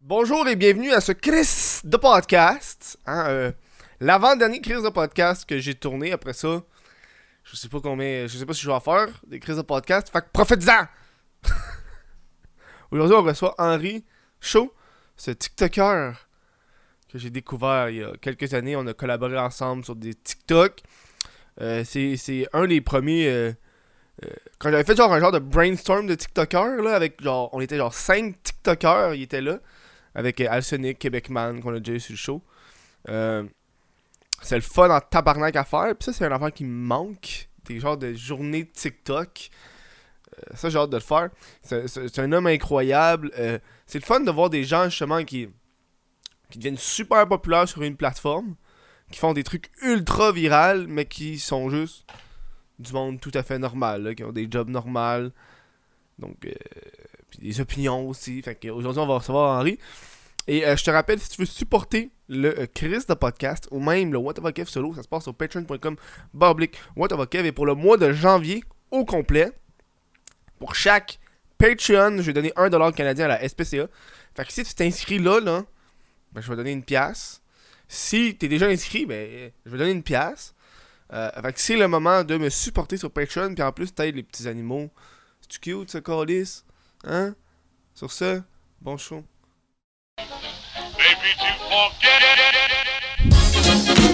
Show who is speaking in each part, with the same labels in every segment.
Speaker 1: Bonjour et bienvenue à ce Chris de podcast. Hein, euh, L'avant-dernier Chris de podcast que j'ai tourné après ça. Je sais pas combien. Je sais pas si je vais en faire des Chris de podcast. Fait que profitez-en! Aujourd'hui, on reçoit Henri Chaud, ce TikToker que j'ai découvert il y a quelques années. On a collaboré ensemble sur des TikTok. Euh, c'est c'est un des premiers. euh, euh, quand j'avais fait genre un genre de brainstorm de TikTokers, là, avec genre. On était genre 5 TikTokers, ils étaient là avec euh, Alsonic, Québecman, qu'on a déjà eu sur le show. Euh, c'est le fun en tabarnak à faire. Puis ça, c'est un affaire qui me manque. Des genres de journées de TikTok. Euh, ça, j'ai hâte de le faire. C'est- C'est c'est un homme incroyable. Euh, c'est le fun de voir des gens, justement, qui, qui deviennent super populaires sur une plateforme. Qui font des trucs ultra virales, mais qui sont juste du monde tout à fait normal. là, qui ont des jobs normaux. Donc, euh, puis des opinions aussi. Fait qu'aujourd'hui, on va recevoir Henri. Et euh, je te rappelle, si tu veux supporter le euh, Chris de podcast ou même le What About Kev solo, ça se passe sur patreon.com barblick What About Kev. Et pour le mois de janvier au complet, pour chaque Patreon, je vais donner 1$ canadien à la SPCA. Fait que si tu t'inscris là, là, ben, je vais donner une pièce. Si t'es déjà inscrit, ben, euh, je vais donner une pièce. Euh, fait que c'est le moment de me supporter sur Patreon. Puis en plus, t'aides les petits animaux. C'est-tu cute, ce calice? Hein? Sur ce, bon show.
Speaker 2: Baby, you forget it.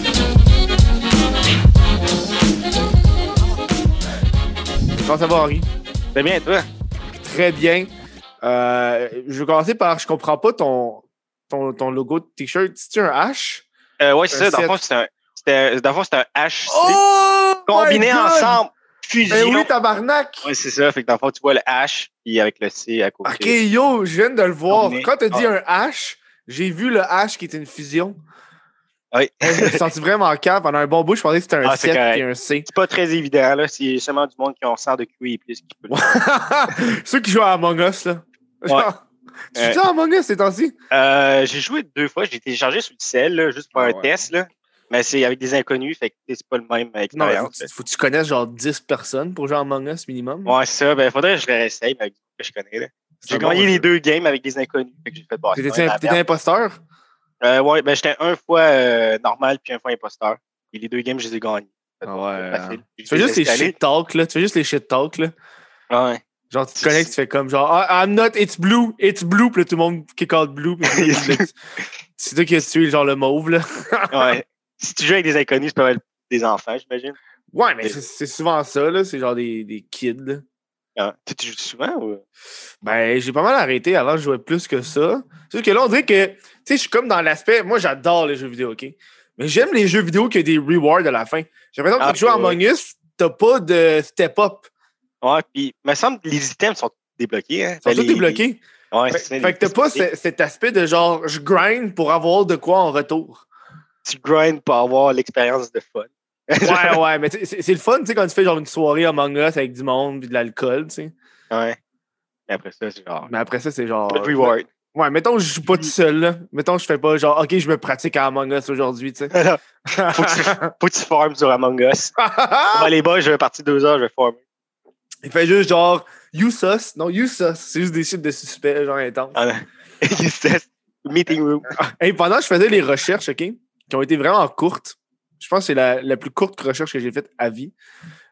Speaker 1: Comment ça va, Henri?
Speaker 3: C'est bien, toi?
Speaker 1: Très bien. Euh, je vais commencer par, je comprends pas ton, ton, ton logo de t-shirt. C'est-tu un H?
Speaker 3: Euh, ouais, c'est
Speaker 1: Un
Speaker 3: ça. Dans le fond,
Speaker 1: sept.
Speaker 3: c'est un, c'était- dans le fond, c'est un HC
Speaker 1: Oh my
Speaker 3: combiné
Speaker 1: God!
Speaker 3: ensemble.
Speaker 1: Ben
Speaker 3: Fusion.
Speaker 1: oui, tabarnak!
Speaker 3: ouais, c'est ça. Fait que dans le fond, tu vois le H, puis avec le C à côté.
Speaker 1: Ok, Ah. yo, je viens de le voir.
Speaker 3: Combiné.
Speaker 1: Quand t'as dit un H, j'ai vu le H qui était une fusion.
Speaker 3: Ouais.
Speaker 1: Je me suis senti vraiment calme. Pendant un bon bout, je pensais que c'était un
Speaker 3: Ah, c'est
Speaker 1: 7
Speaker 3: correct.
Speaker 1: et un C.
Speaker 3: C'est pas très évident, là. C'est seulement du monde qui en sent de QI et plus qui peut. le-
Speaker 1: Ceux qui jouent à Among Us, là. Genre, Tu
Speaker 3: Ouais.
Speaker 1: joues à Among Us ces temps-ci?
Speaker 3: Euh, j'ai joué deux fois. J'ai téléchargé sur le cell, là, juste pour
Speaker 1: Ah,
Speaker 3: un
Speaker 1: ouais.
Speaker 3: test, là. Mais c'est avec des inconnus, fait que c'est pas le même
Speaker 1: Non, mais faut,
Speaker 3: expérience.
Speaker 1: que tu- faut que tu connaisses genre 10 personnes pour jouer à Among Us minimum.
Speaker 3: ouais, c'est ça. Ben, faudrait que je le réessaye, mais avec des gens que je connais, là.
Speaker 1: C'est
Speaker 3: J'ai
Speaker 1: un bon
Speaker 3: gagné
Speaker 1: jeu.
Speaker 3: les deux games avec des inconnus. Fait que j'ai fait, bon, c'est
Speaker 1: T'étais
Speaker 3: de la
Speaker 1: un,
Speaker 3: merde.
Speaker 1: t'étais un imposteur?
Speaker 3: Euh, ouais, ben, j'étais un fois euh, normal puis un fois imposteur. Et les deux games, je les ai gagnés.
Speaker 1: Ah ouais,
Speaker 3: Facile.
Speaker 1: Tu fais juste les shit talk, là. Tu fais juste les shit talk, là.
Speaker 3: Ouais.
Speaker 1: Genre, tu te
Speaker 3: Tu-
Speaker 1: connectes, tu fais comme genre, Ah, I'm not, it's blue, it's blue, puis là, tout le monde kick out blue. puis tout le monde- C'est toi qui as tué, genre, le mauve, là.
Speaker 3: ouais. Si tu joues avec des inconnus, c'est pas mal des enfants, j'imagine.
Speaker 1: Ouais, mais c'est- c'est souvent ça, là. C'est genre des, des kids, là.
Speaker 3: Ouais. Tu, tu joues souvent ou.
Speaker 1: Ben, j'ai pas mal arrêté. Avant, je jouais plus que ça. Sauf que là, on dirait que, tu sais, je suis comme dans l'aspect. Moi, j'adore les jeux vidéo, OK? Mais j'aime les jeux vidéo qui ont des rewards à la fin. J'ai l'impression que quand
Speaker 3: Ah,
Speaker 1: tu joues à
Speaker 3: ouais.
Speaker 1: Among Us, t'as pas de step-up.
Speaker 3: Ouais, puis, me semble que les items sont débloqués. Hein.
Speaker 1: Ils
Speaker 3: Ben,
Speaker 1: sont tous
Speaker 3: les-
Speaker 1: débloqués.
Speaker 3: Ouais,
Speaker 1: Fait,
Speaker 3: c'est ça,
Speaker 1: fait
Speaker 3: les-
Speaker 1: que t'as pas ce- cet aspect de genre, je grind pour avoir de quoi en retour.
Speaker 3: Tu grindes pour avoir l'expérience de fun.
Speaker 1: Ouais, ouais, mais tu sais, c'est c'est le fun, tu sais, quand tu fais genre une soirée Among Us avec du monde et de l'alcool, tu sais.
Speaker 3: Ouais. Mais après ça, c'est genre.
Speaker 1: Mais après ça, c'est genre.
Speaker 3: Pas de reward.
Speaker 1: Ouais, mettons, que je joue pas tout seul, là. Mettons, que je fais pas genre, OK, je me pratique à Among Us aujourd'hui, tu sais.
Speaker 3: Faut que tu, faut que tu farmes sur Among Us.
Speaker 1: Ah!
Speaker 3: Bon, les boys, je vais partir deux heures, je vais farmer.
Speaker 1: Il fait juste genre You sus. Non, you sus. C'est juste des shit de suspects, genre intense.
Speaker 3: Ah, non. Yes, Meeting room.
Speaker 1: Et pendant que je faisais les recherches, OK, qui ont été vraiment courtes, je pense que c'est la, la plus courte recherche que j'ai faite à vie.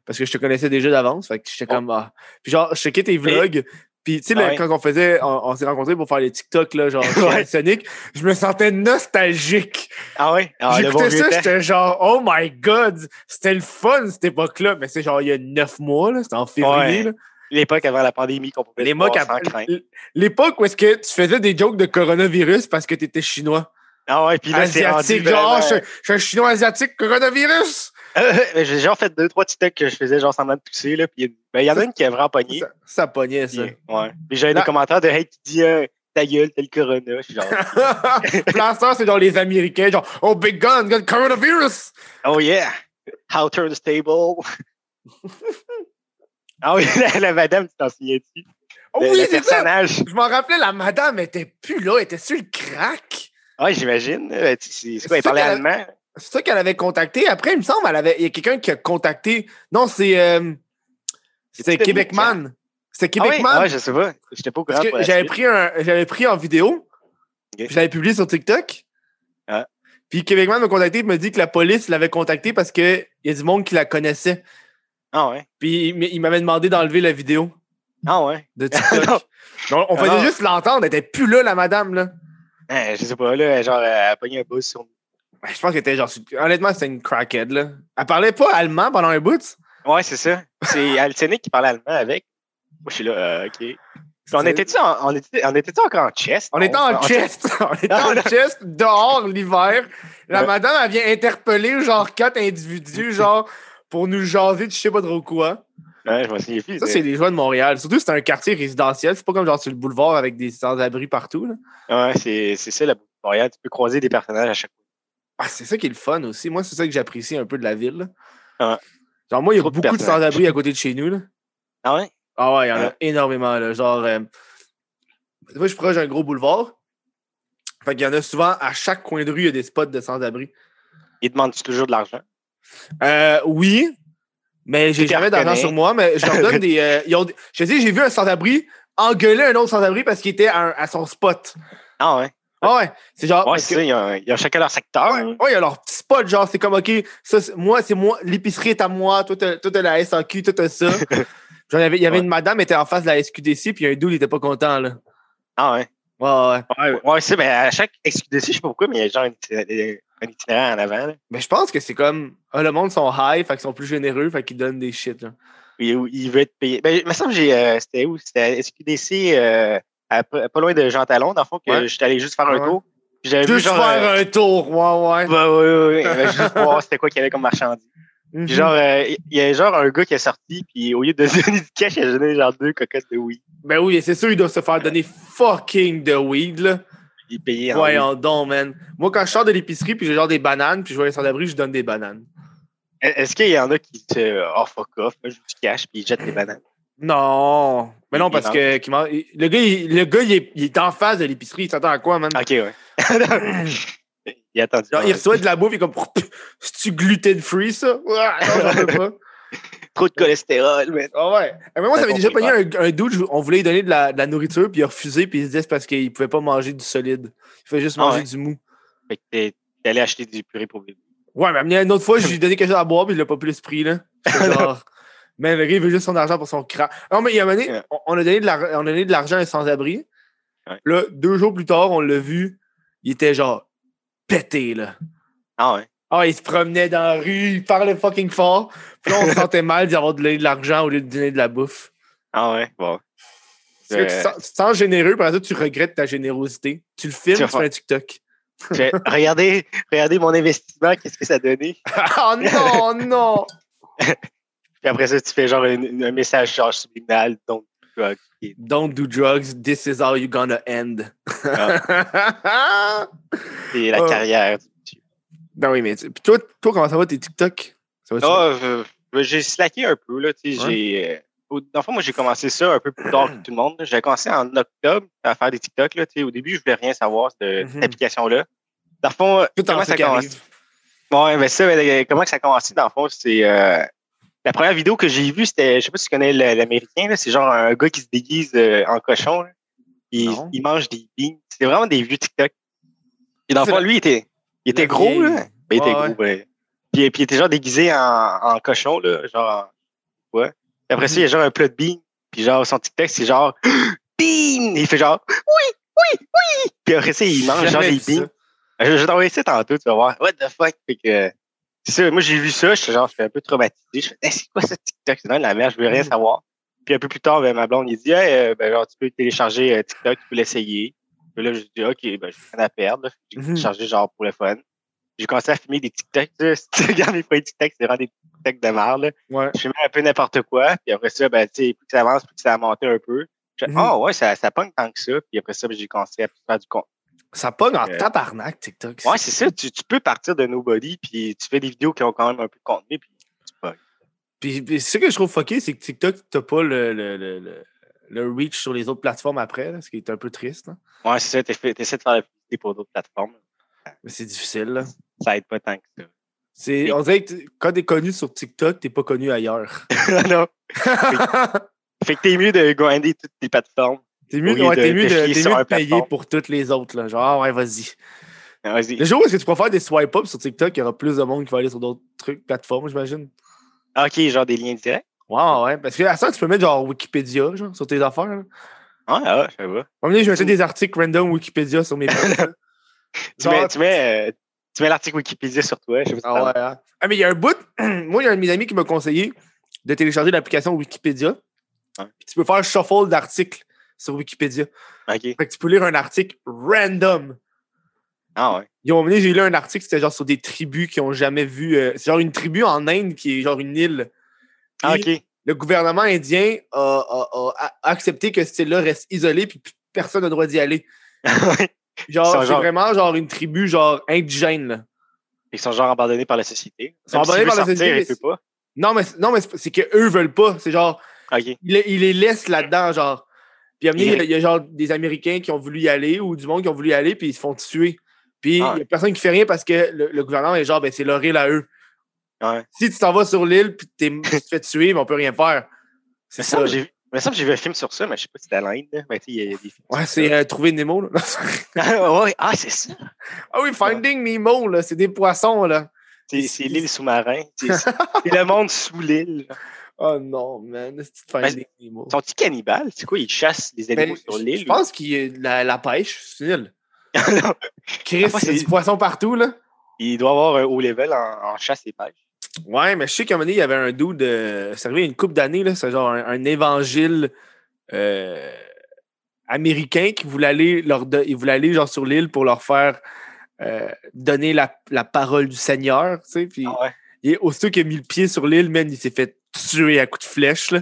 Speaker 1: Parce que je te connaissais déjà d'avance. Fait que j'étais comme. ah. Puis genre, je checkais tes vlogs. Puis tu sais, là,
Speaker 3: Ah Ouais.
Speaker 1: quand on faisait. On, on s'est rencontrés pour faire les TikTok, là, genre chez
Speaker 3: Ouais.
Speaker 1: Sonic, je me sentais nostalgique.
Speaker 3: Ah ouais? Ah, le bon
Speaker 1: J'écoutais
Speaker 3: vieux
Speaker 1: ça,
Speaker 3: temps.
Speaker 1: j'étais genre, oh my god, c'était le fun cette époque-là. Mais c'est genre il y a neuf mois, là, c'était en février.
Speaker 3: Ouais.
Speaker 1: là.
Speaker 3: L'époque avant la pandémie qu'on pouvait
Speaker 1: Les
Speaker 3: se
Speaker 1: mots
Speaker 3: voir
Speaker 1: qu'à-
Speaker 3: sans crainte.
Speaker 1: l- L'époque où est-ce que tu faisais des jokes de coronavirus parce que tu étais chinois.
Speaker 3: Ah ouais, puis là, c'est rendu
Speaker 1: asiatique, genre,
Speaker 3: vraiment-
Speaker 1: Ah, je, je suis un chinois asiatique, coronavirus!
Speaker 3: Euh, J'ai genre fait deux, trois TikTok que je faisais genre semblant de tousser, là, puis il y a- ben, il y en a une qui a vraiment pogné.
Speaker 1: Ça, ça pognait,
Speaker 3: puis, euh,
Speaker 1: ça.
Speaker 3: Ouais. Puis j'avais
Speaker 1: Non.
Speaker 3: des commentaires de Hey qui dit euh, ta gueule, t'es le corona. Je suis genre,
Speaker 1: Plaster, c'est genre les Américains, genre, oh big gun, gun coronavirus!
Speaker 3: oh yeah, how turnstable. ah oui, la, la madame, tu t'en souviens-tu?
Speaker 1: Oh
Speaker 3: Le-
Speaker 1: oui,
Speaker 3: le
Speaker 1: c'est ça!
Speaker 3: personnage.
Speaker 1: Je m'en rappelais, la madame était plus là, elle était sur le crack.
Speaker 3: Ouais, j'imagine. Euh, tu- C'est c'est quoi, il
Speaker 1: C'est ça
Speaker 3: parlait
Speaker 1: qu'elle-
Speaker 3: allemand? Ah
Speaker 1: C'est ça qu'elle avait contacté. Après, il me semble, elle avait, il y a quelqu'un qui a contacté. Non, c'est. euh, C'était
Speaker 3: C'est Dominique,
Speaker 1: Québecman. C'était
Speaker 3: Ah oui?
Speaker 1: Québecman.
Speaker 3: Ah, je sais pas. J'étais pas au courant.
Speaker 1: Parce que
Speaker 3: pour la
Speaker 1: j'avais
Speaker 3: suite.
Speaker 1: pris un- j'avais pris en vidéo
Speaker 3: Ok.
Speaker 1: Puis Je l'avais publié sur TikTok.
Speaker 3: Ah.
Speaker 1: Puis Québécois m'a contacté et m'a dit que la police l'avait contacté parce qu'il y a du monde qui la connaissait.
Speaker 3: Ah ouais.
Speaker 1: Puis il m- il m'avait demandé d'enlever la vidéo
Speaker 3: Ah ouais.
Speaker 1: de TikTok.
Speaker 3: Non.
Speaker 1: Donc, on faisait
Speaker 3: Alors-
Speaker 1: juste l'entendre. Elle était plus là, la madame. Là.
Speaker 3: Hein, je sais pas, là, genre, elle a pogné un buzz sur nous.
Speaker 1: Ben, je pense qu'elle était genre. Honnêtement, c'était une crackhead. Là. Elle parlait pas allemand pendant un bout.
Speaker 3: Ouais, c'est ça. C'est Altenik qui parlait allemand avec. Moi, je suis là, euh, OK. Puis on
Speaker 1: C'était-
Speaker 3: était-tu en- on était, on était encore en chest?
Speaker 1: On était en chest. On était
Speaker 3: Ah,
Speaker 1: en
Speaker 3: là.
Speaker 1: chest dehors l'hiver. La
Speaker 3: Ouais.
Speaker 1: madame, elle vient interpeller genre quatre individus, genre, pour nous jaser de je sais pas trop quoi.
Speaker 3: Ouais, je me souviens plus.
Speaker 1: Ça, c'est des joies de Montréal. Surtout, c'est un quartier résidentiel. C'est pas comme genre sur le boulevard avec des sans-abri partout. là.
Speaker 3: Ouais, c'est c'est ça, la boucle Montréal. Tu peux croiser des personnages à chaque fois.
Speaker 1: Ah, c'est ça qui est le fun aussi. Moi, c'est ça que j'apprécie un peu de la ville. là.
Speaker 3: Ouais.
Speaker 1: Genre, moi, il y a
Speaker 3: Trop de
Speaker 1: beaucoup de
Speaker 3: personnages.
Speaker 1: sans-abri à côté de chez nous. là.
Speaker 3: Ah ouais?
Speaker 1: Ah ouais, il y en a
Speaker 3: Ouais.
Speaker 1: énormément. Là. Genre, euh, moi, je suis proche d'un gros boulevard. Fait qu'il y en a souvent, à chaque coin de rue, il y a des spots de sans-abri.
Speaker 3: Ils demandent-tu toujours de l'argent?
Speaker 1: Euh, oui, mais j'ai
Speaker 3: Tu te
Speaker 1: jamais d'argent
Speaker 3: reconnais.
Speaker 1: sur moi, mais je leur donne des. euh, ils ont des- Je sais, j'ai vu un sans-abri engueuler un autre sans-abri parce qu'il était à, un- à son spot.
Speaker 3: Ah ouais?
Speaker 1: Ah ouais, c'est genre.
Speaker 3: ouais,
Speaker 1: parce
Speaker 3: c'est
Speaker 1: que- ah
Speaker 3: ça. Ils ont, ils ont chacun leur secteur.
Speaker 1: Ouais, ouais, il y a leur petit spot, genre, c'est comme, OK, ça, c'est- moi, c'est moi, l'épicerie est à moi, toi, t'as toi, t'as la SAQ, toi, t'as ça. J'en avais, il y avait
Speaker 3: Ouais.
Speaker 1: une madame, elle était en face de la SQDC, puis un doux, il était pas content, là.
Speaker 3: Ah ouais?
Speaker 1: Ouais, ouais, ouais.
Speaker 3: Ouais, ouais c'est, mais à chaque XQDC, je sais pas pourquoi, mais il y a genre un itinéraire, un itinéraire en avant. Là.
Speaker 1: Mais je pense que c'est comme, ah, le monde sont high, fait qu'ils sont plus généreux, fait qu'ils donnent des shit, là.
Speaker 3: Il, il veut être payé. Ben, il me semble que j'ai. euh, c'était où? C'était à SQDC, euh, à pas pas loin de Jean Talon, dans le fond, que
Speaker 1: Ouais.
Speaker 3: j'étais allé juste faire
Speaker 1: Ouais.
Speaker 3: un tour. Puis J'avais vu
Speaker 1: Juste
Speaker 3: genre.
Speaker 1: faire
Speaker 3: euh,
Speaker 1: un tour, ouais, ouais.
Speaker 3: bah, ouais, ouais, ouais, ben, juste voir c'était quoi qu'il y avait comme marchandise.
Speaker 1: Mhm.
Speaker 3: Puis genre, euh, il y a genre un gars qui est sorti, puis au lieu de donner du cash, il a donné genre deux cocottes de oui.
Speaker 1: Ben oui, c'est sûr, ils doivent se faire donner fucking de weed, là.
Speaker 3: Il payait en weed.
Speaker 1: Voyons donc, man. Moi, quand je sors de l'épicerie, puis j'ai genre des bananes, puis je vois les sans-abri, je donne des bananes.
Speaker 3: E-, Est-ce qu'il y en a qui se. Oh fuck off, moi, je veux du cash, puis ils jettent les bananes.
Speaker 1: Non. Mais non,
Speaker 3: Il
Speaker 1: parce
Speaker 3: manque.
Speaker 1: que qu'il man- il- le gars, il, le gars il, est, il est en face de l'épicerie. Il s'attend à quoi, man?
Speaker 3: Ok, ouais. il a attendu.
Speaker 1: Genre, il reçoit de la bouffe, il est comme, c'est-tu gluten free, ça? Ouah, non, j'en veux pas.
Speaker 3: Trop de cholestérol, mais.
Speaker 1: Ah ouais. Eh, mais moi,
Speaker 3: Ça
Speaker 1: j'avais déjà pogné
Speaker 3: comprend.
Speaker 1: un, un dude, je- on voulait lui donner de la, de la nourriture, puis il a refusé, puis il se disait c'est parce qu'il pouvait pas manger du solide. Il pouvait juste
Speaker 3: Ah
Speaker 1: manger
Speaker 3: ouais.
Speaker 1: du mou.
Speaker 3: Fait que t'es t'es allé acheter du purée pour bébé.
Speaker 1: Ouais, mais amené une autre fois, je lui ai donné quelque chose à boire, puis il l'a pas plus pris, là. J'étais genre, man, le gars, il veut juste son argent pour son crack. Non, mais il a mené,
Speaker 3: Ouais.
Speaker 1: on, on a donné de l'ar- on a donné de l'argent à un sans-abri.
Speaker 3: Ouais.
Speaker 1: Là, deux jours plus tard, on l'a vu, il était genre pété, là.
Speaker 3: Ah ouais.
Speaker 1: Ah, il se promenait dans la rue, il parlait fucking fort. Puis là, on se sentait mal d'y avoir donné de l'argent au lieu de donner de la bouffe.
Speaker 3: Ah ouais. Bon.
Speaker 1: Parce que tu, te sens, tu te sens généreux, par exemple, tu regrettes ta générosité. Tu le filmes,
Speaker 3: Tu
Speaker 1: tu
Speaker 3: vas
Speaker 1: fais un TikTok.
Speaker 3: J'ai- regardez, regardez mon investissement, qu'est-ce que ça a donné.
Speaker 1: oh non, non!
Speaker 3: Puis après ça, tu fais genre une- une- un, message genre subliminal. Donc, drug.
Speaker 1: Don't do drugs, this is how you're gonna end.
Speaker 3: c'est la
Speaker 1: Ah.
Speaker 3: carrière. du-
Speaker 1: non, Ben oui, mais tu- puis toi, toi, comment ça va tes TikTok? Ça va
Speaker 3: Ah, euh, ben, j'ai slacké un peu, là. tu sais,
Speaker 1: Ouais.
Speaker 3: j'ai, euh, au- Dans le fond, moi, j'ai commencé ça un peu plus tard que tout le monde. là. J'ai commencé en octobre à faire des TikTok. Là, tu sais. au début, je voulais rien savoir de
Speaker 1: Mhm.
Speaker 3: cette application-là. Dans le fond,
Speaker 1: tout en
Speaker 3: comment
Speaker 1: ce
Speaker 3: ça
Speaker 1: qui
Speaker 3: commence?
Speaker 1: arrive.
Speaker 3: Ouais, mais ça, mais, euh, comment que ça a commencé, dans le fond, c'est. euh, la première vidéo que j'ai vue, c'était. Je sais pas si tu connais le- l'américain, là, c'est genre un gars qui se déguise euh, en cochon. là. Il,
Speaker 1: Non.
Speaker 3: il mange des beans. C'est vraiment des vieux TikTok. Puis dans le
Speaker 1: C'est
Speaker 3: fond,
Speaker 1: la-
Speaker 3: lui, il était, il était
Speaker 1: la
Speaker 3: gros,
Speaker 1: vieille.
Speaker 3: là. Ben, il
Speaker 1: Ouais,
Speaker 3: était gros, ouais. Puis, puis il était genre déguisé en, en cochon, là. Genre. en- Ouais. Puis après ça, il y a genre un plat de beans. Puis genre, son TikTok, c'est genre. Bean! Il fait genre. Oui! Oui! Oui! Puis après ça, il mange genre
Speaker 1: Jamais
Speaker 3: des
Speaker 1: vu
Speaker 3: beans.
Speaker 1: ça.
Speaker 3: Je je vais t'envoyer ça tantôt, tu vas voir. What the fuck? Fait que, c'est ça, moi j'ai vu ça, j'étais genre, j'étais un peu traumatisé. Je fais, Hey, c'est quoi ce TikTok? C'est dans la merde, je veux rien savoir. Puis un peu plus tard, ben, ma blonde, il dit, hey, euh, ben, genre, tu peux télécharger euh, TikTok, tu peux l'essayer. Puis là, je dis, ok, ben, j'ai rien à perdre. là. J'ai
Speaker 1: Mhm.
Speaker 3: téléchargé genre pour le fun. J'ai commencé à filmer des TikToks. là. Si tu regardes mes premiers TikToks, c'est vraiment des TikToks de merde. là.
Speaker 1: Ouais.
Speaker 3: Je filmais un peu n'importe quoi. Puis après ça, ben, tu sais, plus que ça avance, plus que ça a monté un peu. Je fais,
Speaker 1: Mhm.
Speaker 3: oh ouais, ça, ça pogne tant que ça. Puis après ça, ben, j'ai commencé à faire du contenu.
Speaker 1: Ça pogne en
Speaker 3: Euh,
Speaker 1: tabarnak, TikTok.
Speaker 3: Ouais, c'est ça. Tu, tu peux partir de Nobody, puis tu fais des vidéos qui ont quand même un peu de contenu, puis tu bugs.
Speaker 1: Puis, puis ce que je trouve fucké, c'est que TikTok, t'as pas le, le, le, le, le reach sur les autres plateformes après, là, ce qui est un peu triste. là.
Speaker 3: Ouais, c'est ça. T'essaies de faire la publicité pour d'autres plateformes.
Speaker 1: Mais c'est difficile, là.
Speaker 3: Ça aide pas tant que ça.
Speaker 1: C'est,
Speaker 3: Et-
Speaker 1: on dirait que t- quand t'es connu sur TikTok, t'es pas connu ailleurs.
Speaker 3: non. Fait que t'es mieux de grinder toutes tes plateformes.
Speaker 1: T'es mieux,
Speaker 3: Au lieu
Speaker 1: ouais,
Speaker 3: de
Speaker 1: t'es mieux de,
Speaker 3: te chier
Speaker 1: t'es
Speaker 3: sur
Speaker 1: mieux de
Speaker 3: un
Speaker 1: payer
Speaker 3: plateforme.
Speaker 1: pour toutes les autres. Là. Genre, ah ouais, vas-y.
Speaker 3: Ah, Vas-y.
Speaker 1: Le jour où est-ce que tu pourras faire des swipe-up sur TikTok, il y aura plus de monde qui va aller sur d'autres trucs, plateformes, j'imagine.
Speaker 3: Ah, Ok, genre des liens directs.
Speaker 1: Ouais, ouais. Parce que à ça, tu peux mettre genre Wikipédia genre, sur tes affaires. là.
Speaker 3: Ah, ah, je sais pas.
Speaker 1: À un moment donné, je mettais des articles random Wikipédia sur mes posts, là.
Speaker 3: Tu
Speaker 1: Genre,
Speaker 3: mets, tu mets, euh, tu mets l'article Wikipédia sur toi. Je sais pas si
Speaker 1: Ah ouais. hein. Ah, mais il y a un bout. Moi, il y a un de mes amis qui m'a conseillé de télécharger l'application Wikipédia.
Speaker 3: Ouais.
Speaker 1: Puis tu peux faire shuffle d'articles sur Wikipédia.
Speaker 3: t'as- Ok.
Speaker 1: Fait que tu peux lire un article random.
Speaker 3: Ah ouais.
Speaker 1: Ils ont mené, j'ai lu un article, c'était genre sur des tribus qui ont jamais vu. euh, c'est genre une tribu en Inde qui est genre une île.
Speaker 3: Ah,
Speaker 1: Puis
Speaker 3: ok.
Speaker 1: Le gouvernement indien a, a- a- a accepté que cette île-là reste isolée, puis personne n'a le droit d'y aller.
Speaker 3: Ils
Speaker 1: Genre,
Speaker 3: sont
Speaker 1: c'est
Speaker 3: genre-
Speaker 1: vraiment genre une tribu genre indigène. là.
Speaker 3: Ils sont genre abandonnés par la société.
Speaker 1: Ils sont
Speaker 3: Même s'ils
Speaker 1: abandonnés
Speaker 3: veulent
Speaker 1: par la
Speaker 3: sortir,
Speaker 1: société,
Speaker 3: Ils peuvent
Speaker 1: Non, mais, c'est- non, mais c'est c'est qu'eux veulent pas. C'est genre.
Speaker 3: pas. Ok.
Speaker 1: il, il les laisse là-dedans, genre. Puis à un moment donné, il y, a-
Speaker 3: Il-
Speaker 1: il y a genre des Américains qui ont voulu y aller ou du monde qui ont voulu y aller, puis ils se font tuer. Puis il
Speaker 3: Ah
Speaker 1: n'y a personne qui fait rien parce que le, le gouvernement est genre, ben, c'est leur île à eux.
Speaker 3: Ouais.
Speaker 1: Si tu t'en vas sur l'île, puis t'es- tu te fais tuer, mais on peut rien faire.
Speaker 3: Il
Speaker 1: C'est
Speaker 3: me semble
Speaker 1: ça.
Speaker 3: que j'ai vu- il me semble que j'ai vu un film sur ça, mais je sais pas si c'était à l'Inde. là. Mais tu sais, il y a il y a des films.
Speaker 1: Ouais,
Speaker 3: sur
Speaker 1: c'est
Speaker 3: ça.
Speaker 1: euh, trouver Nemo. Là.
Speaker 3: Ah, ouais, ah, c'est ça.
Speaker 1: ah oui, Finding Nemo, là, c'est des poissons, là.
Speaker 3: C'est c'est l'île sous-marin. C'est c'est- c'est le monde sous l'île.
Speaker 1: Oh non, man, c'est
Speaker 3: Ben,
Speaker 1: Finding Nemo.
Speaker 3: Sont-ils cannibales? C'est quoi? Ils chassent les
Speaker 1: Mais
Speaker 3: animaux sur
Speaker 1: Ben, je
Speaker 3: l'île?
Speaker 1: pense qu'il y a de la, la pêche, c'est nul.
Speaker 3: Non.
Speaker 1: Chris,
Speaker 3: Après,
Speaker 1: il y a
Speaker 3: c'est-
Speaker 1: du poisson partout, là.
Speaker 3: Il doit avoir un haut level en, en chasse et pêche.
Speaker 1: Ouais, mais je sais qu'à un moment donné, il y avait un dude, de ça arrivait une couple d'années, là, c'est genre un, un évangile euh, américain qui voulait aller, leur do- il voulait aller genre sur l'île pour leur faire euh, donner la, la parole du Seigneur, tu sais, puis
Speaker 3: Ah ouais.
Speaker 1: et aussitôt qu'il a mis le pied sur l'île, man, il s'est fait tuer à coups de flèche, là.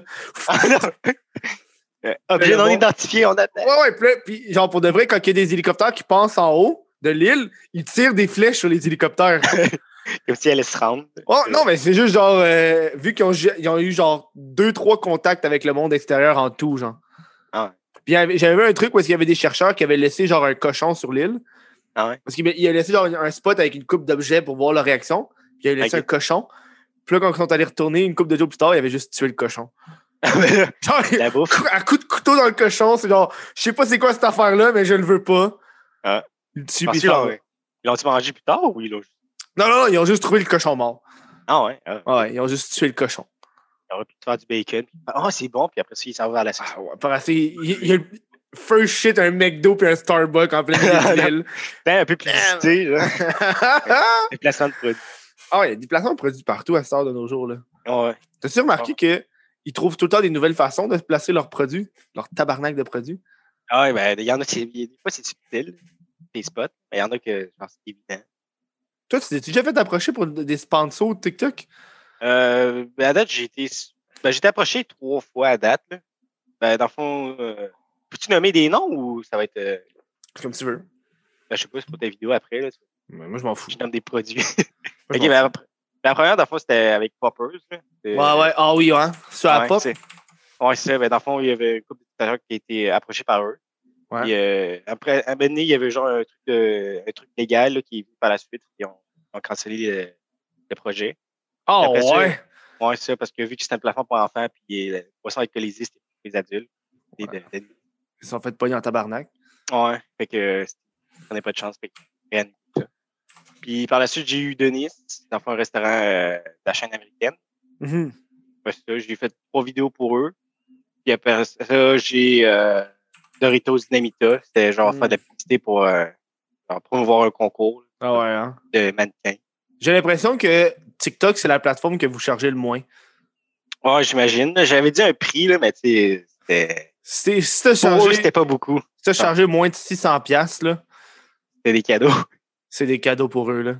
Speaker 3: Ah, non. Euh, Objet
Speaker 1: le
Speaker 3: non
Speaker 1: monde-
Speaker 3: identifié, on
Speaker 1: Ouais,
Speaker 3: appelle.
Speaker 1: ouais, puis, là- puis genre pour de vrai, quand il y a des hélicoptères qui passent en haut de l'île, ils tirent des flèches sur les hélicoptères.
Speaker 3: Comme si elle allait se rendre.
Speaker 1: Oh, non, mais c'est juste genre, euh, vu qu'ils ont, ju- ils ont eu genre deux, trois contacts avec le monde extérieur en tout, genre.
Speaker 3: Ah
Speaker 1: Puis il y avait- j'avais vu un truc où il y avait des chercheurs qui avaient laissé genre un cochon sur l'île.
Speaker 3: Ah ouais.
Speaker 1: Parce qu'il il a laissé genre un spot avec une coupe d'objets pour voir leur réaction. Puis il a laissé
Speaker 3: Ok.
Speaker 1: un cochon. Puis là, quand ils sont allés retourner une coupe de jours plus tard, il avait juste tué le cochon. Genre,
Speaker 3: La bouffe.
Speaker 1: un coup de couteau dans le cochon, c'est genre, je sais pas c'est quoi cette affaire-là, mais je le veux pas.
Speaker 3: Ah.
Speaker 1: Il le tue,
Speaker 3: Parce
Speaker 1: puis
Speaker 3: qu'ils
Speaker 1: il s'en
Speaker 3: l'ont-
Speaker 1: va.
Speaker 3: ils l'ont-tu mangé plus tard ou ils l'ont juste.
Speaker 1: Non, non, non, ils ont juste trouvé le cochon mort.
Speaker 3: Ah ouais. ah.
Speaker 1: Ouais, ils ont juste tué le cochon.
Speaker 3: Ils auraient pu faire du bacon. Ah, c'est bon. Puis après ça, ils s'en vont à la sauce.
Speaker 1: Ah ouais, par assez- il, il y a le first shit un McDo puis un Starbucks en plein milieu de l'île.
Speaker 3: Putain, un peu
Speaker 1: Ben,
Speaker 3: publicité, là.
Speaker 1: ah
Speaker 3: Les placements de produits.
Speaker 1: ouais, il y a des placements de produits partout à cette heure de nos jours. là.
Speaker 3: Ah Ouais.
Speaker 1: T'as-tu remarqué que ils trouvent tout le temps des nouvelles façons de placer leurs produits, leur tabarnak de produits?
Speaker 3: Ah ouais, ben, il y en a qui. Des fois, c'est subtil, des spots. Mais il y en a que, genre, c'est évident.
Speaker 1: Toi, tu t'es déjà fait approcher pour d- des sponsors de TikTok?
Speaker 3: Euh, ben, à date, j'ai été, ben, j'ai été approché trois fois à date. là. Ben, dans le fond, euh, peux-tu nommer des noms ou ça va être. euh,
Speaker 1: Comme tu veux.
Speaker 3: ben, je sais pas, c'est pour ta vidéo après. Là, tu-
Speaker 1: Mais moi, je m'en fous.
Speaker 3: je nomme des produits.
Speaker 1: Moi,
Speaker 3: ok,
Speaker 1: je
Speaker 3: ben,
Speaker 1: m'en
Speaker 3: la, pr- ben, la première, dans le fond, c'était avec Poppers. là. C'est-
Speaker 1: fous. Ouais, ouais, ah oui, hein. Sur la
Speaker 3: ouais,
Speaker 1: pop.
Speaker 3: c'est- ouais, c'est ça. Ben, dans le fond, il y avait un couple de stagiaires qui a été approché par eux.
Speaker 1: Ouais.
Speaker 3: Puis, euh, après, à un moment donné, il y avait genre un truc, de- un truc légal là, qui est venu par la suite. Ils ont, ils ont cancellé le, le projet.
Speaker 1: Ah
Speaker 3: Après ça,
Speaker 1: ouais.
Speaker 3: Ouais, c'est ça, parce que vu que c'est un plafond pour enfants, puis le poisson alcoolisé, c'était pour les adultes. des-
Speaker 1: Ouais.
Speaker 3: des- des-
Speaker 1: Ils se sont fait pogner en tabarnak.
Speaker 3: ouais, fait que euh, on n'a pas de chance, fait que rien. ça. Puis par la suite, j'ai eu Denis, dans le fond, un restaurant euh, de la chaîne américaine.
Speaker 1: Mhm.
Speaker 3: Après ça, j'ai fait trois vidéos pour eux. Puis après ça, j'ai euh, Doritos Dynamita. C'était genre
Speaker 1: Mm.
Speaker 3: faire de la publicité pour euh, genre, promouvoir un concours
Speaker 1: Ah ouais, hein.
Speaker 3: de mannequin.
Speaker 1: J'ai l'impression que TikTok, c'est la plateforme que vous chargez le moins.
Speaker 3: Ouais, j'imagine. J'avais dit un prix, là, mais tu sais, c'était.
Speaker 1: Si si t'as
Speaker 3: Pour eux,
Speaker 1: chargé,
Speaker 3: c'était pas beaucoup.
Speaker 1: si t'as chargé moins de 600 pièces là,
Speaker 3: C'était des cadeaux.
Speaker 1: c'est des cadeaux pour eux là.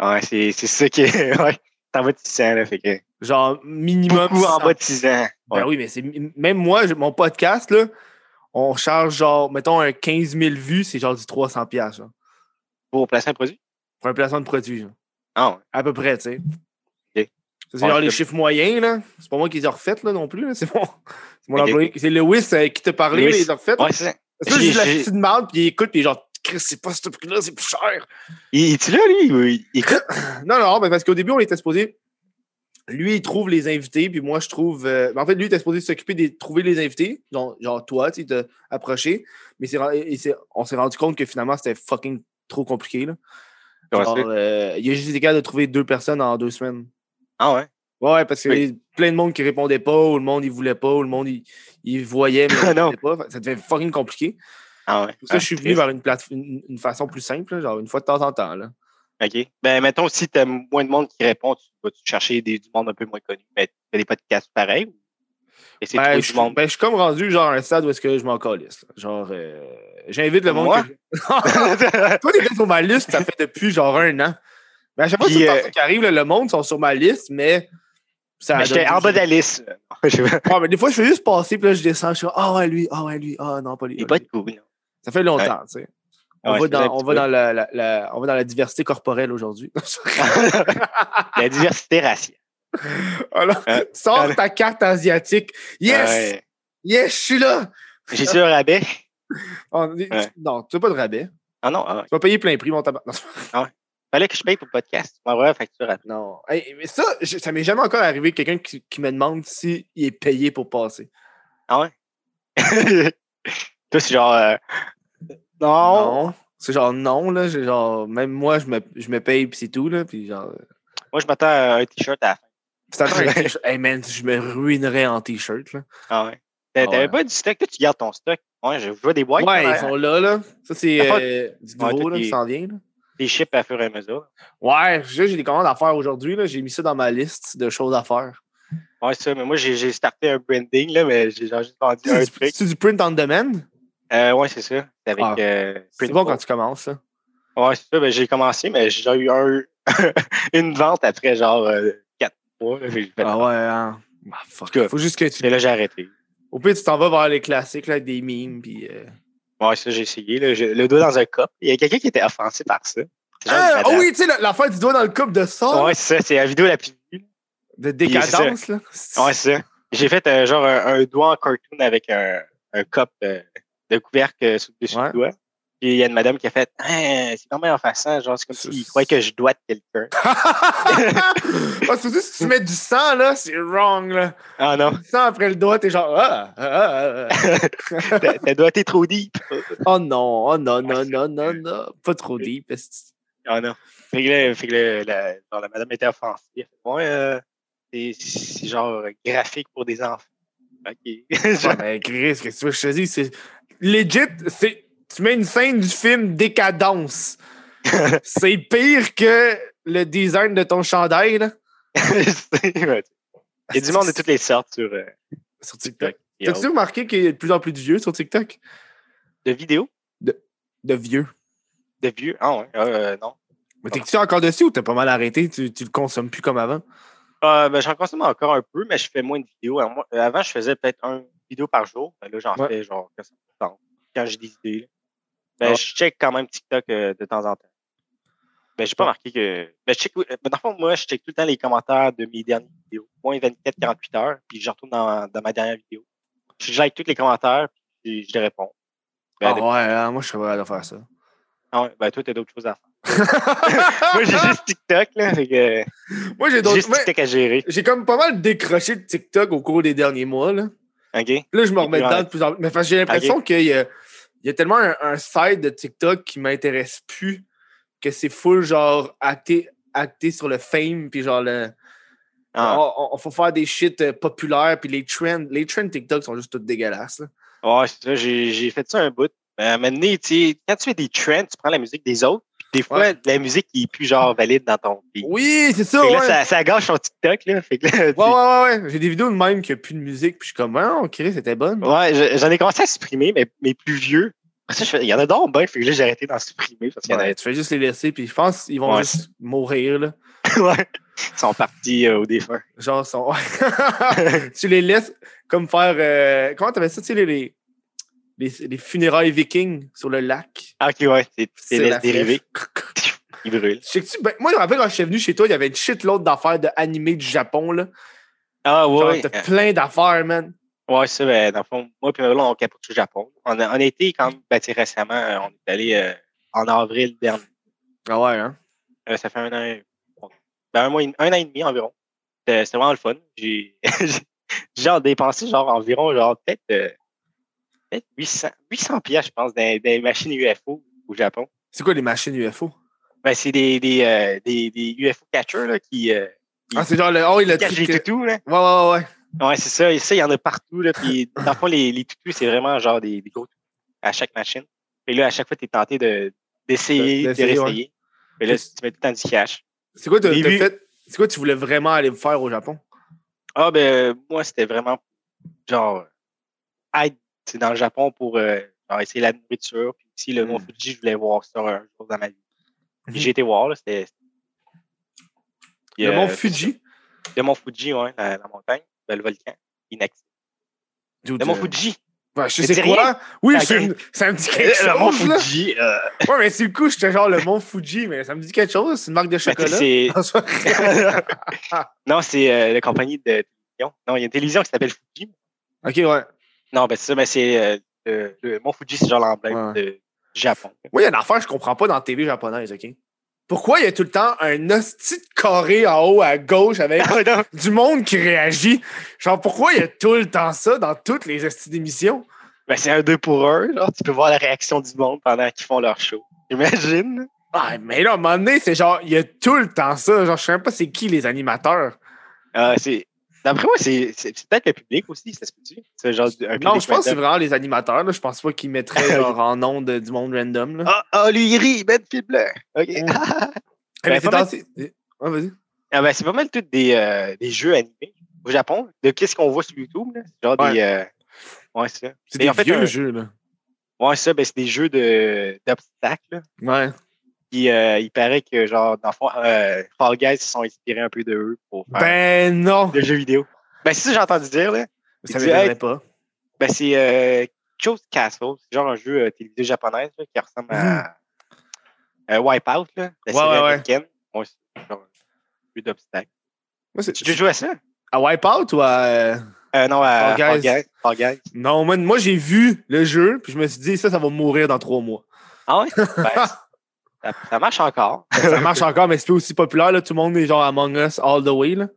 Speaker 3: Ouais, c'est c'est ça qui est. Ouais. T'en vas de 6 ans, là. Fait que.
Speaker 1: Genre minimum
Speaker 3: Beaucoup en
Speaker 1: 600.
Speaker 3: bas de 6 ans.
Speaker 1: Ben oui, mais c'est même moi j'ai- mon podcast là, on charge genre mettons un 15 000 vues, c'est genre du 300 pièces
Speaker 3: Pour placer un produit?
Speaker 1: pour un placement de produit genre.
Speaker 3: Ah, ouais.
Speaker 1: à peu près, tu sais.
Speaker 3: Ok.
Speaker 1: Ça, C'est
Speaker 3: Ouais,
Speaker 1: genre les
Speaker 3: je-
Speaker 1: chiffres moyens là, c'est pas moi qui les ai refaits là non plus, là. c'est mon c'est mon
Speaker 3: Ok.
Speaker 1: employé, c'est Lewis euh, qui t'a parlé,
Speaker 3: Lewis.
Speaker 1: là, il les a refaits.
Speaker 3: Ouais, c'est ça.
Speaker 1: Parce que là,
Speaker 3: j'ai-
Speaker 1: j'ai de la
Speaker 3: j'ai-
Speaker 1: petite merde puis il écoute puis il est genre Chris, c'est pas ce prix là, c'est plus cher.
Speaker 3: Il est-tu là, lui? ou Il, il-
Speaker 1: Non, non, ben, parce qu'au début, on était supposé lui, il trouve les invités, puis moi, je trouve. euh, En fait, lui, il était supposé s'occuper de trouver les invités, genre, genre toi, tu sais, t'as approché. Mais c'est, et c'est- on s'est rendu compte que finalement, c'était fucking trop compliqué. Là.
Speaker 3: Ouais,
Speaker 1: Genre,
Speaker 3: c'est-
Speaker 1: euh, il a juste été capable de trouver deux personnes en deux semaines.
Speaker 3: Ah ouais?
Speaker 1: Ouais, ouais, parce que
Speaker 3: Oui.
Speaker 1: plein de monde qui répondait pas, ou le monde, il voulait pas, ou le monde, il, il voyait, mais il
Speaker 3: Ah non.
Speaker 1: répondait pas. Fait que Ça devait être fucking compliqué.
Speaker 3: Ah ouais.
Speaker 1: Pour ça,
Speaker 3: Ah,
Speaker 1: je suis venu
Speaker 3: Christ.
Speaker 1: vers une, plate- une, une façon plus simple, là, genre une fois de temps en temps. Là.
Speaker 3: OK. Ben, mettons, si t'as moins de monde qui répond, tu vas-tu chercher des, du monde un peu moins connu, mais tu fais des podcasts pareils ou essayer de
Speaker 1: Ben,
Speaker 3: trouver
Speaker 1: je,
Speaker 3: du monde?
Speaker 1: ben, je suis comme rendu genre à un stade où est-ce que je m'en calisse. là. Genre, euh, j'invite le monde.
Speaker 3: Moi?
Speaker 1: que je-
Speaker 3: Ben,
Speaker 1: Toi, t'es sur ma liste, ça fait depuis genre un an. Ben, Mais à chaque fois que
Speaker 3: Puis,
Speaker 1: c'est une
Speaker 3: euh,
Speaker 1: personne qui arrive, là, le monde sont sur ma liste, mais ça.
Speaker 3: Ben, J'étais
Speaker 1: donne-
Speaker 3: en bas de la liste. Je sais pas.
Speaker 1: Ouais, mais des fois, je fais juste passer, puis là, je descends, je suis ah ouais, lui, ah ouais, lui, ah non, pas lui.
Speaker 3: Il est
Speaker 1: ah,
Speaker 3: pas
Speaker 1: lui.
Speaker 3: de coup, non.
Speaker 1: Ça fait longtemps, tu sais. On,
Speaker 3: Ouais,
Speaker 1: va
Speaker 3: c'est vrai,
Speaker 1: dans,
Speaker 3: un
Speaker 1: on,
Speaker 3: petit
Speaker 1: va
Speaker 3: peu.
Speaker 1: dans la, la- la- on va dans la diversité corporelle aujourd'hui.
Speaker 3: La diversité raciale.
Speaker 1: Alors,
Speaker 3: Ouais.
Speaker 1: sors ta carte asiatique. Yes!
Speaker 3: Euh, Ouais.
Speaker 1: Yes, je suis là!
Speaker 3: J'ai su un rabais.
Speaker 1: On est-
Speaker 3: Ouais.
Speaker 1: Non, tu n'as pas de rabais.
Speaker 3: Ah non, ah, ouais.
Speaker 1: Tu vas payer plein prix, mon tabac. Non, c'est pas-
Speaker 3: fallait que je paye pour le podcast. Tu m'envoies la facture à
Speaker 1: Non. Hey, mais ça, je- ça m'est jamais encore arrivé quelqu'un qui, qui me demande s'il est payé pour passer.
Speaker 3: Toi, c'est genre. euh, Non.
Speaker 1: C'est genre non, là. J'ai genre, même moi, je me, je me paye puis c'est tout, là. Puis genre. euh,
Speaker 3: Moi, je m'attends à un t-shirt à la fin.
Speaker 1: puis t'attends un t-shirt. Hey man, je me ruinerais en t-shirt, là.
Speaker 3: Ah ouais. T'a-
Speaker 1: Ah
Speaker 3: T'avais
Speaker 1: ouais.
Speaker 3: pas du stock. Toi, tu gardes ton stock. Ouais, je vois des boîtes.
Speaker 1: ouais,
Speaker 3: hein,
Speaker 1: ils sont là, là. Ça, c'est
Speaker 3: Attends.
Speaker 1: euh, du
Speaker 3: Ouais,
Speaker 1: gros,
Speaker 3: tout
Speaker 1: là,
Speaker 3: est-
Speaker 1: qui s'en vient, là.
Speaker 3: Des chips à fur et à mesure.
Speaker 1: Ouais, j'ai j'ai des commandes à faire aujourd'hui, là. J'ai mis ça dans ma liste de choses à faire.
Speaker 3: Ouais, c'est ça. Mais moi, j'ai j'ai starté un branding, là, mais j'ai genre juste vendu un
Speaker 1: C'est du-
Speaker 3: truc.
Speaker 1: c'est du print on demand?
Speaker 3: Euh, ouais, c'est ça. C'est avec.
Speaker 1: Ah.
Speaker 3: euh,
Speaker 1: C'est
Speaker 3: Printful.
Speaker 1: bon quand tu commences, là.
Speaker 3: Ouais, c'est ça. Ben, j'ai commencé, mais j'ai eu un... une vente après genre 4 mois. là, j'ai fait-
Speaker 1: Ah ouais, hein. Ah, fuck.
Speaker 3: tout cas,
Speaker 1: Faut juste que tu
Speaker 3: Et là, j'ai arrêté.
Speaker 1: Au pire, tu t'en vas vers les classiques là, avec des mimes. Puis, euh,
Speaker 3: Ouais, ça, j'ai essayé. là. J'ai le doigt dans un cop. Il y a quelqu'un qui était offensé par ça. C'est genre une
Speaker 1: Ah,
Speaker 3: madame.
Speaker 1: oh oui, ah. tu sais, la- l'affaire du doigt dans le couple de sang,
Speaker 3: Ouais, c'est ça. C'est la vidéo la plus vue.
Speaker 1: de
Speaker 3: c'est
Speaker 1: décadence. Là.
Speaker 3: Ouais, c'est ça. J'ai fait euh, genre un, un doigt en cartoon avec un, un cop euh, de couvercle euh, sous le dessus
Speaker 1: Ouais.
Speaker 3: du doigt. Puis il y a une madame qui a fait Hein, C'est quand même offensant. Genre, c'est comme
Speaker 1: C'est-
Speaker 3: s'il croyait que je dois de quelqu'un.
Speaker 1: Ah, Surtout si tu mets du sang, là, c'est wrong. Là.
Speaker 3: Ah non,
Speaker 1: Du sang après le doigt, t'es genre. Ah, ah, ah, ah.
Speaker 3: t'as t'as doigté trop deep.
Speaker 1: oh non, oh non, non,
Speaker 3: Ouais, c'est-
Speaker 1: non, non, non. Pas trop deep. esti.
Speaker 3: Ah non. Fait que là, fait que là, la, genre, la madame était offensée. Elle fait, Ouais, euh, c'est- c'est genre graphique pour des enfants. OK. Genre,
Speaker 1: Ouais, mais Chris, qu'est-ce que tu veux que je te dise? C'est... Legit, c'est... tu mets une scène du film Décadence. c'est pire que le design de ton chandail, là.
Speaker 3: je sais, ouais. Il y a du monde de toutes les sortes sur, euh,
Speaker 1: Sur
Speaker 3: TikTok.
Speaker 1: TikTok. T'as-tu remarqué qu'il y a de plus en plus de vieux sur TikTok?
Speaker 3: De vidéos?
Speaker 1: De vieux.
Speaker 3: De vieux? Ah ouais, euh, non.
Speaker 1: Mais t'es-tu encore dessus ou t'as pas mal arrêté? Tu, tu le consommes plus comme avant?
Speaker 3: Euh, ben, j'en consomme encore un peu, mais je fais moins de vidéos. Alors, moi, euh, avant, je faisais peut-être un vidéo par jour. Ben, là, j'en
Speaker 1: Ouais.
Speaker 3: fais genre quand ça me tente, quand j'ai des idées. là. Ben,
Speaker 1: Ouais.
Speaker 3: Je check quand même TikTok euh, de temps en temps. Ben, j'ai pas marqué que. Ben, je check... oui, euh, ben, dans le fond, moi, je check tout le temps les commentaires de mes dernières vidéos. Moins 24-48 heures, puis je retourne dans, dans ma dernière vidéo. Je like tous les commentaires, puis je les réponds. Ben,
Speaker 1: Ah
Speaker 3: des-
Speaker 1: ouais, hein, moi je suis capable de faire ça.
Speaker 3: ah ouais, ben, toi, t'as d'autres choses à faire. moi, j'ai juste TikTok, là. fait que, euh,
Speaker 1: Moi j'ai
Speaker 3: j'ai
Speaker 1: Ah, d'autres.
Speaker 3: juste
Speaker 1: ouais,
Speaker 3: TikTok à gérer.
Speaker 1: J'ai comme pas mal décroché de TikTok au cours des derniers mois. Là,
Speaker 3: OK?
Speaker 1: là je me remets
Speaker 3: Et puis,
Speaker 1: dedans
Speaker 3: ouais.
Speaker 1: de plus en plus. Mais parce que j'ai l'impression qu'il y a, il y a tellement un, un site de TikTok qui m'intéresse plus que c'est full genre acté, acté sur le fame puis genre le.
Speaker 3: Ah,
Speaker 1: On, on- on faut faire des shit euh, populaires puis les trends. Les trends TikTok sont juste toutes dégueulasses. là.
Speaker 3: Ouais, c'est ça, j'ai j'ai fait ça un bout. Mais à un moment donné, tu sais, quand tu fais des trends, tu prends la musique des autres, puis des fois,
Speaker 1: Ouais.
Speaker 3: la musique qui est plus genre valide dans ton pays.
Speaker 1: Oui, c'est ça.
Speaker 3: Fait que là,
Speaker 1: ouais.
Speaker 3: ça, ça gâche ton TikTok, là. Fait que là, tu-
Speaker 1: Ouais, ouais, ouais, ouais. J'ai des vidéos de même qu'il n'y a plus de musique, puis je suis comme, ah, ok, c'était bonne.
Speaker 3: ouais, je- j'en ai commencé à supprimer, mais mes plus vieux. Après ça, je fais, il y en a donc ben, fait que là, j'ai arrêté d'en supprimer parce qu'il y en
Speaker 1: Ouais, tu fais juste les laisser, puis je pense qu'ils vont
Speaker 3: Ouais.
Speaker 1: juste mourir, là.
Speaker 3: a ouais, qui sont partis euh, au défunt.
Speaker 1: Genre, sont... tu les laisses comme faire. euh, Comment t'appelles ça, tu sais, les, les, les- les funérailles vikings sur le lac?
Speaker 3: Ah, ok, ouais, c'est- c'est
Speaker 1: la
Speaker 3: laisse dériver,
Speaker 1: flèche.
Speaker 3: il brûle.
Speaker 1: Sais-tu, ben, moi, je me rappelle quand je suis venu chez toi, il y avait une shitload d'affaires de animés du Japon, là.
Speaker 3: Ah, ouais,
Speaker 1: Genre,
Speaker 3: ouais,
Speaker 1: t'as plein d'affaires, man.
Speaker 3: ouais, ça, ben, dans le fond, moi, puis là, on capote au Japon. On a, on a été quand même, ben, tu sais, récemment, euh, on est allé euh, en avril dernier.
Speaker 1: Ah ouais, hein?
Speaker 3: Euh, ça fait un an, et- ben, un, mois, et- un an et demi environ. C'était c'était vraiment le fun. J'ai genre dépensé genre environ genre peut-être euh, peut 800, 800 piastres, je pense, dans, dans les machines UFO au Japon.
Speaker 1: C'est quoi les machines UFO?
Speaker 3: Ben, c'est des, des, euh, des, des UFO catchers là, qui euh,
Speaker 1: Ah, c'est genre le. Oh, il a
Speaker 3: cachent les
Speaker 1: truc.
Speaker 3: toutous. Là.
Speaker 1: Ouais, ouais, ouais.
Speaker 3: Ouais, c'est ça. Et ça, il y en a partout. Là, puis, dans le fond, les, les toutous, c'est vraiment genre des, des gros toutous à chaque machine. Et là, à chaque fois, tu es tenté de- d'essayer,
Speaker 1: De-
Speaker 3: de,
Speaker 1: d'essayer,
Speaker 3: réessayer. Mais là, tu mets tout le temps du cash.
Speaker 1: C'est quoi, t'as,
Speaker 3: J'ai
Speaker 1: t'as
Speaker 3: vu-
Speaker 1: fait... c'est quoi tu voulais vraiment aller faire au Japon?
Speaker 3: Ah, ben, euh, moi, c'était vraiment genre être tu sais, dans le Japon pour euh, genre, essayer la nourriture. Puis ici, le Mont
Speaker 1: Mm.
Speaker 3: Fuji, je voulais voir ça un jour dans ma vie. Puis
Speaker 1: Mhm.
Speaker 3: j'ai été voir, là, c'était. Puis,
Speaker 1: le mont
Speaker 3: euh,
Speaker 1: Fuji?
Speaker 3: Le Mont Fuji, ouais, la, la montagne, ben, le volcan inactif.
Speaker 1: Dude,
Speaker 3: Le Mont
Speaker 1: euh,
Speaker 3: Fuji!
Speaker 1: ouais, je
Speaker 3: Ça
Speaker 1: sais
Speaker 3: dit
Speaker 1: quoi? Oui,
Speaker 3: Ça
Speaker 1: c'est
Speaker 3: dit-
Speaker 1: une- ça me dit quelque chose.
Speaker 3: Le Mont
Speaker 1: là.
Speaker 3: Fuji! euh,
Speaker 1: Ouais, mais c'est le coup, j'étais genre le Mont Fuji, mais ça me dit quelque chose, c'est une marque de
Speaker 3: ben, tu sais,
Speaker 1: chocolat.
Speaker 3: c'est-
Speaker 1: En soi.
Speaker 3: non, c'est euh, la compagnie de télévision. Non, il y a une télévision qui s'appelle Fuji.
Speaker 1: ok, ouais.
Speaker 3: Non, ben c'est ça, mais c'est euh, le, le Mont Fuji, c'est genre l'emblème
Speaker 1: Ouais.
Speaker 3: de- du Japon.
Speaker 1: Moi, il y a une affaire que je comprends pas dans la TV japonaise, OK? Pourquoi il y a tout le temps un hostie de carré en haut à gauche avec du monde qui réagit? Genre, pourquoi il y a tout le temps ça dans toutes les hosties d'émissions?
Speaker 3: ben, c'est un deux pour un. Genre, tu peux voir la réaction du monde pendant qu'ils font leur show. J'imagine.
Speaker 1: Ah, mais là, à un moment donné, c'est genre, il y a tout le temps ça. Genre, je sais même pas c'est qui les animateurs.
Speaker 3: Euh, c'est- D'après moi, c'est c'est- c'est peut-être le public aussi, ça se peut-tu? C'est genre un
Speaker 1: Non,
Speaker 3: public
Speaker 1: je pense que c'est
Speaker 3: random.
Speaker 1: vraiment les animateurs. Là. Je pense pas qu'ils mettraient genre, en onde du monde random. Là.
Speaker 3: Ah, ah, lui, il rit, ben, fil bleu. OK.
Speaker 1: Mm.
Speaker 3: ben,
Speaker 1: Mais c'est
Speaker 3: pas mal-
Speaker 1: dans- Ouais, vas-y.
Speaker 3: Ah ben, c'est pas mal tout des, euh, des jeux animés au Japon. De qu'est-ce qu'on voit sur YouTube, là? C'est Genre des. euh, Ouais, c'est ça.
Speaker 1: C'est
Speaker 3: Mais
Speaker 1: des
Speaker 3: en fait,
Speaker 1: vieux
Speaker 3: un-
Speaker 1: jeux, là.
Speaker 3: Ouais, ça, ben, c'est des jeux de- d'obstacles. là.
Speaker 1: Ouais.
Speaker 3: Puis euh, il paraît que, genre, dans le fond, euh, Fall Guys se sont inspirés un peu de eux pour faire
Speaker 1: Ben non!
Speaker 3: le jeu vidéo. Ben, c'est ça que j'ai entendu dire, là.
Speaker 1: Ça
Speaker 3: Il dit,
Speaker 1: m'étonnerait
Speaker 3: hey.
Speaker 1: pas.
Speaker 3: Ben, c'est euh, Chose Castle. C'est genre un jeu euh, télévisé japonais là, qui ressemble à euh, Wipeout, là.
Speaker 1: Ouais,
Speaker 3: La série
Speaker 1: ouais, ouais.
Speaker 3: américaine. Ouais, c'est genre un jeu d'obstacles.
Speaker 1: Moi, c'est-
Speaker 3: Tu as joué à ça?
Speaker 1: À Wipeout ou à. euh,
Speaker 3: Euh, non, à
Speaker 1: Fall
Speaker 3: Fall
Speaker 1: Guys.
Speaker 3: Guys. Fall Guys.
Speaker 1: Non, moi, moi j'ai vu le jeu, puis je me suis dit, ça, ça va mourir dans trois mois.
Speaker 3: Ah ouais? Ben, ça, ça marche encore.
Speaker 1: Ça marche encore, mais c'est plus aussi populaire, là. Tout le monde est genre Among Us all the way, là.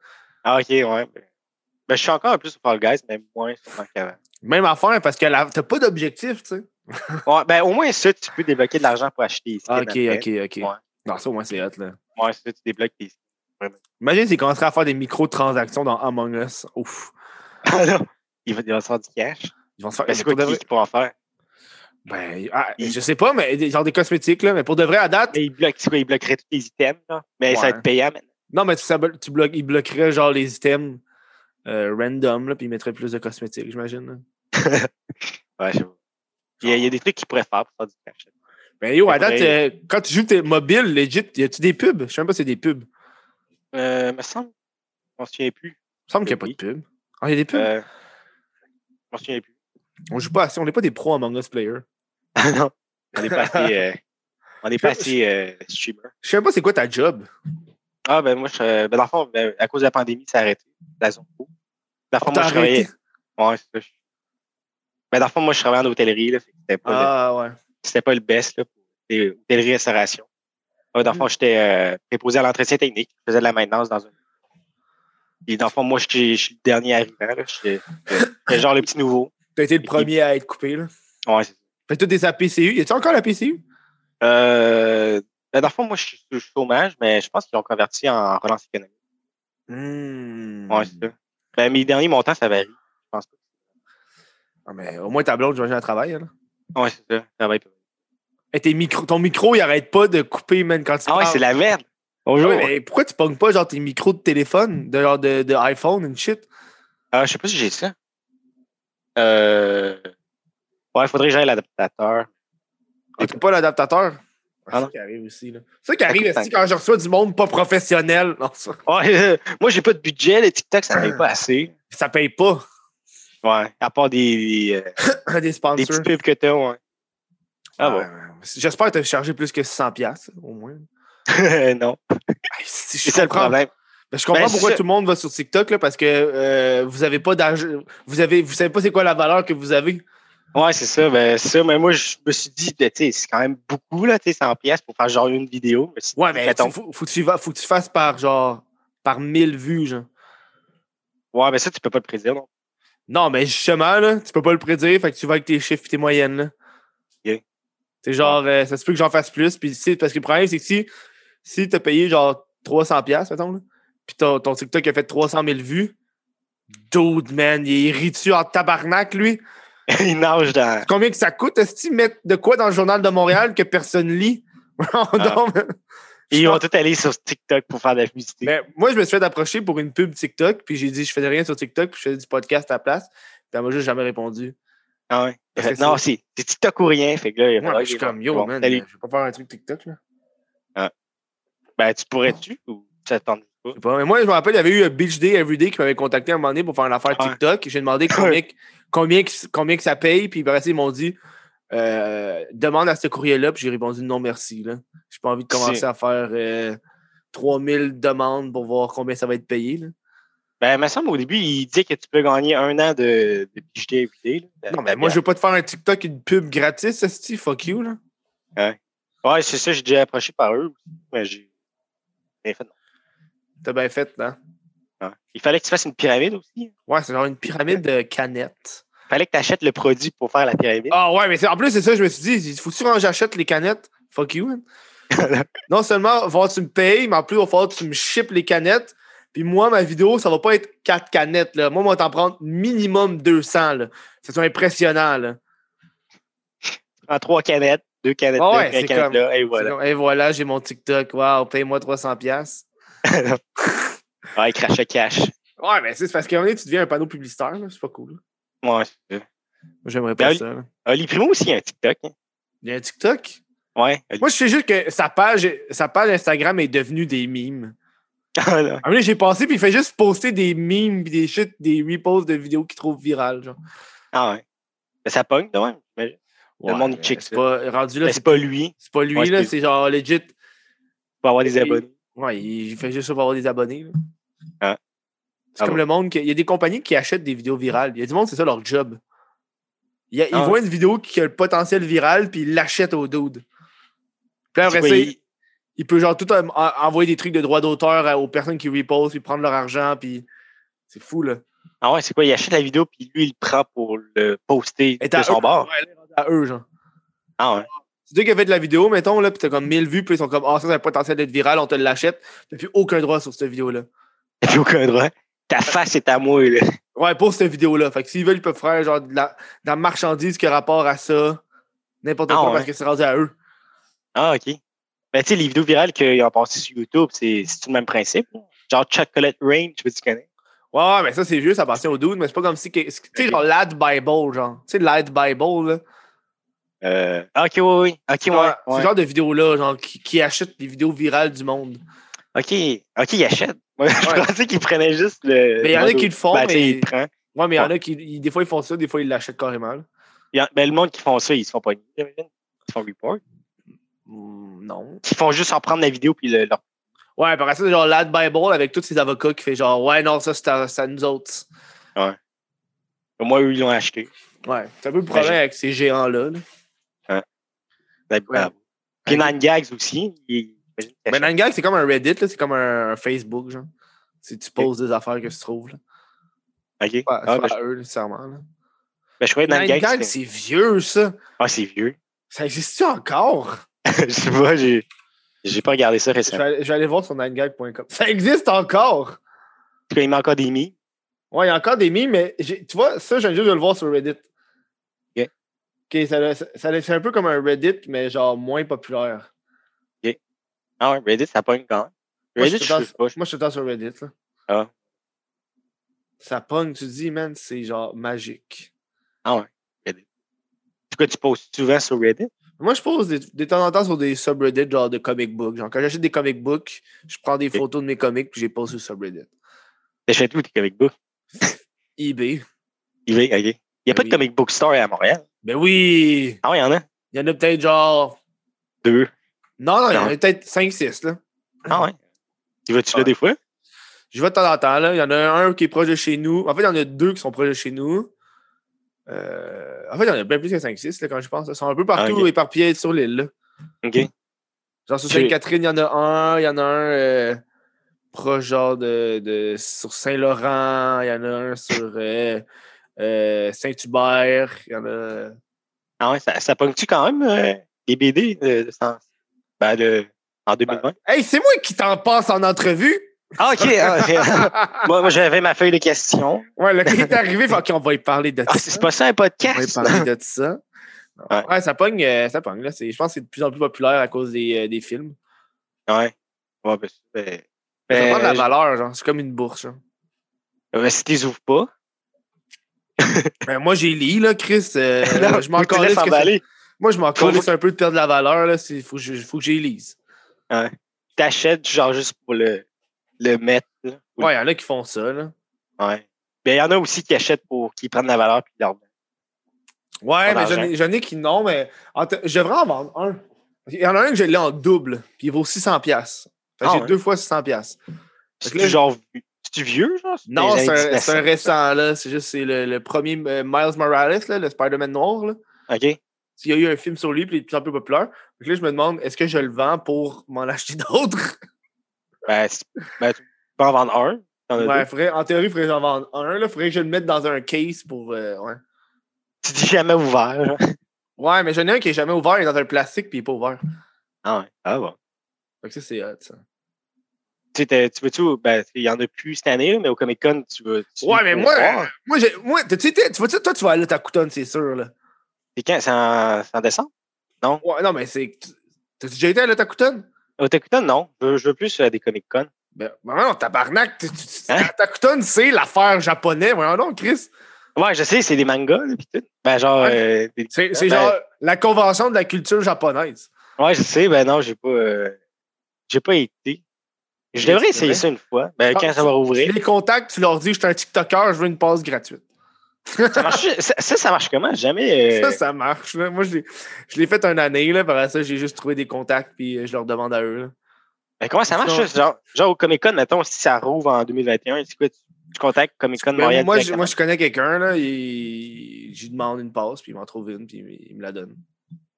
Speaker 3: Ah, ok, ouais. Ben, je suis encore un peu sur Fall Guys, mais moins sûrement qu'avant.
Speaker 1: Même affaire, parce que la- t'as pas d'objectif, tu sais.
Speaker 3: Ouais, ben, au moins, ça, tu peux débloquer de l'argent pour acheter ici.
Speaker 1: Ah, ok, ok, ok.
Speaker 3: ben, Ouais.
Speaker 1: Non, ça, au moins, c'est hot, là.
Speaker 3: Ouais, c'est ça, tu débloques tes skins.
Speaker 1: Imagine s'ils commenceraient à faire des microtransactions dans Among Us. Ouf.
Speaker 3: Ah non, il va, il va se faire du cash.
Speaker 1: Ils vont se faire.
Speaker 3: Ben,
Speaker 1: mais
Speaker 3: c'est
Speaker 1: pour
Speaker 3: quoi
Speaker 1: de
Speaker 3: qui,
Speaker 1: vrai-
Speaker 3: qui pourra en faire?
Speaker 1: Ben, ah,
Speaker 3: Il-
Speaker 1: je sais pas, mais des- genre des cosmétiques, là. Mais pour de vrai, à date,
Speaker 3: Mais il bloque, c'est quoi, il bloquerait tous les items, là. Mais ça va
Speaker 1: Ouais.
Speaker 3: être payant maintenant.
Speaker 1: non, mais tu, ça, blo- tu bloques, ils bloqueraient genre les items euh, random, là, puis ils mettraient plus de cosmétiques, j'imagine. là.
Speaker 3: Ouais, je sais pas. Il y, a, il y a des trucs qu'il pourrait faire pour faire du cash.
Speaker 1: Ben yo, à
Speaker 3: C'est
Speaker 1: date,
Speaker 3: vrai.
Speaker 1: euh, quand tu joues tes mobile, legit, y a-tu des pubs? Je sais même pas si c'est des pubs. Il me
Speaker 3: Euh, me semble, je m'en souviens plus.
Speaker 1: semble qu'il n'y a pas
Speaker 3: Oui.
Speaker 1: de pubs. Ah, y a des pubs?
Speaker 3: Euh, je m'en souviens plus.
Speaker 1: On joue pas assez, on n'est pas des pros Among Us players.
Speaker 3: Ah non, on est pas assez, euh, on est pas
Speaker 1: Je-
Speaker 3: assez euh, streamer.
Speaker 1: Je sais même pas c'est quoi ta job.
Speaker 3: Ah, ben, moi, je, euh, ben, dans le fond, ben, à cause de la pandémie, ça a arrêté. La zone pro. Dans le fond, moi,
Speaker 1: T'as
Speaker 3: je travaillais.
Speaker 1: arrêté.
Speaker 3: Ouais, c'est ça. je- Ben, dans le fond, moi, je travaillais en hôtellerie, là. fait que C'était pas, le-
Speaker 1: Ah ouais.
Speaker 3: c'était pas le best, là, pour les hôtellerie-restauration. Ouais, dans le fond, j'étais euh, préposé à l'entretien technique. Je faisais de la maintenance dans une. Puis, dans le fond, moi, je suis- je suis le dernier arrivant, là. J'étais j'étais genre le petit nouveau.
Speaker 1: T'as été le premier à être coupé, là.
Speaker 3: Ouais, c'est ça.
Speaker 1: Fait que t'as des APCU. Y a-tu encore la PCU?
Speaker 3: Euh, ben, dans le fond, moi, je suis je suis au chômage, mais je pense qu'ils ont converti en relance économique.
Speaker 1: Hmm.
Speaker 3: Ouais, c'est ça. Ben, mes derniers montants, ça varie. Je pense pas.
Speaker 1: Ah, mais au moins ta blonde, j'imagine, elle travaille, elle.
Speaker 3: Ouais, c'est ça. Ça varie.
Speaker 1: Et Eh, tes micros, ton micro, il arrête pas de couper, man, quand tu
Speaker 3: Ah ouais,
Speaker 1: parles.
Speaker 3: c'est la merde.
Speaker 1: Ah
Speaker 3: Bonjour.
Speaker 1: ouais, mais pourquoi tu pognes pas genre tes micros de téléphone, de genre de, de iPhone and shit?
Speaker 3: Euh, je sais pas si j'ai ça. Euh... Ouais, faudrait que j'aille à l'adaptateur.
Speaker 1: Ah, t'as pas l'adaptateur?
Speaker 3: Ah,
Speaker 1: Ah, c'est
Speaker 3: non.
Speaker 1: ça qui arrive aussi. Là. C'est ça qui arrive
Speaker 3: coûte
Speaker 1: aussi quand je reçois du monde pas professionnel. Non, ça,
Speaker 3: Ouais, euh, moi, j'ai pas de budget. Les TikTok, ça paye pas assez.
Speaker 1: ça paye pas
Speaker 3: Ouais, à part des, des, euh,
Speaker 1: des
Speaker 3: des
Speaker 1: sponsors.
Speaker 3: petits pubs que t'as, ouais. Ah
Speaker 1: Ouais, ouais. J'espère te charger plus que 600$ piastres, au moins.
Speaker 3: bon? non,
Speaker 1: Hey, si, je
Speaker 3: c'est ça le
Speaker 1: comprends-
Speaker 3: problème.
Speaker 1: Ben, je comprends
Speaker 3: Ben,
Speaker 1: pourquoi
Speaker 3: c'est-
Speaker 1: tout le monde va sur TikTok là, parce que euh, vous avez pas d'argent. Vous avez vous savez pas c'est quoi la valeur que vous avez.
Speaker 3: Ouais, c'est ça. Ben, ça, mais moi, je me suis dit, ben, tu sais, c'est quand même beaucoup, là, tu sais, 100 pièces pour faire genre une vidéo. Je me suis dit,
Speaker 1: Ouais, mais
Speaker 3: mettons,
Speaker 1: tu- faut, faut que tu vas- faut que tu fasses par genre par 1000 vues, genre.
Speaker 3: Ouais, mais ça, tu peux pas le prédire, non?
Speaker 1: Non, mais justement, là, tu peux pas le prédire, fait que tu vas avec tes chiffres et tes moyennes. Là.
Speaker 3: Ok.
Speaker 1: C'est genre, euh, ça se peut que j'en fasse plus, puis si- parce que le problème, c'est que si, si t'as payé genre 300$, piastres, mettons, là, puis ton, ton TikTok a fait 300 000 vues, dude, man, il rit-tu en tabarnak, lui?
Speaker 3: il nage dans.
Speaker 1: Combien que ça coûte, est-ce qu'ils mettent de quoi dans le journal de Montréal que personne lit? Non, non, mais-
Speaker 3: Ils vont tous aller sur TikTok pour faire de la publicité.
Speaker 1: Ben, moi, je me suis fait approcher pour une pub TikTok, puis j'ai dit je faisais rien sur TikTok, puis je faisais du podcast à la place. Puis elle m'a juste jamais répondu.
Speaker 3: Ah ouais.
Speaker 1: Parce
Speaker 3: Euh,
Speaker 1: que
Speaker 3: non, c'est c'est TikTok ou rien. Fait que là, il va
Speaker 1: Moi,
Speaker 3: falloir
Speaker 1: je suis
Speaker 3: qu'il-
Speaker 1: comme yo,
Speaker 3: bon,
Speaker 1: man,
Speaker 3: salut.
Speaker 1: je vais pas faire un truc TikTok, là.
Speaker 3: Ben, tu pourrais-tu ou tu attends pas?
Speaker 1: Je sais pas, mais moi, je me rappelle, il y avait eu un Beach Day Everyday qui m'avait contacté à un moment donné pour faire une affaire
Speaker 3: Ouais.
Speaker 1: TikTok. J'ai demandé combien, que- combien, que- combien que ça paye, puis par la suite, ils m'ont dit euh, demande à ce courrier-là, puis j'ai répondu non merci. là. J'ai pas envie de commencer
Speaker 3: C'est-
Speaker 1: à faire euh, 3000 demandes pour voir combien ça va être payé. là.
Speaker 3: Ben, il me semble au début, il dit que tu peux gagner un an de, de PhD everyday. là.
Speaker 1: Non, mais Euh, moi, je veux pas te faire un TikTok et une pub gratis, esti, fuck you, là.
Speaker 3: Ouais, c'est ça, j'ai déjà approché par eux aussi, mais j'ai. j'ai fait non.
Speaker 1: T'as bien fait, non?
Speaker 3: Ouais. Il fallait que tu fasses une pyramide aussi. Il
Speaker 1: Ouais, c'est genre une pyramide de canettes.
Speaker 3: fallait que tu achètes le produit pour faire la pyramide.
Speaker 1: Ah ouais, mais c'est- en plus, c'est ça, je me suis dit, faut-tu que j'achète les canettes? Fuck you, man. non seulement va falloir que tu me payes, mais en plus, il va falloir que tu me ships les canettes. Puis moi, ma vidéo, ça va pas être quatre canettes, là. Moi, moi, t'en prendre minimum 200, là. C'est impressionnant, là.
Speaker 3: En trois canettes, deux canettes
Speaker 1: Ah
Speaker 3: là,
Speaker 1: ouais,
Speaker 3: un
Speaker 1: c'est
Speaker 3: canette
Speaker 1: comme-
Speaker 3: là, et
Speaker 1: Voilà.
Speaker 3: voilà.
Speaker 1: Et voilà, j'ai mon TikTok. Waouh, paye-moi 300$. piastres.
Speaker 3: Ouais, crache cash.
Speaker 1: Ouais, mais c'est c'est parce qu'à un moment donné, tu deviens un panneau publicitaire, là. C'est pas cool. Moi,
Speaker 3: Ouais, c'est ça.
Speaker 1: j'aimerais pas
Speaker 3: Ben,
Speaker 1: ça, là.
Speaker 3: Oli Primo aussi, il y a un TikTok. hein.
Speaker 1: Il y a un TikTok?
Speaker 3: Ouais. Oli-
Speaker 1: Moi, je sais juste que sa page, sa page Instagram est devenue des mimes. À
Speaker 3: Ah, non.
Speaker 1: un moment donné, j'ai passé, puis il fait juste poster des mimes, puis des shit, des reposts de vidéos qu'il trouve virales, genre.
Speaker 3: Ah ouais. Ben, ça pogne, quand même. j'imagine. Le monde, il
Speaker 1: mais
Speaker 3: check
Speaker 1: c'est
Speaker 3: ça.
Speaker 1: pas rendu là,
Speaker 3: Mais
Speaker 1: c'est
Speaker 3: c'est pas lui.
Speaker 1: c'est pas lui,
Speaker 3: Ouais,
Speaker 1: là,
Speaker 3: c'est-
Speaker 1: c'est genre legit.
Speaker 3: Pour avoir des
Speaker 1: Et-
Speaker 3: abonnés.
Speaker 1: Ouais, il fait juste ça pour avoir des abonnés. là.
Speaker 3: Ah.
Speaker 1: C'est
Speaker 3: Ah
Speaker 1: comme
Speaker 3: bon.
Speaker 1: le monde. qui- Il y a des compagnies qui achètent des vidéos virales. Il y a du monde, c'est ça leur job. Il y a- Ils
Speaker 3: Ah.
Speaker 1: voient une vidéo qui a le potentiel viral, puis ils l'achètent au dude. Puis après
Speaker 3: C'est
Speaker 1: ça,
Speaker 3: quoi,
Speaker 1: il...
Speaker 3: il-
Speaker 1: il peut genre tout euh, en- envoyer des trucs de droit d'auteur à- aux personnes qui repostent, puis prendre leur argent, puis c'est fou, là.
Speaker 3: Ah ouais, c'est quoi? Il achète la vidéo, puis lui, il le prend pour le poster
Speaker 1: Et
Speaker 3: de
Speaker 1: t'as
Speaker 3: son
Speaker 1: eux,
Speaker 3: bord.
Speaker 1: ouais, elle est rendue à eux, genre.
Speaker 3: Ah ouais.
Speaker 1: C'est toi qui as fait de la vidéo, mettons, là, puis t'as comme 1000 vues, puis ils sont comme, ah, ça, ça a le potentiel d'être viral, on te l'achète. T'as plus aucun droit sur cette vidéo-là.
Speaker 3: T'as plus aucun droit. Ta face est à moi, là.
Speaker 1: Ouais, pour cette vidéo-là. Fait que s'ils veulent, ils peuvent faire genre de la, de la marchandise qui a rapport à ça. N'importe
Speaker 3: Ah,
Speaker 1: quoi
Speaker 3: ouais.
Speaker 1: parce que c'est rendu à eux.
Speaker 3: Ah, OK. Ben, tu sais, les vidéos virales qu'ils ont passées sur YouTube, c'est c'est le même principe. Genre Chocolate Rain, je sais pas si tu connais.
Speaker 1: Ouais, ouais, mais ça, c'est juste, ça appartient aux dudes, mais c'est pas comme si. que- Tu sais, genre l'ad Bible, genre. Tu sais, l'ad Bible, là.
Speaker 3: Euh, OK, oui, oui. OK, ouais.
Speaker 1: Genre,
Speaker 3: ouais.
Speaker 1: Ce genre de vidéo-là, genre, qui, qui achète les vidéos virales du monde.
Speaker 3: OK, OK, il achète. Moi,
Speaker 1: Ouais.
Speaker 3: je pensais qu'il prenait juste le.
Speaker 1: Mais il y en a
Speaker 3: le
Speaker 1: qui le font,
Speaker 3: Ben, tu sais,
Speaker 1: mais-
Speaker 3: il prend.
Speaker 1: Ouais, mais il y en
Speaker 3: Ouais.
Speaker 1: a qui, ils- des fois, ils font ça, des fois, ils l'achètent carrément. là.
Speaker 3: Il y en- Ben, le monde qui font ça, ils se font pas nier, j'imagine. Ils se font report.
Speaker 1: Hmm, non.
Speaker 3: Ils font juste en prendre la vidéo, puis le, leur.
Speaker 1: Ouais, par exemple, genre l'ad Bible avec tous ces avocats qui fait genre, ouais, non, ça, c'est à, c'est à nous autres.
Speaker 3: Au moins, eux, ils l'ont acheté.
Speaker 1: Ouais, c'est un peu le problème
Speaker 3: j'ai-
Speaker 1: avec ces géants-là. là.
Speaker 3: Ben, bravo. Puis
Speaker 1: Ok.
Speaker 3: Nine Gags aussi. il- j'imagine qu'il
Speaker 1: Mais
Speaker 3: achète.
Speaker 1: Nangang, c'est comme un Reddit, là, c'est comme un Facebook, genre. Si tu poses des affaires que tu trouves, là.
Speaker 3: OK.
Speaker 1: Pas,
Speaker 3: Ah,
Speaker 1: c'est
Speaker 3: ben,
Speaker 1: pas à eux, nécessairement. Là.
Speaker 3: Ben, je croyais que Nine
Speaker 1: Nine
Speaker 3: Gags.
Speaker 1: Gag,
Speaker 3: c'était-
Speaker 1: c'est vieux, ça.
Speaker 3: Ah, c'est vieux.
Speaker 1: Ça existe-tu encore?
Speaker 3: je sais pas, j'ai. J'ai pas regardé ça
Speaker 1: Je vais,
Speaker 3: récemment.
Speaker 1: aller- je vais aller voir sur ninegag.com. Ça existe encore!
Speaker 3: En tout cas, il met encore des mi.
Speaker 1: Ouais, il y a encore des mimes, mais j'ai- tu vois, ça, je viens juste de le voir sur Reddit.
Speaker 3: Ok.
Speaker 1: Ok, ça, ça- ça- c'est un peu comme un Reddit, mais genre moins populaire.
Speaker 3: Ah ouais, Reddit, ça pogne quand même.
Speaker 1: Moi, je
Speaker 3: Reddit,
Speaker 1: suis
Speaker 3: je sais pas. je-
Speaker 1: Moi, je suis tout le temps sur Reddit, là.
Speaker 3: Ah.
Speaker 1: Ça pogne, tu dis, man, c'est genre magique.
Speaker 3: Ah ouais, Reddit. En tout cas, tu poses souvent sur Reddit.
Speaker 1: Moi, je pose des, de temps en temps sur des subreddits, genre de comic books. Genre, quand j'achète des comic books, je prends des
Speaker 3: Ok.
Speaker 1: photos de mes comics puis je les pose sur le subreddit.
Speaker 3: T'achètes où tes comic books?
Speaker 1: eBay.
Speaker 3: Il va, OK. Il n'y a
Speaker 1: Ben
Speaker 3: pas
Speaker 1: oui.
Speaker 3: de comic book store à Montréal.
Speaker 1: Ben oui!
Speaker 3: Ah ouais, il y en a.
Speaker 1: Il y en a peut-être genre.
Speaker 3: Deux.
Speaker 1: Non, non, il y en a
Speaker 3: Non.
Speaker 1: peut-être 5-6, là.
Speaker 3: Ah ouais. Tu vas-tu
Speaker 1: Ouais.
Speaker 3: là des fois?
Speaker 1: Je vais de temps en temps, là. Il y en a un qui est proche de chez nous. En fait, il y en a deux qui sont proches de chez nous. Euh, En fait, il y en a bien plus que 5-6, là, quand je pense. Ils sont un peu partout
Speaker 3: Ah, ok.
Speaker 1: éparpillés sur l'île, là.
Speaker 3: OK.
Speaker 1: Genre sur
Speaker 3: J'ai-
Speaker 1: Sainte-Catherine, il y en a un, il y en a un. euh, proche, genre de, de- sur Saint-Laurent, il y en a un sur euh, euh, Saint-Hubert, il y en a. euh.
Speaker 3: Ah ouais, ça, ça pogne-tu quand même euh, les BD de, de sens? Ben, de- en 2020?
Speaker 1: Hey, c'est moi qui t'en passe en entrevue!
Speaker 3: Ben, Ah, OK. ah, ok. moi, moi, j'avais ma feuille de questions.
Speaker 1: Ouais, le qui est arrivé, fait qu'on va y parler de
Speaker 3: Ah,
Speaker 1: ça.
Speaker 3: c'est pas ça
Speaker 1: On
Speaker 3: un
Speaker 1: va y
Speaker 3: podcast?
Speaker 1: parler de ça. Non.
Speaker 3: Ouais.
Speaker 1: Ouais. ça pogne, euh, ça pogne. Là. C'est- Je pense que c'est de plus en plus populaire à cause des, euh, des films.
Speaker 3: Ouais. Ouais, ben, c'est-
Speaker 1: Ça prend de la
Speaker 3: ben,
Speaker 1: valeur, genre. C'est comme une bourse. genre.
Speaker 3: ben, si t'es ouvres pas,
Speaker 1: Ben, moi, j'ai lié, là, Chris. euh,
Speaker 3: Non,
Speaker 1: je m'en
Speaker 3: faut que tu
Speaker 1: calisse
Speaker 3: laisses
Speaker 1: que ça-
Speaker 3: emballer.
Speaker 1: Moi, je m'en
Speaker 3: Faut-
Speaker 1: calisse un peu de perdre de la valeur. Là. C'est- Faut, que je- faut que j'y lise.
Speaker 3: T'achètes, genre, juste pour le, le mettre. là, ou le
Speaker 1: Ouais, il y en a qui font ça. Là.
Speaker 3: Ouais. Ben, il y en a aussi qui achètent pour qu'ils prennent la valeur puis ils leur vendent.
Speaker 1: Ouais,
Speaker 3: Pas
Speaker 1: mais j'en
Speaker 3: d'argent.
Speaker 1: ai- j'en ai qui non, mais en te- je devrais en vendre un. Il y en a un que je l'ai en double, puis il vaut 600$. piastres. Fait que
Speaker 3: Ah
Speaker 1: j'ai
Speaker 3: ouais.
Speaker 1: deux fois 600$. piastres. Fait que là,
Speaker 3: C'est-tu genre. C'est-tu vieux, genre?
Speaker 1: Non,
Speaker 3: des
Speaker 1: c'est
Speaker 3: années
Speaker 1: un, c'est un
Speaker 3: 1900?
Speaker 1: récent, là. C'est juste c'est le, le premier euh, Miles Morales, là, le Spider-Man noir. Là.
Speaker 3: OK.
Speaker 1: Il y a eu un film sur lui, puis il est de plus en plus populaire. Donc là, je me demande, est-ce que je le vends pour m'en acheter d'autres?
Speaker 3: Ben, c'est- ben, tu peux en vendre un. t'en as
Speaker 1: Ouais,
Speaker 3: deux.
Speaker 1: faudrait- en théorie, il faudrait que j'en vende un. Il faudrait que je le mette dans un case pour. euh, ouais.
Speaker 3: Tu dis jamais ouvert. genre.
Speaker 1: ouais, mais j'en ai un qui est jamais ouvert, il est dans un plastique, puis il est pas ouvert.
Speaker 3: Ah, ouais. Ah, bon.
Speaker 1: Donc ça, c'est hot, ça.
Speaker 3: Tu, sais, t'as- tu veux-tu. Ben, il y en a plus cette année, là, mais au Comic Con, tu veux. tu
Speaker 1: Ouais,
Speaker 3: veux
Speaker 1: mais
Speaker 3: le
Speaker 1: moi, euh,
Speaker 3: voir.
Speaker 1: Moi, j'ai- moi tu sais, tu vois, tu- toi, tu vas aller à ta coutonne, c'est sûr, là.
Speaker 3: C'est quand? C'est en, c'est en décembre?
Speaker 1: Ouais, non, mais c'est. T'as déjà été à la Takuton?
Speaker 3: Au Comic Non. Je veux, je veux plus euh, des Comic Con.
Speaker 1: Ben, ben non, tabarnak. tu- tu- tu-
Speaker 3: Hein?
Speaker 1: La Takuton, c'est l'affaire japonais. Voyons donc, Chris.
Speaker 3: Ouais, je sais, c'est des mangas, là, pis tout. Ben, genre. euh, des-
Speaker 1: C'est c'est
Speaker 3: Ben-
Speaker 1: genre la convention de la culture japonaise.
Speaker 3: Ouais, je sais, ben non, j'ai pas. euh, J'ai pas été. Je
Speaker 1: Mais
Speaker 3: devrais
Speaker 1: c'est
Speaker 3: essayer
Speaker 1: vrai.
Speaker 3: ça une fois. Ben,
Speaker 1: Ah,
Speaker 3: quand ça va rouvrir.
Speaker 1: Tu les contacts, tu leur dis, je suis un TikToker, je veux une passe gratuite.
Speaker 3: Ça, marche, ça, ça, ça marche comment? Jamais. euh,
Speaker 1: Ça, ça marche. là. Moi, je l'ai- je l'ai fait un année, là. Par ça, j'ai juste trouvé des contacts, puis euh, je leur demande à eux. là.
Speaker 3: ben, comment ça marche?
Speaker 1: Non.
Speaker 3: ça? Genre, genre au Comic Con, mettons, si ça rouvre en 2021, c'est quoi? Tu, tu contactes Comic Con
Speaker 1: Ben,
Speaker 3: Montréal? hein?
Speaker 1: moi, je,
Speaker 3: directement?
Speaker 1: moi, je connais quelqu'un, là. il- Je lui demande une passe, puis il m'en trouve une, puis il me la donne.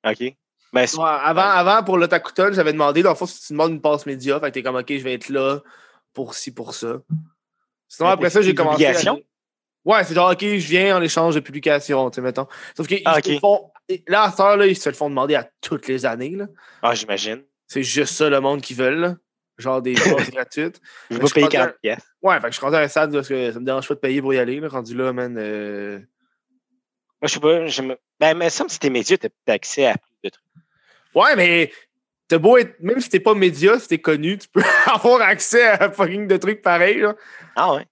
Speaker 3: OK. Ben, c'est-
Speaker 1: Ouais, avant, avant, pour le Takuton, j'avais demandé, dans le fond, si tu demandes une passe média, fait que t'es comme, OK, je vais être là pour ci, pour ça. Sinon,
Speaker 3: Mais
Speaker 1: après
Speaker 3: c'est
Speaker 1: ça, j'ai
Speaker 3: une
Speaker 1: commencé. à-
Speaker 3: obligation?
Speaker 1: Ouais, c'est genre, OK, je viens en échange de publications, tu sais, mettons. Sauf que
Speaker 3: Ah,
Speaker 1: ils
Speaker 3: ok.
Speaker 1: se font- là, à cette heure, là, ils se le font demander à toutes les années, là.
Speaker 3: ah, j'imagine.
Speaker 1: C'est juste ça, le monde qui veulent, là. Genre des passes gratuites.
Speaker 3: Je vais
Speaker 1: Ben,
Speaker 3: pas
Speaker 1: je
Speaker 3: payer
Speaker 1: crois
Speaker 3: 40 pièces.
Speaker 1: Ouais, fait que je suis rendu à un stade parce que ça me dérange pas de payer pour y aller, là. Rendu là, man. euh,
Speaker 3: Moi, je sais pas. je me- Ben, mais ça, si t'es médias, t'as peut-être accès à plus de trucs.
Speaker 1: Ouais, mais t'as beau être. Même si t'es pas média, si t'es connu, tu peux avoir accès à fucking de trucs pareils, là.
Speaker 3: Ah, ouais.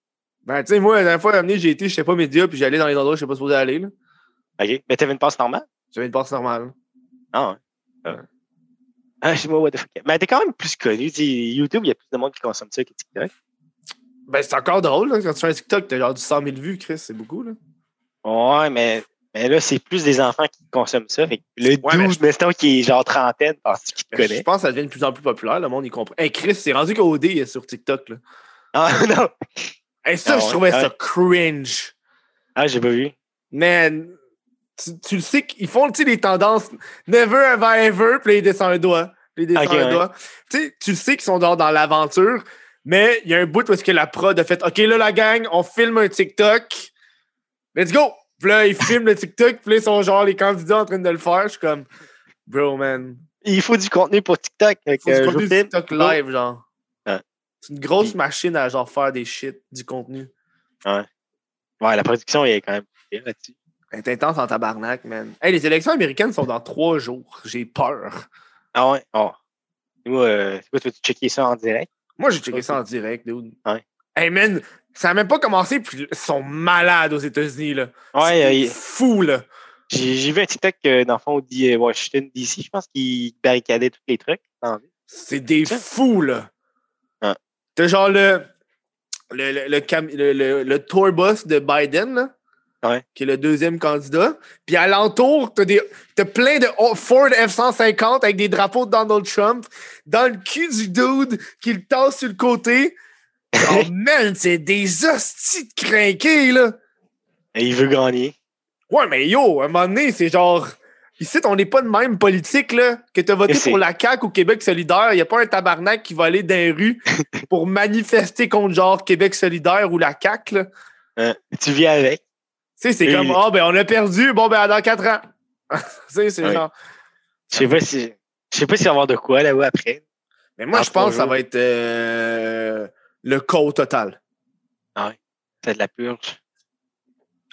Speaker 1: Ben, tu sais, moi, la dernière fois, l'année, j'ai été, j'étais pas média, puis j'allais dans les endroits où j'étais pas supposé aller, là.
Speaker 3: OK. Ben, t'avais une passe normale?
Speaker 1: J'avais une passe normale.
Speaker 3: Ah, ouais. Ah, ouais. Ah, je sais pas, what the fuck. Mais t'es quand même plus connu. tu sais, YouTube, il y a plus de monde qui consomme ça que TikTok.
Speaker 1: Ben, c'est encore drôle, là. Quand tu fais un TikTok, t'as genre du 100 000 vues, Chris, c'est beaucoup, là.
Speaker 3: Ouais, mais, mais là, c'est plus des enfants qui consomment ça. Fait que le
Speaker 1: Ouais, mais-
Speaker 3: 12, mettons, qui est genre trentaine, penses-tu qu'il te
Speaker 1: Ben,
Speaker 3: connaît?
Speaker 1: Je pense que ça devient de plus en plus populaire, le monde y comprend. Hey, Chris, c'est rendu qu'OD est sur TikTok, là.
Speaker 3: Ah, non!
Speaker 1: Hey, ça,
Speaker 3: Ah
Speaker 1: je
Speaker 3: ouais,
Speaker 1: trouvais
Speaker 3: ah
Speaker 1: ça cringe.
Speaker 3: Ah, j'ai pas vu.
Speaker 1: Man, tu, tu le sais qu'ils font, tu sais, les tendances never have I ever, puis là, ils descendent un doigt. puis là, ils descendent
Speaker 3: Ok,
Speaker 1: un
Speaker 3: ouais.
Speaker 1: doigt. Tu sais, tu le sais qu'ils sont dans, dans l'aventure, mais il y a un bout où est-ce que la prod a fait OK, là, la gang, on filme un TikTok. Let's go! Puis là, ils filment le TikTok, puis là, ils sont genre les candidats en train de le faire. Je suis comme, bro, man.
Speaker 3: Il faut du contenu pour TikTok. Fait
Speaker 1: Faut
Speaker 3: que,
Speaker 1: du
Speaker 3: euh,
Speaker 1: contenu
Speaker 3: je vais-
Speaker 1: TikTok live, genre.
Speaker 3: Ouais.
Speaker 1: C'est une grosse
Speaker 3: Puis-
Speaker 1: machine à genre faire des shit, du contenu.
Speaker 3: Ouais, la production, il est quand même pire là-dessus.
Speaker 1: Elle est intense en tabarnak, man. Hey, les élections américaines sont dans trois jours. J'ai peur.
Speaker 3: Ah ouais? Oh. Et Moi, euh, c'est quoi, tu veux checker ça en direct?
Speaker 1: Moi, j'ai checké ça en direct, dude.
Speaker 3: Ouais.
Speaker 1: Hey, man, ça a même pas commencé, puis ils sont malades aux États-Unis, là.
Speaker 3: Ouais,
Speaker 1: C'est
Speaker 3: euh, il-
Speaker 1: fou, là.
Speaker 3: j'ai j'ai vu un TikTok, euh, dans le fond, dit euh, Washington DC, je pense, qui barricadait tous les trucs. dans la ville.
Speaker 1: C'est des
Speaker 3: Tiens.
Speaker 1: fous, là.
Speaker 3: Ouais.
Speaker 1: T'as genre le. Le, le, le cam- le- le- le tour bus de Biden, là,
Speaker 3: Ouais.
Speaker 1: qui est le deuxième candidat. Puis alentour, t'as, des, t'as plein de Ho- Ford F-150 avec des drapeaux de Donald Trump dans le cul du dude qui le tasse sur le côté. Oh man, c'est des hosties de crinqués, là.
Speaker 3: Et Euh, il veut gagner.
Speaker 1: Ouais, mais yo, à un moment donné, c'est genre. Ici, on n'est pas de même politique, là. Que t'as voté
Speaker 3: Et c'est-
Speaker 1: pour la CAQ ou Québec solidaire, il n'y a pas un tabarnak qui va aller dans les rues pour manifester contre genre Québec solidaire ou la CAQ, là.
Speaker 3: Hein? Tu vis avec.
Speaker 1: Tu sais, c'est
Speaker 3: Et-
Speaker 1: comme, ah, ben, on a perdu, bon, ben, dans quatre ans. tu sais, c'est
Speaker 3: Ouais.
Speaker 1: genre.
Speaker 3: Je sais pas si. Je sais pas s'il va y avoir de quoi là-haut après.
Speaker 1: Mais moi,
Speaker 3: Dans
Speaker 1: je
Speaker 3: trois
Speaker 1: pense que ça
Speaker 3: jours.
Speaker 1: va être euh, le co total.
Speaker 3: C'est de la purge.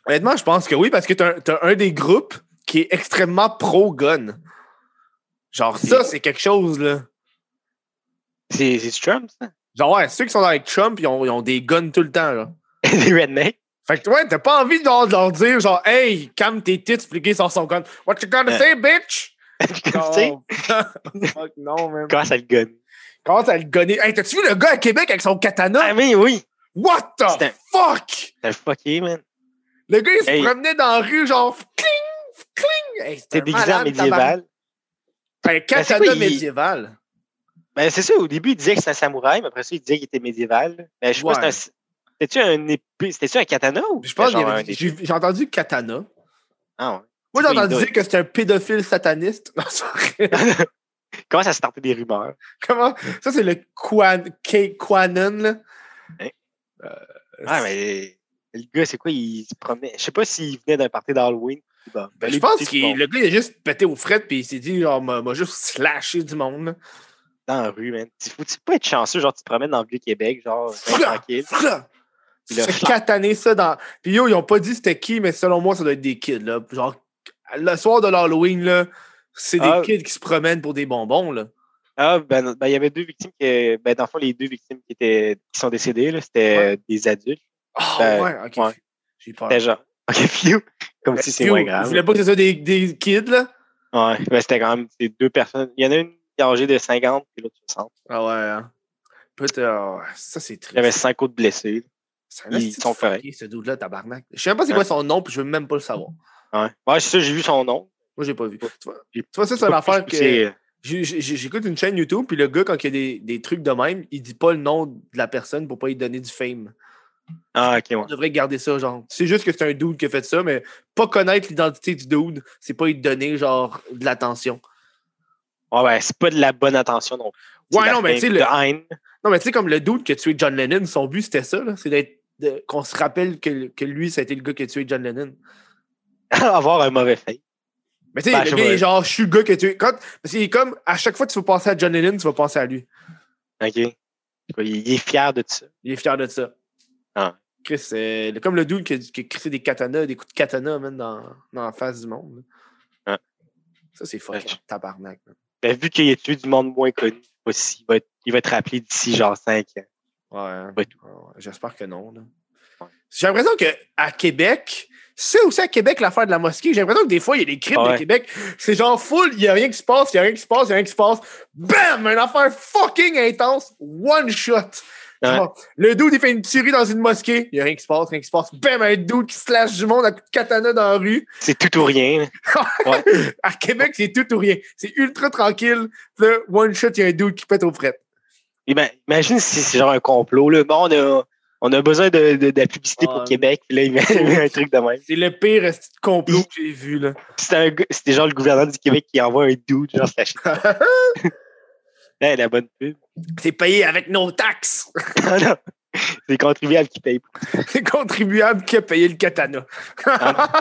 Speaker 1: Honnêtement, je pense que oui, parce que t'as un- t'as un des groupes qui est extrêmement pro-gun. Genre, ça, c'est quelque chose, là.
Speaker 3: C'est c'est du Trump, ça?
Speaker 1: Genre, ouais, ceux qui sont avec Trump, ils ont, ils ont des guns tout le temps, là.
Speaker 3: Des rednecks?
Speaker 1: Fait que, ouais, t'as pas envie genre, de leur dire, genre, hey, calme tes tits, fliquer sur son gun. What you gonna
Speaker 3: Euh.
Speaker 1: say, bitch?
Speaker 3: tu sais,
Speaker 1: Fuck, non, man.
Speaker 3: comment ça le gonne?
Speaker 1: Comment t'as le gunné? Hey, t'as-tu vu le gars à Québec avec son
Speaker 3: Ah,
Speaker 1: katana?
Speaker 3: mais oui!
Speaker 1: What the
Speaker 3: C'était-
Speaker 1: fuck?
Speaker 3: T'as le fucké, man.
Speaker 1: Le gars, il se
Speaker 3: Hey.
Speaker 1: promenait dans la rue, genre, cling, cling. Hey,
Speaker 3: T'es
Speaker 1: un
Speaker 3: déguisé en
Speaker 1: malade, tabarnak.
Speaker 3: médiéval.
Speaker 1: Un
Speaker 3: c'est quoi,
Speaker 1: katana
Speaker 3: il-
Speaker 1: médiéval.
Speaker 3: Ben, c'est ça, au début, il disait que c'était un samouraï, mais après ça, il disait qu'il était médiéval. Ben, je sais
Speaker 1: Ouais.
Speaker 3: pas, c'était un- c'était-tu un épée? C'était-tu un katana ou?
Speaker 1: Je pense qu'il
Speaker 3: c'était
Speaker 1: y
Speaker 3: genre
Speaker 1: avait-
Speaker 3: un épée?
Speaker 1: j'ai j'ai entendu katana.
Speaker 3: Ah, ouais.
Speaker 1: Moi, j'ai
Speaker 3: Oui,
Speaker 1: entendu
Speaker 3: oui.
Speaker 1: dire que c'était un pédophile sataniste. Non, c'est vrai.
Speaker 3: Comment ça se tentait des rumeurs?
Speaker 1: Comment? Ça, c'est le Kwan, K- Quanon, là.
Speaker 3: Hein?
Speaker 1: Euh,
Speaker 3: Ah, mais le gars, c'est quoi? Il se promenait. Je sais pas s'il venait d'un party d'Halloween. Bon,
Speaker 1: ben,
Speaker 3: ben,
Speaker 1: je
Speaker 3: les
Speaker 1: pense
Speaker 3: petits
Speaker 1: que
Speaker 3: qui vont
Speaker 1: le gars, il a juste pété aux frettes puis il s'est dit, genre, m'a m'a juste slashé du monde. là.
Speaker 3: Dans la rue, man. Tu- Faut-tu pas être chanceux? Genre, tu te promènes dans le Vieux-Québec, genre, ben,
Speaker 1: Fra-
Speaker 3: tranquille.
Speaker 1: fra-
Speaker 3: Il a
Speaker 1: Se
Speaker 3: fra-
Speaker 1: cataner ça dans. Puis yo, ils ont pas dit c'était qui, mais selon moi, ça doit être des kids, là. Genre, le soir de l'Halloween, là, c'est des
Speaker 3: Ah.
Speaker 1: kids qui se promènent pour des bonbons, là.
Speaker 3: Ah, ben, ben, il y avait deux victimes que, ben, dans le fond, les deux victimes qui étaient, qui sont décédées, là, c'était euh, des adultes.
Speaker 1: Ah,
Speaker 3: Ben,
Speaker 1: ouais, ok.
Speaker 3: ouais.
Speaker 1: J'ai peur.
Speaker 3: C'était genre, ok, phew, comme si c'est
Speaker 1: Yo,
Speaker 3: moins
Speaker 1: Je
Speaker 3: grave.
Speaker 1: voulais pas que ce soit des, des kids, là.
Speaker 3: Ouais, ben, c'était quand même ces deux personnes. Il y en a une qui est âgée de 50 et l'autre 60.
Speaker 1: Ah ouais. hein. Peut-être. ah ouais, ça, c'est
Speaker 3: Il y avait
Speaker 1: triste.
Speaker 3: cinq autres blessés.
Speaker 1: C'est
Speaker 3: ils sont
Speaker 1: fucké, ce dude-là, tabarnak. Je sais même pas c'est quoi
Speaker 3: Ouais. Mm.
Speaker 1: son nom, puis je veux même pas le savoir.
Speaker 3: Ouais, ouais c'est ça, j'ai vu son nom.
Speaker 1: Moi, j'ai pas vu. Tu vois,
Speaker 3: J'ai-
Speaker 1: tu vois ça, c'est
Speaker 3: Pas
Speaker 1: une
Speaker 3: plus
Speaker 1: affaire
Speaker 3: poussé,
Speaker 1: que.
Speaker 3: euh,
Speaker 1: j'ai- j'ai- J'écoute une chaîne YouTube, puis le gars, quand il y a des, des trucs de même, il dit pas le nom de la personne pour pas lui donner du fame.
Speaker 3: Ah, ok,
Speaker 1: On
Speaker 3: ouais.
Speaker 1: devrait garder ça, genre. C'est juste que c'est un dude qui a fait ça, mais pas connaître l'identité du dude, c'est pas lui donner, genre, de l'attention.
Speaker 3: Ouais, ben, c'est pas de la bonne attention non plus. C'est
Speaker 1: Ouais,
Speaker 3: de la
Speaker 1: non, mais
Speaker 3: haine-
Speaker 1: tu sais,
Speaker 3: de
Speaker 1: le-
Speaker 3: haine.
Speaker 1: Non, mais tu sais, comme le dude qui a tué John Lennon, son but, c'était ça, là. C'est d'être. de- Qu'on se rappelle que, que lui, ça a été le gars qui a tué John Lennon.
Speaker 3: Avoir un mauvais fait.
Speaker 1: Mais tu sais,
Speaker 3: Ben,
Speaker 1: le
Speaker 3: je
Speaker 1: gars, il est
Speaker 3: vois.
Speaker 1: genre, je suis le gars que tu es. Quand... Parce qu'il est comme, à chaque fois que tu vas penser à John Lennon, tu vas penser à lui.
Speaker 3: Ok. Quoi, Il il est fier de ça.
Speaker 1: Il est fier de ça.
Speaker 3: Ah.
Speaker 1: Chris, euh, le- comme le dude qui a, qui a crissé des katanas, des coups de katana, man, dans, dans la face du monde. là.
Speaker 3: Ah.
Speaker 1: Ça, c'est fucking
Speaker 3: Ouais.
Speaker 1: tabarnak. man.
Speaker 3: Ben, vu qu'il a tué du monde moins connu, je sais pas s'il va être- il va être rappelé d'ici genre 5 ans.
Speaker 1: Ouais. hein.
Speaker 3: Ouais.
Speaker 1: Ouais, J'espère que non. là.
Speaker 3: Ouais.
Speaker 1: J'ai l'impression qu'à Québec, c'est aussi à Québec l'affaire de la mosquée. J'ai l'impression que des fois, il y a des crimes
Speaker 3: Ah
Speaker 1: de
Speaker 3: ouais.
Speaker 1: Québec. C'est genre full, il n'y a rien qui se passe, il n'y a rien qui se passe, il n'y a rien qui se passe. Bam! Une affaire fucking intense. One shot.
Speaker 3: Ouais.
Speaker 1: Genre, le dude, il fait une tuerie dans une mosquée. Il n'y a rien qui se passe, rien qui se passe. Bam! Un dude qui slash du monde à coups de katana dans la rue.
Speaker 3: C'est tout ou rien. là.
Speaker 1: À Québec, c'est tout ou rien. C'est ultra tranquille. Puis là, one shot, il y a un dude qui pète aux frettes.
Speaker 3: Eh ben, Imagine si c'est genre un complot. Là. Bon, on a, on a besoin de, de- de la publicité
Speaker 1: Ah,
Speaker 3: pour Québec. Puis là, il met il met un truc de même.
Speaker 1: C'est le pire euh, complot que j'ai vu, là.
Speaker 3: C'était un gars- c'était genre le gouverneur du Québec qui envoie un dude, genre slash. Hey, la bonne pub.
Speaker 1: C'est payé avec nos taxes.
Speaker 3: Ah non, c'est les contribuables qui payent.
Speaker 1: C'est le contribuable qui a payé le katana.
Speaker 3: Ça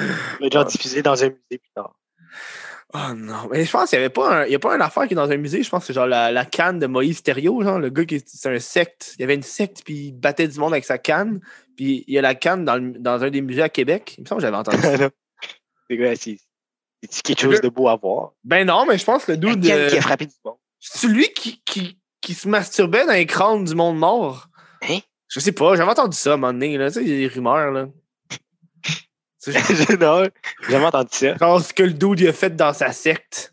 Speaker 3: va être
Speaker 1: Ah.
Speaker 3: genre diffusé dans un musée plus tard.
Speaker 1: oh non. Mais je pense qu'il n'y avait pas un, il y a pas une affaire qui est dans un musée. Je pense que c'est genre la, la canne de Moïse Thériault, genre le gars qui est- c'est un secte. Il y avait une secte, puis il battait du monde avec sa canne. Puis il y a la canne dans, le- dans un des musées à Québec. Il me semble que j'avais entendu ça.
Speaker 3: Ah non. C'est quoi, c'est c'est quelque chose de beau à voir.
Speaker 1: ben non, mais je pense que le
Speaker 3: Quelqu'un
Speaker 1: dude. euh,
Speaker 3: qui a frappé du monde.
Speaker 1: C'est lui qui, qui, qui se masturbait dans les crânes du monde mort.
Speaker 3: Hein?
Speaker 1: Je sais pas, j'avais entendu ça à un moment donné, là. Tu sais, il y a des rumeurs, là. C'est genre-
Speaker 3: non, j'ai jamais entendu ça.
Speaker 1: genre ce que le dude il a fait dans sa secte.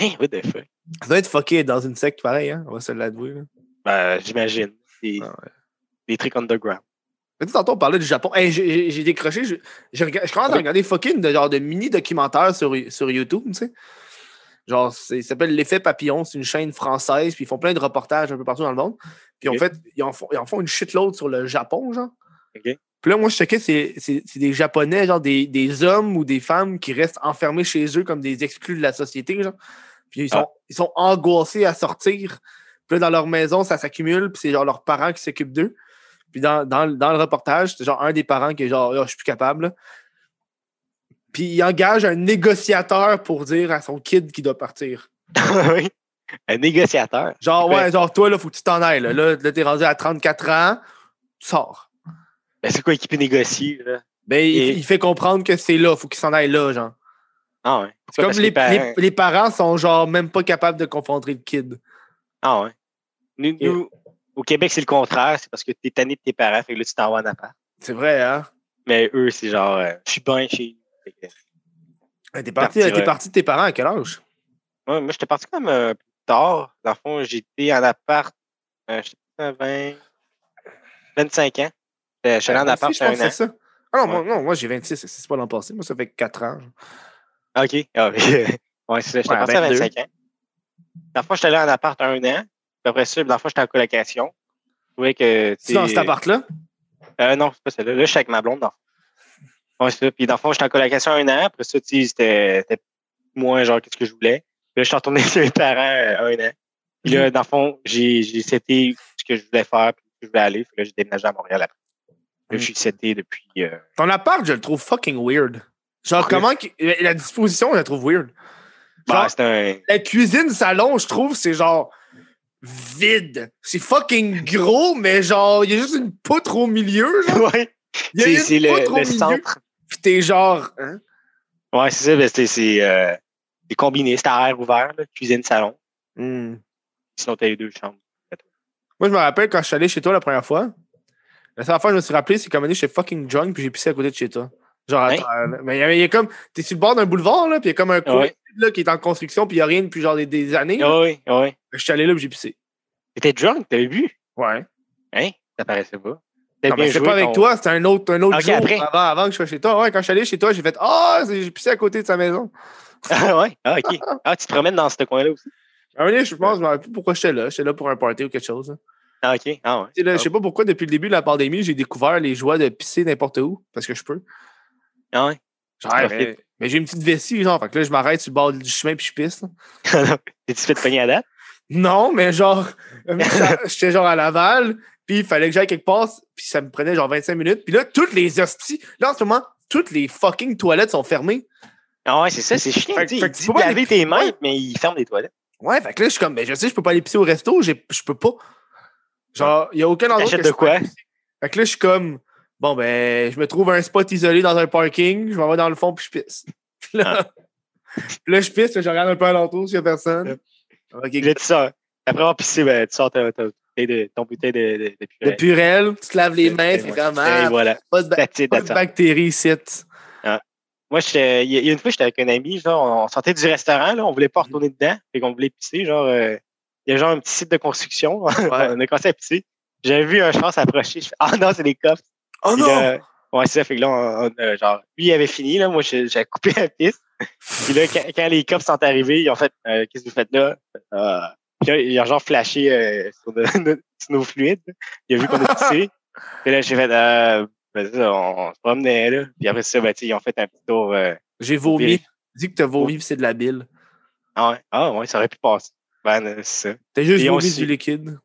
Speaker 3: Hein, what the fuck?
Speaker 1: Ça doit être fucké dans une secte pareil, hein? On va se l'avouer, là.
Speaker 3: Ben, j'imagine. C'est
Speaker 1: Ah
Speaker 3: des trucs underground.
Speaker 1: Mais tu sais, tantôt, on parlait du Japon. Hey, j'ai- j'ai j'ai décroché. Je, je, rega- je commence à
Speaker 3: Oui.
Speaker 1: regarder fucking de, genre de mini-documentaires sur, sur YouTube, tu sais. Genre, c'est- ça s'appelle L'Effet Papillon. C'est une chaîne française. Puis ils font plein de reportages un peu partout dans le monde. Puis en
Speaker 3: Ok.
Speaker 1: fait, ils en font, ils en font une shitload sur le Japon, genre.
Speaker 3: Ok.
Speaker 1: Puis là, moi, je checkais, c'est c'est- c'est des Japonais, genre des, des hommes ou des femmes qui restent enfermés chez eux comme des exclus de la société, genre. Puis
Speaker 3: Ah.
Speaker 1: ils sont, ils sont angoissés à sortir. Puis là, dans leur maison, ça s'accumule, puis c'est genre leurs parents qui s'occupent d'eux. Puis dans, dans, le- dans le reportage, c'est genre un des parents qui est genre, Ah, je suis plus capable. là. Puis il engage un négociateur pour dire à son kid qu'il doit partir.
Speaker 3: Ah, Oui. Un négociateur.
Speaker 1: Genre, ouais,
Speaker 3: Ouais.
Speaker 1: genre, toi, là, faut que tu t'en ailles. Là, là, là, t'es rendu à 34 ans, tu sors.
Speaker 3: Ben, c'est quoi équipe négocier, là?
Speaker 1: Ben,
Speaker 3: Et-
Speaker 1: il, il fait comprendre que c'est là, faut qu'il s'en aille là, genre.
Speaker 3: Ah ouais.
Speaker 1: C'est comme
Speaker 3: Pourquoi? Parce que
Speaker 1: les,
Speaker 3: parents-
Speaker 1: les- les parents sont, genre, même pas capables de confronter le kid.
Speaker 3: Ah ouais. Nous, nous, au Québec, c'est le contraire. C'est parce que t'es tanné de tes parents, fait que là, tu t'en vas en appart.
Speaker 1: C'est vrai, hein?
Speaker 3: Mais eux, c'est genre, euh, je suis bien chez nous. Fait que-
Speaker 1: Ben, T'es parti,
Speaker 3: Partir,
Speaker 1: t'es
Speaker 3: ouais.
Speaker 1: parti de tes parents à quel âge?
Speaker 3: Moi, moi j'étais parti comme un peu tard. Dans le fond, j'étais en appart. Euh, j'étais à 20, 25 ans. Euh, Je suis allé en
Speaker 1: Moi aussi,
Speaker 3: appart
Speaker 1: je pense
Speaker 3: à un
Speaker 1: que
Speaker 3: an.
Speaker 1: c'est ça. Ah non, moi, non, moi, j'ai 26, c'est- c'est pas l'an passé. Moi, ça fait 4 ans.
Speaker 3: Ah, OK. Ah, oui. ouais, c'est ça. J'étais
Speaker 1: Ouais, à
Speaker 3: parti à
Speaker 1: 22.
Speaker 3: 25 ans. Dans le fond, j'étais allé en appart à un an. Puis après ça, dans le fond, j'étais en colocation. Je trouvais que.
Speaker 1: C'est dans
Speaker 3: t'sais,
Speaker 1: cet appart-là?
Speaker 3: Euh, non, c'est pas celle-là. Là, je suis avec ma blonde, dans le fond. Ouais, c'est ça. Puis dans le fond, j'étais en colocation un an. Après ça, tu sais, c'était c'était moins genre qu'est-ce que je voulais. Puis là, je suis retourné chez mes parents euh, un an. Puis là, dans le fond, j'ai j'ai cété ce que je voulais faire, puis où je voulais aller. Puis là, j'ai déménagé à Montréal après. Là, je suis cété depuis. euh,
Speaker 1: Ton appart, je le trouve fucking weird. Genre, comment. qu'il- La disposition, je la trouve weird.
Speaker 3: Ah, bah,
Speaker 1: Genre-
Speaker 3: c'est un.
Speaker 1: la cuisine salon, je trouve, c'est genre vide. C'est fucking gros, mais genre, il y a juste une poutre au milieu, genre.
Speaker 3: Ouais,
Speaker 1: Il y a
Speaker 3: c'est
Speaker 1: une
Speaker 3: c'est le,
Speaker 1: poutre au
Speaker 3: le
Speaker 1: milieu,
Speaker 3: centre.
Speaker 1: Pis t'es genre, hein?
Speaker 3: Ouais, c'est ça. ben, C'est c'est, euh, c'est combiné. C'est à air ouvert, là, cuisine, salon. Hmm. Sinon, t'as les deux chambres.
Speaker 1: Moi, je me rappelle quand je suis allé chez toi la première fois, la seule fois que je me suis rappelé, c'est quand j'étais fucking drunk, puis j'ai pissé à côté de chez toi. Genre, à
Speaker 3: Hein?
Speaker 1: terre, là. Mais il y avait- il y a comme, t'es sur le bord d'un boulevard, là, puis il y a comme un coin
Speaker 3: Ouais.
Speaker 1: là, qui est en construction, puis il y a rien depuis genre des, des années. là.
Speaker 3: Oui, oui.
Speaker 1: Je suis allé là, puis j'ai pissé.
Speaker 3: T'étais drunk, t'avais bu?
Speaker 1: Ouais.
Speaker 3: Hein? Ça paraissait pas.
Speaker 1: Non, mais c'est
Speaker 3: joué,
Speaker 1: pas avec
Speaker 3: ton-
Speaker 1: toi, c'était un autre, un autre
Speaker 3: Ok,
Speaker 1: jour
Speaker 3: après.
Speaker 1: avant, avant que je sois chez toi. Ouais, quand je suis allé chez toi, j'ai fait Ah, c'est- j'ai pissé à côté de sa maison.
Speaker 3: Ah ouais? Ah, OK. Ah, tu te promènes dans ce coin-là aussi?
Speaker 1: À un moment donné, je pense, je me rappelle plus pourquoi j'étais là. J'étais là pour un party ou quelque chose. là.
Speaker 3: Ah, OK. Ah ouais.
Speaker 1: Tu sais, là, Je sais pas pourquoi, depuis le début de la pandémie, j'ai découvert les joies de pisser n'importe où, parce que je peux.
Speaker 3: Ah ouais.
Speaker 1: Genre,
Speaker 3: Ah,
Speaker 1: mais, mais j'ai une petite vessie, genre. Fait que là, je m'arrête sur le bord du chemin puis je pisse. là.
Speaker 3: T'es-tu fait de pogner à date?
Speaker 1: Non, mais genre, j'étais genre à Laval, puis il fallait que j'aille quelque part, puis ça me prenait genre 25 minutes. Puis là, toutes les hosties, là, en ce moment, toutes les fucking toilettes sont fermées.
Speaker 3: Ah ouais, c'est ça, c'est chiant.
Speaker 1: Fait que-
Speaker 3: tu sais,
Speaker 1: fait
Speaker 3: il
Speaker 1: que tu
Speaker 3: dit
Speaker 1: peux
Speaker 3: de
Speaker 1: pas
Speaker 3: laver
Speaker 1: aller-
Speaker 3: tes mains,
Speaker 1: Ouais.
Speaker 3: mais il ferme les toilettes.
Speaker 1: Ouais, fait que là, je suis comme, ben, je sais, je peux pas aller pisser au resto, j'ai- je peux pas. Genre, il y a aucun endroit.
Speaker 3: T'achètes
Speaker 1: que
Speaker 3: de
Speaker 1: je peux
Speaker 3: quoi?
Speaker 1: Fait que là, je suis comme, bon, ben, je me trouve un spot isolé dans un parking, je m'en vais dans le fond, puis je pisse. Puis là,
Speaker 3: Ah.
Speaker 1: puis là, je pisse, puis je regarde un peu alentour s'il y a personne. Ok,
Speaker 3: Puis là, tu sors. Après avoir pissé, ben, tu sors ta- ta bouteille de- ton bouteille de, de, de
Speaker 1: le
Speaker 3: purée.
Speaker 1: purel, tu te laves les mains,
Speaker 3: Ouais.
Speaker 1: c'est ah, vraiment
Speaker 3: Et voilà.
Speaker 1: pas de, ba-
Speaker 3: That's it,
Speaker 1: pas
Speaker 3: that's
Speaker 1: de
Speaker 3: all.
Speaker 1: bactéries ici.
Speaker 3: Moi, j'étais- il y a il y a une fois, j'étais avec un ami, genre, on sortait du restaurant, là, on voulait
Speaker 1: Mm-hmm.
Speaker 3: pas retourner dedans, fait qu'on voulait pisser, genre, euh, il y a genre un petit site de construction, on a commencé à pisser. J'avais vu un char s'approcher, je fais, ah non, c'est des cops.
Speaker 1: Oh
Speaker 3: Puis
Speaker 1: non!
Speaker 3: là, ouais, c'est ça. Fait que là, on, on a, genre, lui, il avait fini, là. Moi, j'ai j'ai coupé la piste. Puis là, quand, quand les cops sont arrivés, ils ont fait, euh, qu'est-ce que vous faites là? Ah. Puis là, ils ont genre flashé euh, sur, nos- notre- sur nos fluides. Il a vu qu'on a pissé. Puis là, j'ai fait, euh, ben, ça, on, on se promenait, là. Puis après ça, ben, tu sais, ils ont fait un petit tour. euh,
Speaker 1: J'ai vomi. Dis que t'as vomi, puis c'est de la bile.
Speaker 3: ah, ouais, ah, ouais, ça aurait pu passer. Ben, euh, c'est ça.
Speaker 1: T'as juste
Speaker 3: Puis on
Speaker 1: vomi
Speaker 3: s'y-
Speaker 1: du liquide.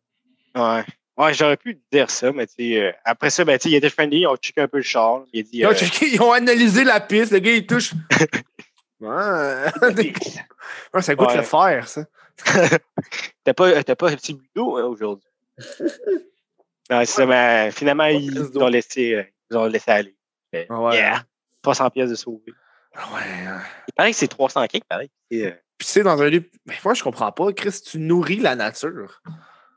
Speaker 3: Ouais. Ouais, j'aurais pu dire ça, mais tu sais, euh, après ça, ben, tu sais, il était friendly, ils ont checké un peu le char. Il a dit,
Speaker 1: Ils ont
Speaker 3: euh,
Speaker 1: checké, Ils ont analysé la piste, le gars, il touche. Ouais,
Speaker 3: euh,
Speaker 1: Ouais, ça goûte
Speaker 3: Ouais.
Speaker 1: le fer, ça.
Speaker 3: T'as pas, t'as pas un petit but d'eau hein, aujourd'hui. non, c'est ça, mais finalement, ils
Speaker 1: pièce
Speaker 3: nous
Speaker 1: d'eau.
Speaker 3: ont laissé, euh, ils ont laissé aller. Fait,
Speaker 1: Ah ouais.
Speaker 3: Yeah! 300 pièces de sauvé.
Speaker 1: Ouais. hein.
Speaker 3: Il paraît que c'est 300 kicks, pareil. C'est, euh,
Speaker 1: pisser dans un lieu. Mais moi, je comprends pas. Chris, tu nourris la nature.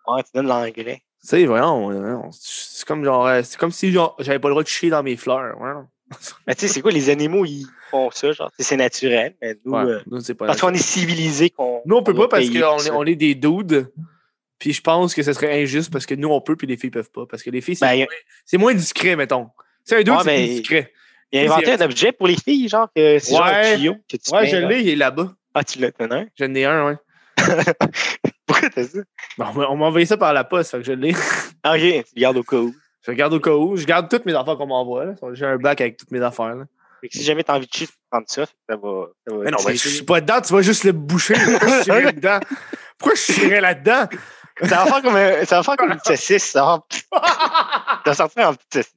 Speaker 3: ouais, tu donnes l'engrais.
Speaker 1: Tu sais, voyons, voyons, c'est comme genre. euh, C'est comme si genre, j'avais pas le droit de chier dans mes fleurs. voyons.
Speaker 3: Mais tu sais, c'est quoi, les animaux, ils font ça, genre, tu sais, c'est naturel, mais nous,
Speaker 1: Ouais,
Speaker 3: euh,
Speaker 1: nous, c'est pas
Speaker 3: parce qu'on est civilisés qu'on.
Speaker 1: nous, on peut
Speaker 3: doit
Speaker 1: pas parce
Speaker 3: payer
Speaker 1: qu'on
Speaker 3: pour
Speaker 1: est,
Speaker 3: ça.
Speaker 1: on est des dudes. Puis je pense que ce serait injuste parce que nous, on peut, puis les filles peuvent pas. Parce que les filles, c'est
Speaker 3: Ben, il-
Speaker 1: c'est moins discret, mettons. C'est un dude,
Speaker 3: Ouais,
Speaker 1: c'est
Speaker 3: mais-
Speaker 1: plus discret.
Speaker 3: il a inventé un objet pour les filles, genre, que c'est genre un
Speaker 1: Ouais.
Speaker 3: tuyau que tu
Speaker 1: Ouais,
Speaker 3: mets,
Speaker 1: je
Speaker 3: genre.
Speaker 1: l'ai, il est là-bas.
Speaker 3: Ah, tu l'as, t'en as un?
Speaker 1: J'en ai un, ouais.
Speaker 3: Pourquoi t'as ça?
Speaker 1: Bon, on m'a envoyé ça par la poste, fait que je l'ai.
Speaker 3: Ah, ok, tu le gardes au cas où.
Speaker 1: Je regarde au cas où. Je garde toutes mes affaires qu'on m'envoie. là. J'ai un bac avec toutes mes affaires. là.
Speaker 3: Fait que si jamais t'as envie de chier, tu peux prendre ça. fait que Ça va. ça va-
Speaker 1: Mais non,
Speaker 3: c'est-
Speaker 1: ben, je suis pas dedans, tu vas juste le boucher. Pourquoi je chierais dedans? Pourquoi je chierais là-dedans?
Speaker 3: ça va faire comme, un- ça va faire comme une saucisse. Ça va, ça va sortir en petite saucisse.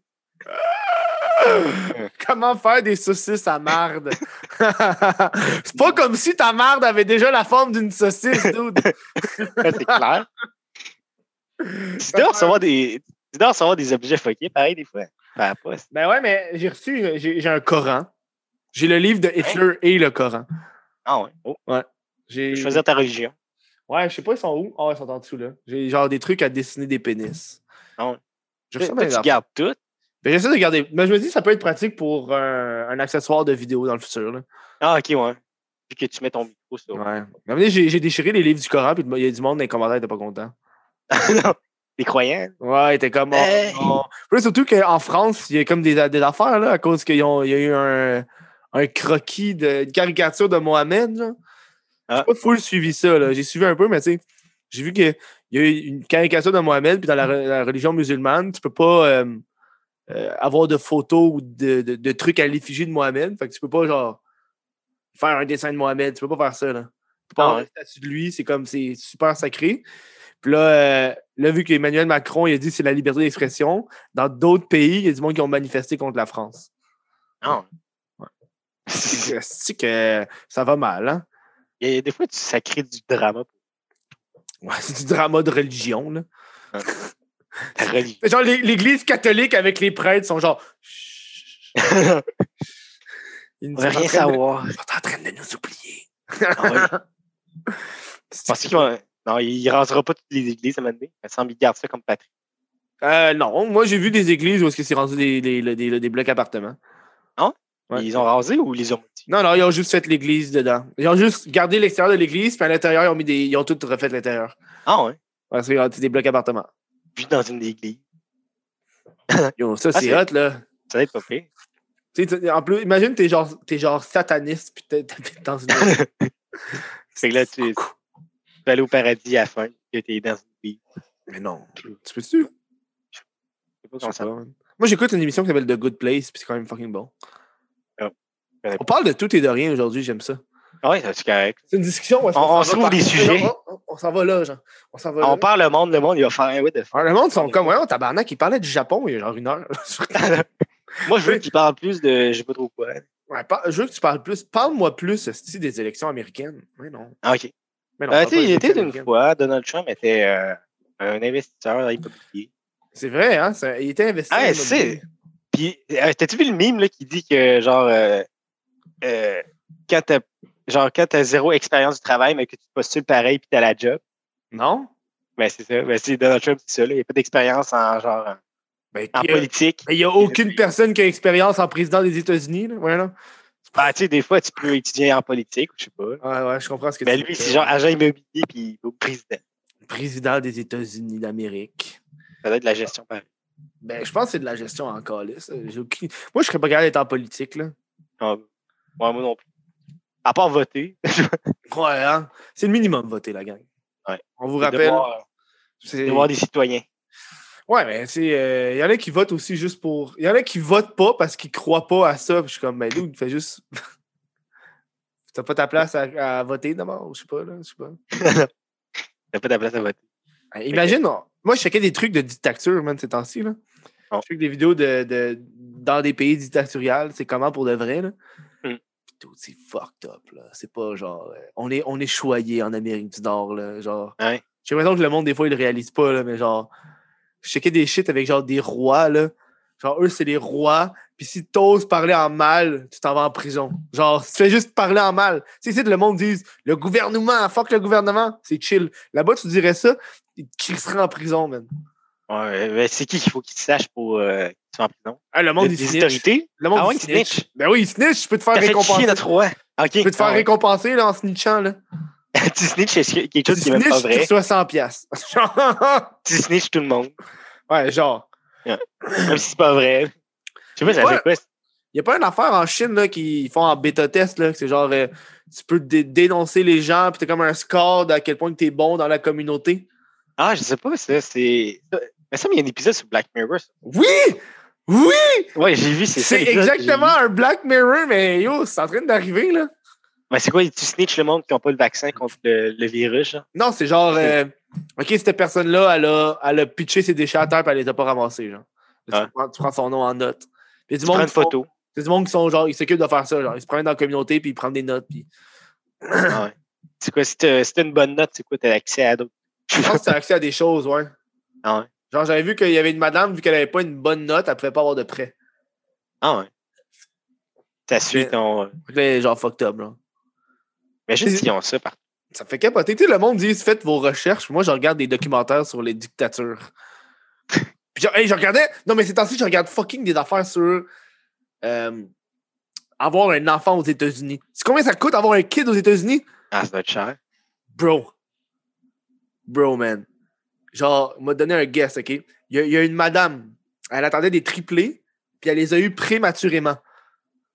Speaker 1: Comment faire des saucisses à marde? c'est pas comme si ta marde avait déjà la forme d'une saucisse, dude.
Speaker 3: Ça, c'est clair. Tu dois recevoir des, tu dois recevoir des objets fuckés, pareil, des fois. Par la poste.
Speaker 1: ben ouais, mais j'ai reçu, j'ai j'ai un Coran. J'ai le livre de Hitler et le Coran.
Speaker 3: Ah ouais. Oh,
Speaker 1: J'ai-
Speaker 3: je vais choisir ta religion.
Speaker 1: Ouais, je sais pas, ils sont où? Ah, ils sont en dessous, là. J'ai genre des trucs à dessiner des pénis.
Speaker 3: Non.
Speaker 1: Je
Speaker 3: Toi,
Speaker 1: reçois plein
Speaker 3: toi, Ah tu
Speaker 1: d'affaires.
Speaker 3: gardes tout.
Speaker 1: Ben, J'essaie de garder. Mais je me dis, ça peut être pratique pour un, un accessoire de vidéo dans le futur, là.
Speaker 3: Ah, ok, ouais. Puis que tu mets ton micro sur.
Speaker 1: Ouais. À un moment donné, j'ai j'ai déchiré les livres du Coran, puis il y a du monde dans les commentaires qui était pas content.
Speaker 3: non. T'es croyant.
Speaker 1: Ouais, il était comme. oh,
Speaker 3: Hey!
Speaker 1: non. Puis surtout qu'en France, il y a comme des, des affaires, là, à cause qu'il y a eu un, un croquis, de, une caricature de Mohamed, là. J'ai
Speaker 3: Ah.
Speaker 1: pas full suivi ça, là. J'ai suivi un peu, mais tu sais, j'ai vu qu'il y a eu une caricature de Mohamed, puis dans la, re- la religion musulmane, tu peux pas. euh, euh, avoir de photos ou de, de- de trucs à l'effigie de Mohamed. Fait que tu peux pas, genre, faire un dessin de Mohamed. Tu peux pas faire ça, là. Tu peux pas
Speaker 3: Ah
Speaker 1: avoir
Speaker 3: ouais.
Speaker 1: une statue de lui. C'est comme, c'est super sacré. Puis là, euh, là, vu qu'Emmanuel Macron, il a dit que c'est la liberté d'expression, dans d'autres pays, il y a du monde qui ont manifesté contre la France.
Speaker 3: Non.
Speaker 1: Fait que, c'est que ça va mal, hein?
Speaker 3: Il y a- des fois, tu, ça crée du drama pour
Speaker 1: Ouais, c'est du drama de religion, là.
Speaker 3: ta religion.
Speaker 1: Mais Genre, l'é- l'église catholique avec les prêtres sont genre... Chut. Ils
Speaker 3: On
Speaker 1: nous
Speaker 3: veut
Speaker 1: sont en
Speaker 3: rien
Speaker 1: train de-
Speaker 3: savoir.
Speaker 1: Ils sont en train de nous oublier.
Speaker 3: Ah ouais. Parce qu'il va- Non, il rasera pas toutes les églises à un moment donné. Il me semble qu'il garde ça comme patrie.
Speaker 1: Euh, non, moi j'ai vu des églises où est-ce que c'est rendu des, des, des, des blocs appartements.
Speaker 3: Non?
Speaker 1: Ouais.
Speaker 3: Ils ont rasé ou ils les ont modifiés?
Speaker 1: Non, non, ils ont juste fait l'église dedans. Ils ont juste gardé l'extérieur de l'église, puis à l'intérieur, ils ont mis des. Ils ont tout refait l'intérieur.
Speaker 3: Ah ouais.
Speaker 1: Parce qu'ils ont c'est des blocs appartements.
Speaker 3: Vu dans une église.
Speaker 1: Yo, ça,
Speaker 3: Ah,
Speaker 1: c'est
Speaker 3: c'est-
Speaker 1: hot, là.
Speaker 3: Ça va être pas pire.
Speaker 1: Tu sais, t'sais, en plus, imagine, t'es genre, t'es genre sataniste, puis t'es- t'habites dans une.
Speaker 3: Fait que là, tu, tu peux aller au paradis à la fin, que t'es dans une église.
Speaker 1: Mais non. Tu peux-tu?
Speaker 3: Je sais pas
Speaker 1: Je
Speaker 3: comment
Speaker 1: sais
Speaker 3: ça
Speaker 1: pas, man. Moi, j'écoute une émission qui s'appelle The Good Place, puis c'est quand même fucking bon.
Speaker 3: Ah, connais
Speaker 1: On parle de tout et de rien aujourd'hui, j'aime ça.
Speaker 3: va. Ah Ouais, c'est correct.
Speaker 1: C'est une discussion. où est-ce
Speaker 3: On-
Speaker 1: qu'on s'en
Speaker 3: on
Speaker 1: va
Speaker 3: se trouve
Speaker 1: par-
Speaker 3: des sujets.
Speaker 1: On, on- on s'en va là, genre. On s'en va là.
Speaker 3: On parle le monde, le monde, il va faire un ouais de
Speaker 1: Ah, le monde sont comme, voyons, tabarnak, il parlait du Japon il y a genre une heure.
Speaker 3: Moi, je veux qu'il parle plus de je sais pas trop quoi.
Speaker 1: Ouais, par- je veux que tu parles plus. Parle-moi plus esti, des élections américaines. Mais non.
Speaker 3: Ah, OK.
Speaker 1: Mais non
Speaker 3: Euh,
Speaker 1: parle pas
Speaker 3: tu sais, il
Speaker 1: des
Speaker 3: était
Speaker 1: élections
Speaker 3: une
Speaker 1: américaines.
Speaker 3: fois, Donald Trump était euh, un investisseur immobilier.
Speaker 1: C'est vrai, hein? ça- il était investi.
Speaker 3: Ah,
Speaker 1: dans
Speaker 3: c'est-
Speaker 1: l'immobilier.
Speaker 3: Puis, euh, t'as-tu vu le mime là, qui dit que, genre, euh, euh, quand t'as genre quand t'as zéro expérience du travail, mais que tu postules pareil puis t'as la job?
Speaker 1: Non?
Speaker 3: Ben, c'est ça. Ben, c'est Donald Trump, c'est ça. Là. Il n'y a pas d'expérience en, genre, en-
Speaker 1: Ben,
Speaker 3: en
Speaker 1: il y a-
Speaker 3: politique.
Speaker 1: ben, il n'y a, aucune personne qui a expérience en président des États-Unis. là. Ouais, non?
Speaker 3: Ben, tu sais, des fois, tu peux étudier en politique, ou je sais pas.
Speaker 1: Ouais, ouais, je comprends ce que
Speaker 3: Mais
Speaker 1: tu
Speaker 3: Ben, lui,
Speaker 1: dis.
Speaker 3: c'est genre agent immobilier puis au président.
Speaker 1: Président des États-Unis d'Amérique.
Speaker 3: Ça doit être de la gestion pareil.
Speaker 1: Ben, je pense que c'est de la gestion en calice. euh, J'ai aucune- Moi, je serais pas capable d'être en politique, là.
Speaker 3: Ah, ouais, moi non plus. À part voter.
Speaker 1: Ouais, hein? C'est le minimum, voter, la gang.
Speaker 3: Ouais.
Speaker 1: On vous
Speaker 3: et
Speaker 1: rappelle.
Speaker 3: devoir-
Speaker 1: c'est-
Speaker 3: devoir euh, des citoyens.
Speaker 1: Ouais, mais tu sais, il y en a qui votent aussi juste pour. Il y en a qui votent pas parce qu'ils croient pas à ça. Puis je suis comme, ben, dude, fais juste. T'as pas ta place à, à voter d'abord, ou je sais pas, là, je sais pas.
Speaker 3: T'as pas ta place à voter.
Speaker 1: Hey, Imagine, on- moi, je checkais des trucs de dictature, man, ces temps-ci, là.
Speaker 3: Oh.
Speaker 1: Je check des vidéos de, de- dans des pays dictatoriales, c'est comment pour de vrai, là.
Speaker 3: Hmm.
Speaker 1: Puis dude, c'est fucked up, là. C'est pas genre. euh, On est, on est choyé en Amérique du Nord, là, genre.
Speaker 3: Ouais.
Speaker 1: J'ai l'impression que le monde, des fois, il le réalise pas, là, mais genre, je checkais des shit avec genre des rois, là. Genre, eux, c'est les rois. Puis si t'oses parler en mal, tu t'en vas en prison. Genre, si tu fais juste parler en mal. Tu sais, ici, le monde dit le gouvernement, fuck le gouvernement, c'est chill. Là-bas, tu dirais ça, ils te crisseraient en prison, man.
Speaker 3: Ouais, mais c'est qui qu'il faut qu'ils sachent pour euh, qu'ils soient en prison?
Speaker 1: Ah, le monde, il
Speaker 3: des
Speaker 1: snitch.
Speaker 3: autorités?
Speaker 1: Le monde,
Speaker 3: Ah ouais,
Speaker 1: il
Speaker 3: il
Speaker 1: snitch.
Speaker 3: snitch.
Speaker 1: Ben oui, il snitch, je peux te faire
Speaker 3: T'as fait chier
Speaker 1: récompenser.
Speaker 3: notre roi. OK.
Speaker 1: Je peux te faire
Speaker 3: Ah ouais.
Speaker 1: récompenser, là, en snitchant, là.
Speaker 3: tu snitches c'est sûr- quelque
Speaker 1: Tu
Speaker 3: chose qui est même pas
Speaker 1: snitches, tu
Speaker 3: vrai.
Speaker 1: reçois 100 piastres. Genre,
Speaker 3: Tu snitches tout le monde.
Speaker 1: ouais, genre.
Speaker 3: Même si c'est pas vrai. Je sais pas, ça
Speaker 1: Ouais.
Speaker 3: fait quoi? c'est-
Speaker 1: Il n'y a pas une affaire en Chine là, qu'ils font en bêta-test, là, que c'est genre euh, tu peux dé- dénoncer les gens, puis t'as comme un score d'à quel point tu es bon dans la communauté.
Speaker 3: Ah, je sais pas, ça, c'est. Mais ça, mais il y a un épisode sur Black Mirror. ça.
Speaker 1: Oui! Oui!
Speaker 3: Ouais, j'ai vu, c'est ça.
Speaker 1: C'est
Speaker 3: l'épisode que j'ai
Speaker 1: exactement
Speaker 3: vu.
Speaker 1: un Black Mirror, mais yo, c'est en train d'arriver, là.
Speaker 3: Mais c'est quoi, tu snitches le monde qui n'a pas le vaccin contre le, le virus, genre?
Speaker 1: Non, c'est genre, euh, OK, cette personne-là, elle a, elle a pitché ses déchets à terre puis elle les a pas ramassés, genre. Tu,
Speaker 3: Ouais.
Speaker 1: prends, tu prends son nom en note. Puis il y a du
Speaker 3: Tu
Speaker 1: monde
Speaker 3: prends une
Speaker 1: qui font-
Speaker 3: photo.
Speaker 1: C'est du monde qui sont genre, ils s'occupent de faire ça, genre, ils se prennent dans la communauté puis ils prennent des notes. Puis...
Speaker 3: Ah Ouais. C'est quoi, si t'as si t'as une bonne note, c'est quoi, t'as accès à d'autres.
Speaker 1: Je pense que t'as accès à des choses, ouais.
Speaker 3: Ah ouais.
Speaker 1: Genre, j'avais vu qu'il y avait une madame, vu qu'elle avait pas une bonne note, elle pouvait pas avoir de prêt.
Speaker 3: Ah ouais. T'as su
Speaker 1: Mais-
Speaker 3: ton. euh,
Speaker 1: Fait que là, elle est genre fucked up, là.
Speaker 3: Imagine
Speaker 1: Mais-
Speaker 3: s'ils ont ça partout.
Speaker 1: Ça fait capoter. Tu sais, le monde dit, faites vos recherches. Moi, je regarde des documentaires sur les dictatures. Puis, genre, hey, je regardais. Non, mais c'est temps-ci, je regarde fucking des affaires sur euh, avoir un enfant aux États-Unis. C'est combien ça coûte avoir un kid aux États-Unis?
Speaker 3: Ah, ça doit être cher.
Speaker 1: Bro. Bro, man. Genre, il m'a donné un guess, OK? Il y, a- il y a une madame. Elle attendait des triplés, puis elle les a eus prématurément.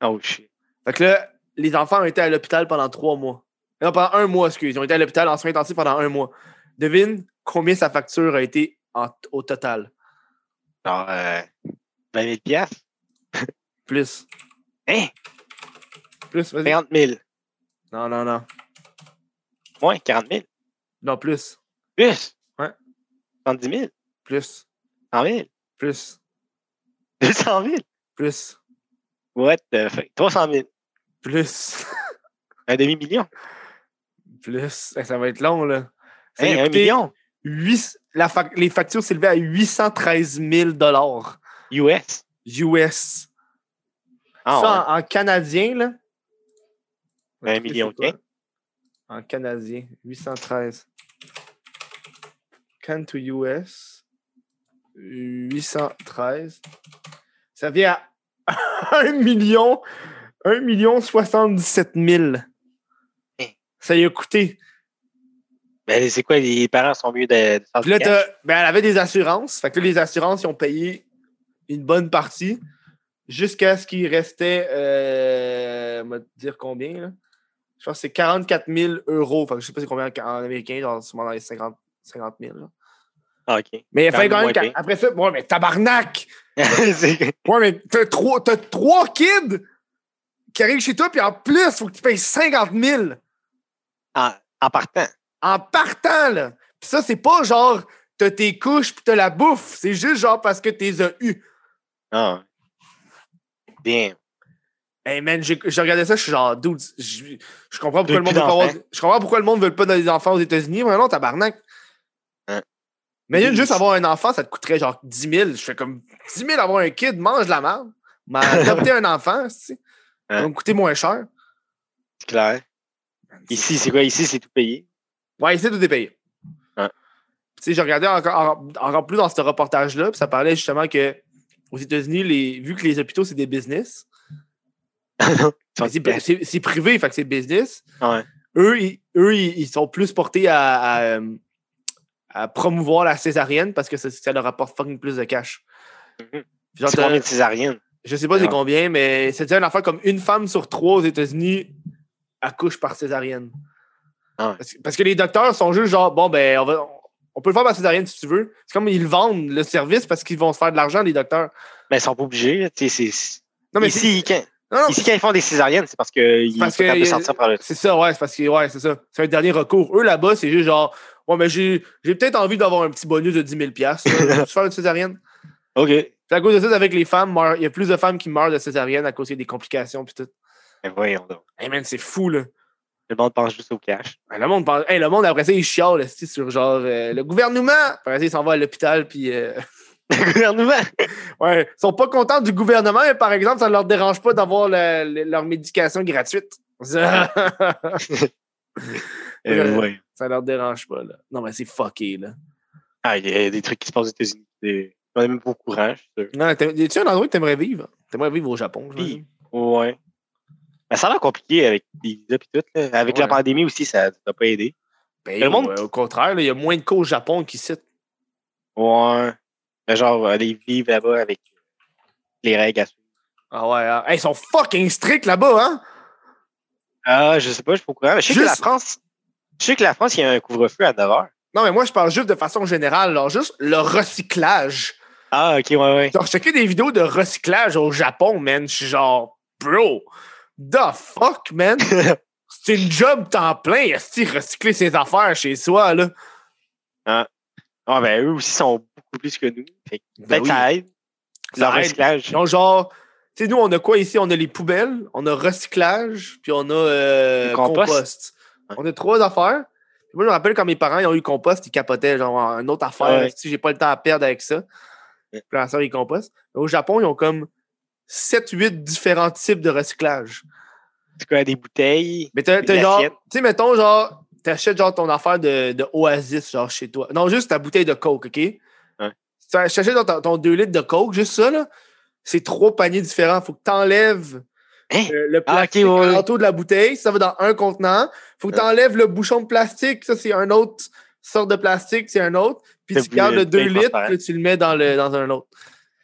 Speaker 3: Oh shit.
Speaker 1: Fait que là, les enfants ont été à l'hôpital pendant trois mois. Non, pendant un mois, excuse. Ils ont été à l'hôpital en soins intensifs pendant un mois. Devine combien sa facture a été en- au total.
Speaker 3: Genre, euh, 20 000 piastres.
Speaker 1: Plus.
Speaker 3: Hein?
Speaker 1: Plus, vas-y.
Speaker 3: 50 000.
Speaker 1: Non, non, non.
Speaker 3: Moins 40 000.
Speaker 1: Non, plus.
Speaker 3: Plus.
Speaker 1: Ouais.
Speaker 3: 70 000.
Speaker 1: Plus.
Speaker 3: 100 000.
Speaker 1: Plus.
Speaker 3: 200 000.
Speaker 1: Plus.
Speaker 3: What the fuck? 300 000.
Speaker 1: Plus.
Speaker 3: Un demi-million.
Speaker 1: Plus. Hey, Ça va être long, là. Ça lui a
Speaker 3: Hein, un
Speaker 1: coûté
Speaker 3: million.
Speaker 1: huit- la fac- Les factures s'élevaient à 813 000
Speaker 3: US.
Speaker 1: US.
Speaker 3: Ah,
Speaker 1: Ça, en, en canadien, là.
Speaker 3: ouais. un million.
Speaker 1: C'est quoi?
Speaker 3: ok.
Speaker 1: En canadien, 813. Can to US, 813. Ça vient à 1 million, 1 million 77 000.
Speaker 3: Hey.
Speaker 1: Ça lui a coûté.
Speaker 3: Ben, c'est quoi, les parents sont mieux de, de faire
Speaker 1: Puis là,
Speaker 3: du cash?
Speaker 1: t'as- ben, elle avait des assurances. Fait que là, les assurances, ils ont payé une bonne partie jusqu'à ce qu'il restait, euh, on va te dire combien, là. Je pense que c'est 44 000 euros. Fait que je sais pas c'est combien en, en américain, genre sûrement dans les 50, 50 000. là.
Speaker 3: Ah, ok.
Speaker 1: Mais il
Speaker 3: Quand
Speaker 1: fallait
Speaker 3: même
Speaker 1: quand même.
Speaker 3: moins
Speaker 1: qu'à-
Speaker 3: pire.
Speaker 1: Après ça, ouais, mais tabarnak!
Speaker 3: C'est-
Speaker 1: Ouais, mais t'as trois, t'as trois kids qui arrivent chez toi, puis en plus, faut que tu payes 50 000
Speaker 3: en, en partant.
Speaker 1: en partant, là. Puis ça, c'est pas genre t'as tes couches puis t'as la bouffe. C'est juste genre parce que t'es as eu.
Speaker 3: Ah. Bien.
Speaker 1: Hey man, j'ai j'ai regardé ça, je suis genre dude, je, je comprends pourquoi
Speaker 3: J'ai
Speaker 1: le monde
Speaker 3: plus
Speaker 1: veut pas avoir-
Speaker 3: d'enfants.
Speaker 1: Je comprends pourquoi le monde veut pas donner des enfants aux États-Unis, mais non, tabarnak.
Speaker 3: Hein.
Speaker 1: Mais
Speaker 3: Oui.
Speaker 1: juste avoir un enfant, ça te coûterait genre 10 000. Je fais comme 10 000 avoir un kid, mange de la merde. Mais adopter un enfant, tu sais, ça va
Speaker 3: Hein.
Speaker 1: me coûter moins cher.
Speaker 3: C'est clair. Ici, c'est quoi? Ici, c'est tout payé.
Speaker 1: Ouais, ici, tout est payé.
Speaker 3: Ouais.
Speaker 1: Tu sais, j'ai regardé encore, en- encore plus dans ce reportage-là, puis ça parlait justement que aux États-Unis, les, vu que les hôpitaux, c'est des business, ben, c'est, ben, c'est- c'est privé, fait que c'est business,
Speaker 3: Ouais.
Speaker 1: eux, ils, eux, ils ils sont plus portés à, à, euh, à promouvoir la césarienne parce que ça, ça leur apporte fucking plus de cash.
Speaker 3: Mhm.
Speaker 1: Puis genre,
Speaker 3: C'est
Speaker 1: t'as-
Speaker 3: combien Ah. de césariennes?
Speaker 1: je sais pas c'est
Speaker 3: Ouais.
Speaker 1: combien, mais c'est une affaire comme une femme sur trois aux États-Unis accouche par césarienne.
Speaker 3: Ah ouais.
Speaker 1: Parce, que- parce que les docteurs sont juste genre, bon, ben, on, va- on peut le faire par césarienne si tu veux. C'est comme ils vendent le service parce qu'ils vont se faire de l'argent, les docteurs.
Speaker 3: Mais Ben, ils sont pas obligés. là. Tu sais, c'est-
Speaker 1: Non, mais
Speaker 3: ici, quand,
Speaker 1: c'est- non, non,
Speaker 3: ici, quand ils font des césariennes, c'est parce qu'ils sont
Speaker 1: parce que
Speaker 3: capables de
Speaker 1: y a-
Speaker 3: sortir par le.
Speaker 1: c'est ça, ouais, c'est parce que, ouais, c'est ça. C'est un dernier recours. Eux, là-bas, c'est juste genre, ouais, mais j'ai j'ai peut-être envie d'avoir un petit bonus de 10 000 là. Peux-tu faire une césarienne?
Speaker 3: OK.
Speaker 1: Puis à cause de ça, c'est avec les femmes, meurent- il y a plus de femmes qui meurent de césarienne à cause qu'il y a des complications, puis tout.
Speaker 3: Mais Ben, voyons donc.
Speaker 1: Hey man, c'est fou, là.
Speaker 3: Le monde pense juste au cash.
Speaker 1: Ben, le, monde pense- hey, le monde, après ça, il chiale esti, sur genre euh, le gouvernement. Après ça, il s'en va à l'hôpital. Puis, euh,
Speaker 3: Le gouvernement.
Speaker 1: ouais, ils sont pas contents du gouvernement, mais par exemple, ça leur dérange pas d'avoir la- la- leur médication gratuite. Ça,
Speaker 3: Euh,
Speaker 1: Ouais.
Speaker 3: ouais.
Speaker 1: ça leur dérange pas. Là. Non, mais c'est fucké. là.
Speaker 3: Ah, il y, a- il y a des trucs qui se passent aux États-Unis. C'est- On est même pas au courant, je suis sûr.
Speaker 1: Non, tu tu un endroit que t'aimerais vivre? T'aimerais vivre au Japon? je
Speaker 3: Oui. Ouais. Mais ça a l'air compliqué avec les visas et tout. là. Avec la
Speaker 1: Ouais.
Speaker 3: pandémie aussi, ça n'a pas aidé.
Speaker 1: Ben,
Speaker 3: Le monde-
Speaker 1: ouais, au contraire, là, il y a moins de cas au Japon qu'ici.
Speaker 3: Ouais. Mais Genre, aller vivre là-bas avec les règles à suivre.
Speaker 1: Ah ouais, hein. Hey, ils sont fucking stricts là-bas, hein?
Speaker 3: Ah, je sais pas, je suis pas au courant. Mais je sais que
Speaker 1: Juste-
Speaker 3: la France, je sais que la France, il y a un couvre-feu à 9h.
Speaker 1: Non, mais moi, je parle juste de façon générale, alors juste le recyclage.
Speaker 3: Ah, ok, ouais, ouais.
Speaker 1: Genre, je checkais des vidéos de recyclage au Japon, man. Je suis genre, bro, the fuck, man. C'est une job temps plein, est recycler ses affaires chez soi, là?
Speaker 3: Ah, ben eux aussi sont beaucoup plus que nous. Fait que
Speaker 1: Ben
Speaker 3: peut-être
Speaker 1: oui.
Speaker 3: ça aide.
Speaker 1: Ça
Speaker 3: Leur
Speaker 1: aide.
Speaker 3: recyclage.
Speaker 1: Ils ont genre, tu sais, nous, on a quoi ici? On a les poubelles, on a recyclage, puis on a euh,
Speaker 3: Le
Speaker 1: compost.
Speaker 3: compost.
Speaker 1: On a trois affaires. Puis Moi, je me rappelle quand mes parents ils ont eu compost, ils capotaient, genre, une autre affaire,
Speaker 3: Ouais.
Speaker 1: si j'ai pas le temps à perdre avec ça. Puis la soeur, ils compostent. Mais au Japon, ils ont comme 7-8 différents types de recyclage.
Speaker 3: Tu connais des bouteilles.
Speaker 1: Mais t'as,
Speaker 3: Une
Speaker 1: t'as genre, tu
Speaker 3: assiette.
Speaker 1: sais, mettons, genre, t'achètes genre ton affaire de, de Oasis, genre chez toi. Non, juste ta bouteille de Coke, OK? Tu t'achètes genre ton- ton 2 litres de Coke, juste ça, là. C'est trois paniers différents. Faut que t'enlèves
Speaker 3: Hein?
Speaker 1: euh, le
Speaker 3: Ah, ok,
Speaker 1: plastique
Speaker 3: ouais, ouais.
Speaker 1: autour de la bouteille. Ça va dans un contenant. Faut que t'enlèves le bouchon de plastique. Ça, c'est un autre sorte de plastique, c'est un autre. Puis
Speaker 3: Le
Speaker 1: tu
Speaker 3: bou-
Speaker 1: gardes le
Speaker 3: le
Speaker 1: 2
Speaker 3: bouteille
Speaker 1: litres,
Speaker 3: transparent.
Speaker 1: puis tu le mets dans, le, dans un autre.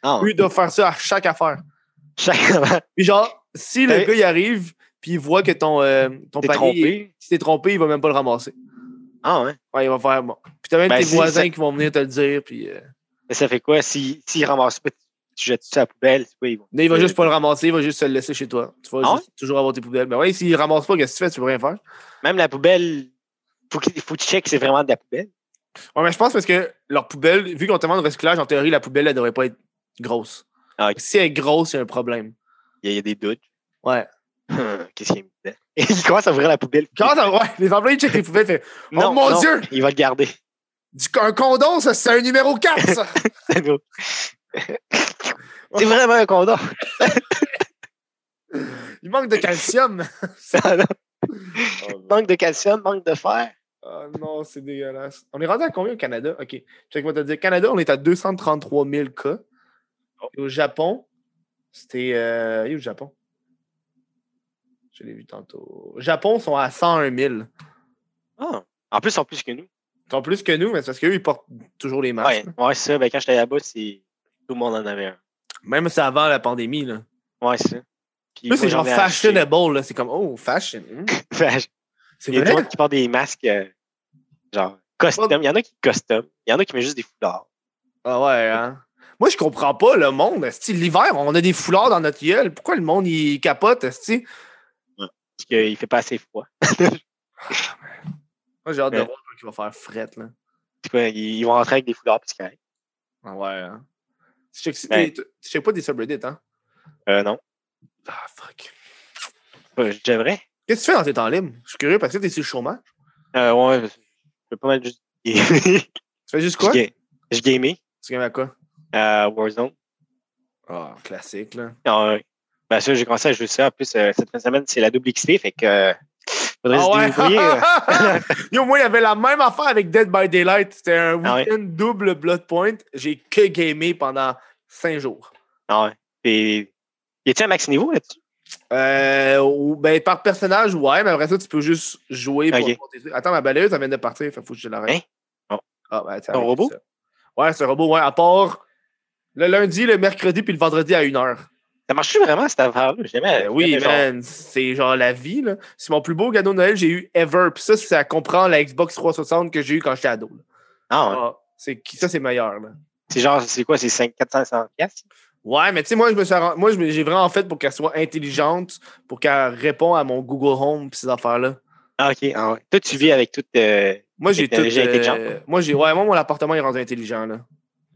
Speaker 3: Ah,
Speaker 1: Eux, ils doivent faire ça à chaque affaire.
Speaker 3: chaque-
Speaker 1: Puis genre, si le
Speaker 3: T'avais-
Speaker 1: gars, il arrive, puis il voit que ton, euh, ton
Speaker 3: T'es
Speaker 1: panier...
Speaker 3: trompé.
Speaker 1: Si t'es trompé, il va même pas le ramasser.
Speaker 3: Ah, ouais.
Speaker 1: Ouais, il va faire bon. Puis t'as même
Speaker 3: Ben,
Speaker 1: tes
Speaker 3: si,
Speaker 1: voisins
Speaker 3: ça-
Speaker 1: qui vont venir te le dire, puis euh,
Speaker 3: Mais ça fait quoi? S'ils si, s'ils ramassent pas, tu tu jettes ça à la poubelle. C'est quoi, ils vont.
Speaker 1: mais il va
Speaker 3: Euh,
Speaker 1: juste pas le ramasser, il va juste se le laisser chez toi. Tu vas
Speaker 3: Ah
Speaker 1: juste toujours avoir tes poubelles. Mais ouais, s'il ramasse pas, qu'est-ce que tu fais? Tu peux rien faire.
Speaker 3: Même la poubelle, faut qu'il faut que tu checkes que c'est vraiment de la poubelle.
Speaker 1: Ouais, mais je pense parce que leur poubelle, vu qu'on te demande de recyclage, en théorie, la poubelle, elle devrait pas être grosse.
Speaker 3: Ah, ok.
Speaker 1: Si elle est grosse, il y a un problème.
Speaker 3: Il y a, il y a des doutes.
Speaker 1: Ouais.
Speaker 3: Hum, Qu'est-ce qu'il y a mis dedans? Il commence à ouvrir la poubelle.
Speaker 1: Quand ça- ouais, les employés checkent les poubelles, fait
Speaker 3: Non,
Speaker 1: Oh mon
Speaker 3: non,
Speaker 1: Dieu!
Speaker 3: Il va le garder.
Speaker 1: du un condom, ça c'est un numéro 4, ça!
Speaker 3: c'est vraiment un condom.
Speaker 1: Il manque de calcium!
Speaker 3: Ah, non. manque de calcium, manque de fer.
Speaker 1: Ah non, c'est dégueulasse. On est rendu à combien au Canada? OK. Check, moi te dire. Canada, on est à 233 000 cas.
Speaker 3: Oh.
Speaker 1: Et au Japon, c'était. Euh... il est où, le Japon? Je l'ai vu tantôt. Au Japon, ils sont à 101 000. Ils
Speaker 3: Ah. En plus, ils sont plus que nous.
Speaker 1: sont plus que nous, mais c'est parce qu'eux, ils portent toujours les masques.
Speaker 3: Ouais, ouais c'est ça. Ben, quand j'étais là-bas, c'est... tout le monde en avait un.
Speaker 1: Même c'est avant la pandémie. Là,
Speaker 3: Ouais, c'est ça.
Speaker 1: Eux,
Speaker 3: Puis moi,
Speaker 1: c'est
Speaker 3: j'en
Speaker 1: genre
Speaker 3: ai acheté.
Speaker 1: fashionable. là. C'est comme, oh, fashion. hmm.
Speaker 3: Fashion.
Speaker 1: C'est
Speaker 3: Il y a
Speaker 1: vrai?
Speaker 3: des gens qui portent des masques, euh, genre, custom. Il y en a qui custom. Il y en a qui mettent juste des foulards.
Speaker 1: Ah ouais, hein? Moi, je comprends pas le monde. esti. L'hiver, on a des foulards dans notre gueule. Pourquoi le monde, il capote? esti?
Speaker 3: Parce qu'il fait pas assez froid.
Speaker 1: Moi, j'ai hâte de
Speaker 3: Ouais.
Speaker 1: voir quand il va faire fret. Là.
Speaker 3: En tout cas, ils ils vont rentrer avec des foulards, puis c'est correct.
Speaker 1: Ah ouais. Hein. Tu checkes si-
Speaker 3: Ben.
Speaker 1: tu- tu checkes pas des subreddits, hein?
Speaker 3: Euh, non.
Speaker 1: Ah, fuck.
Speaker 3: Euh, J'aimerais.
Speaker 1: Qu'est-ce que tu fais dans tes temps libres? Je suis curieux parce que t'es sur le chômage.
Speaker 3: Euh, ouais, je fais pas mal juste gamer.
Speaker 1: Tu fais juste quoi?
Speaker 3: je, ga- je gamais
Speaker 1: Tu gagnes à quoi?
Speaker 3: à Warzone.
Speaker 1: Ah, classique, là.
Speaker 3: Ah, ouais. Ben ça, j'ai commencé à jouer ça. En plus, euh, cette fin de semaine, c'est la double XP, fait que euh, faudrait
Speaker 1: Ah
Speaker 3: se débrouiller. euh.
Speaker 1: ouais! Yo, moi, il y avait la même affaire avec Dead by Daylight. C'était un
Speaker 3: Ah ouais.
Speaker 1: week-end double Blood Point. J'ai que gamé pendant cinq jours.
Speaker 3: Ah, ouais. Puis, y a-t-il un max niveau là-dessus?
Speaker 1: Euh, ou- ben, par personnage, ouais, mais après ça, tu peux juste jouer pour
Speaker 3: Ok.
Speaker 1: avoir tes trucs. Attends, ma balayeuse, elle vient de partir, fait faut que je l'arrête.
Speaker 3: Hein? Oh.
Speaker 1: Ah, ben, c'est
Speaker 3: Un robot?
Speaker 1: Ouais, c'est un robot, ouais, à part le lundi, le mercredi, puis le vendredi à 1h.
Speaker 3: Ça marche vraiment cette affaire-là? J'ai Jamais,
Speaker 1: Ben oui,
Speaker 3: jamais, genre-
Speaker 1: man, c'est genre la vie, là. C'est mon plus beau cadeau de Noël que j'ai eu ever, puis ça, ça comprend la Xbox 360 que j'ai eu quand j'étais ado. là.
Speaker 3: Ah, ouais.
Speaker 1: Ah, c'est qui ça, c'est meilleur, là.
Speaker 3: C'est genre, c'est quoi? C'est 5 450 piastres?
Speaker 1: Ouais, mais tu sais, moi, je me suis arran- moi, je me- j'ai vraiment fait pour qu'elle soit intelligente, pour qu'elle réponde à mon Google Home, puis ces affaires-là.
Speaker 3: Ah, ok. Ah, ouais. Toi, tu vis avec toute. euh,
Speaker 1: Moi, j'ai tout.
Speaker 3: Technologie intelligente.
Speaker 1: euh, moi, j'ai. Ouais, moi, mon appartement est rendu intelligent, là.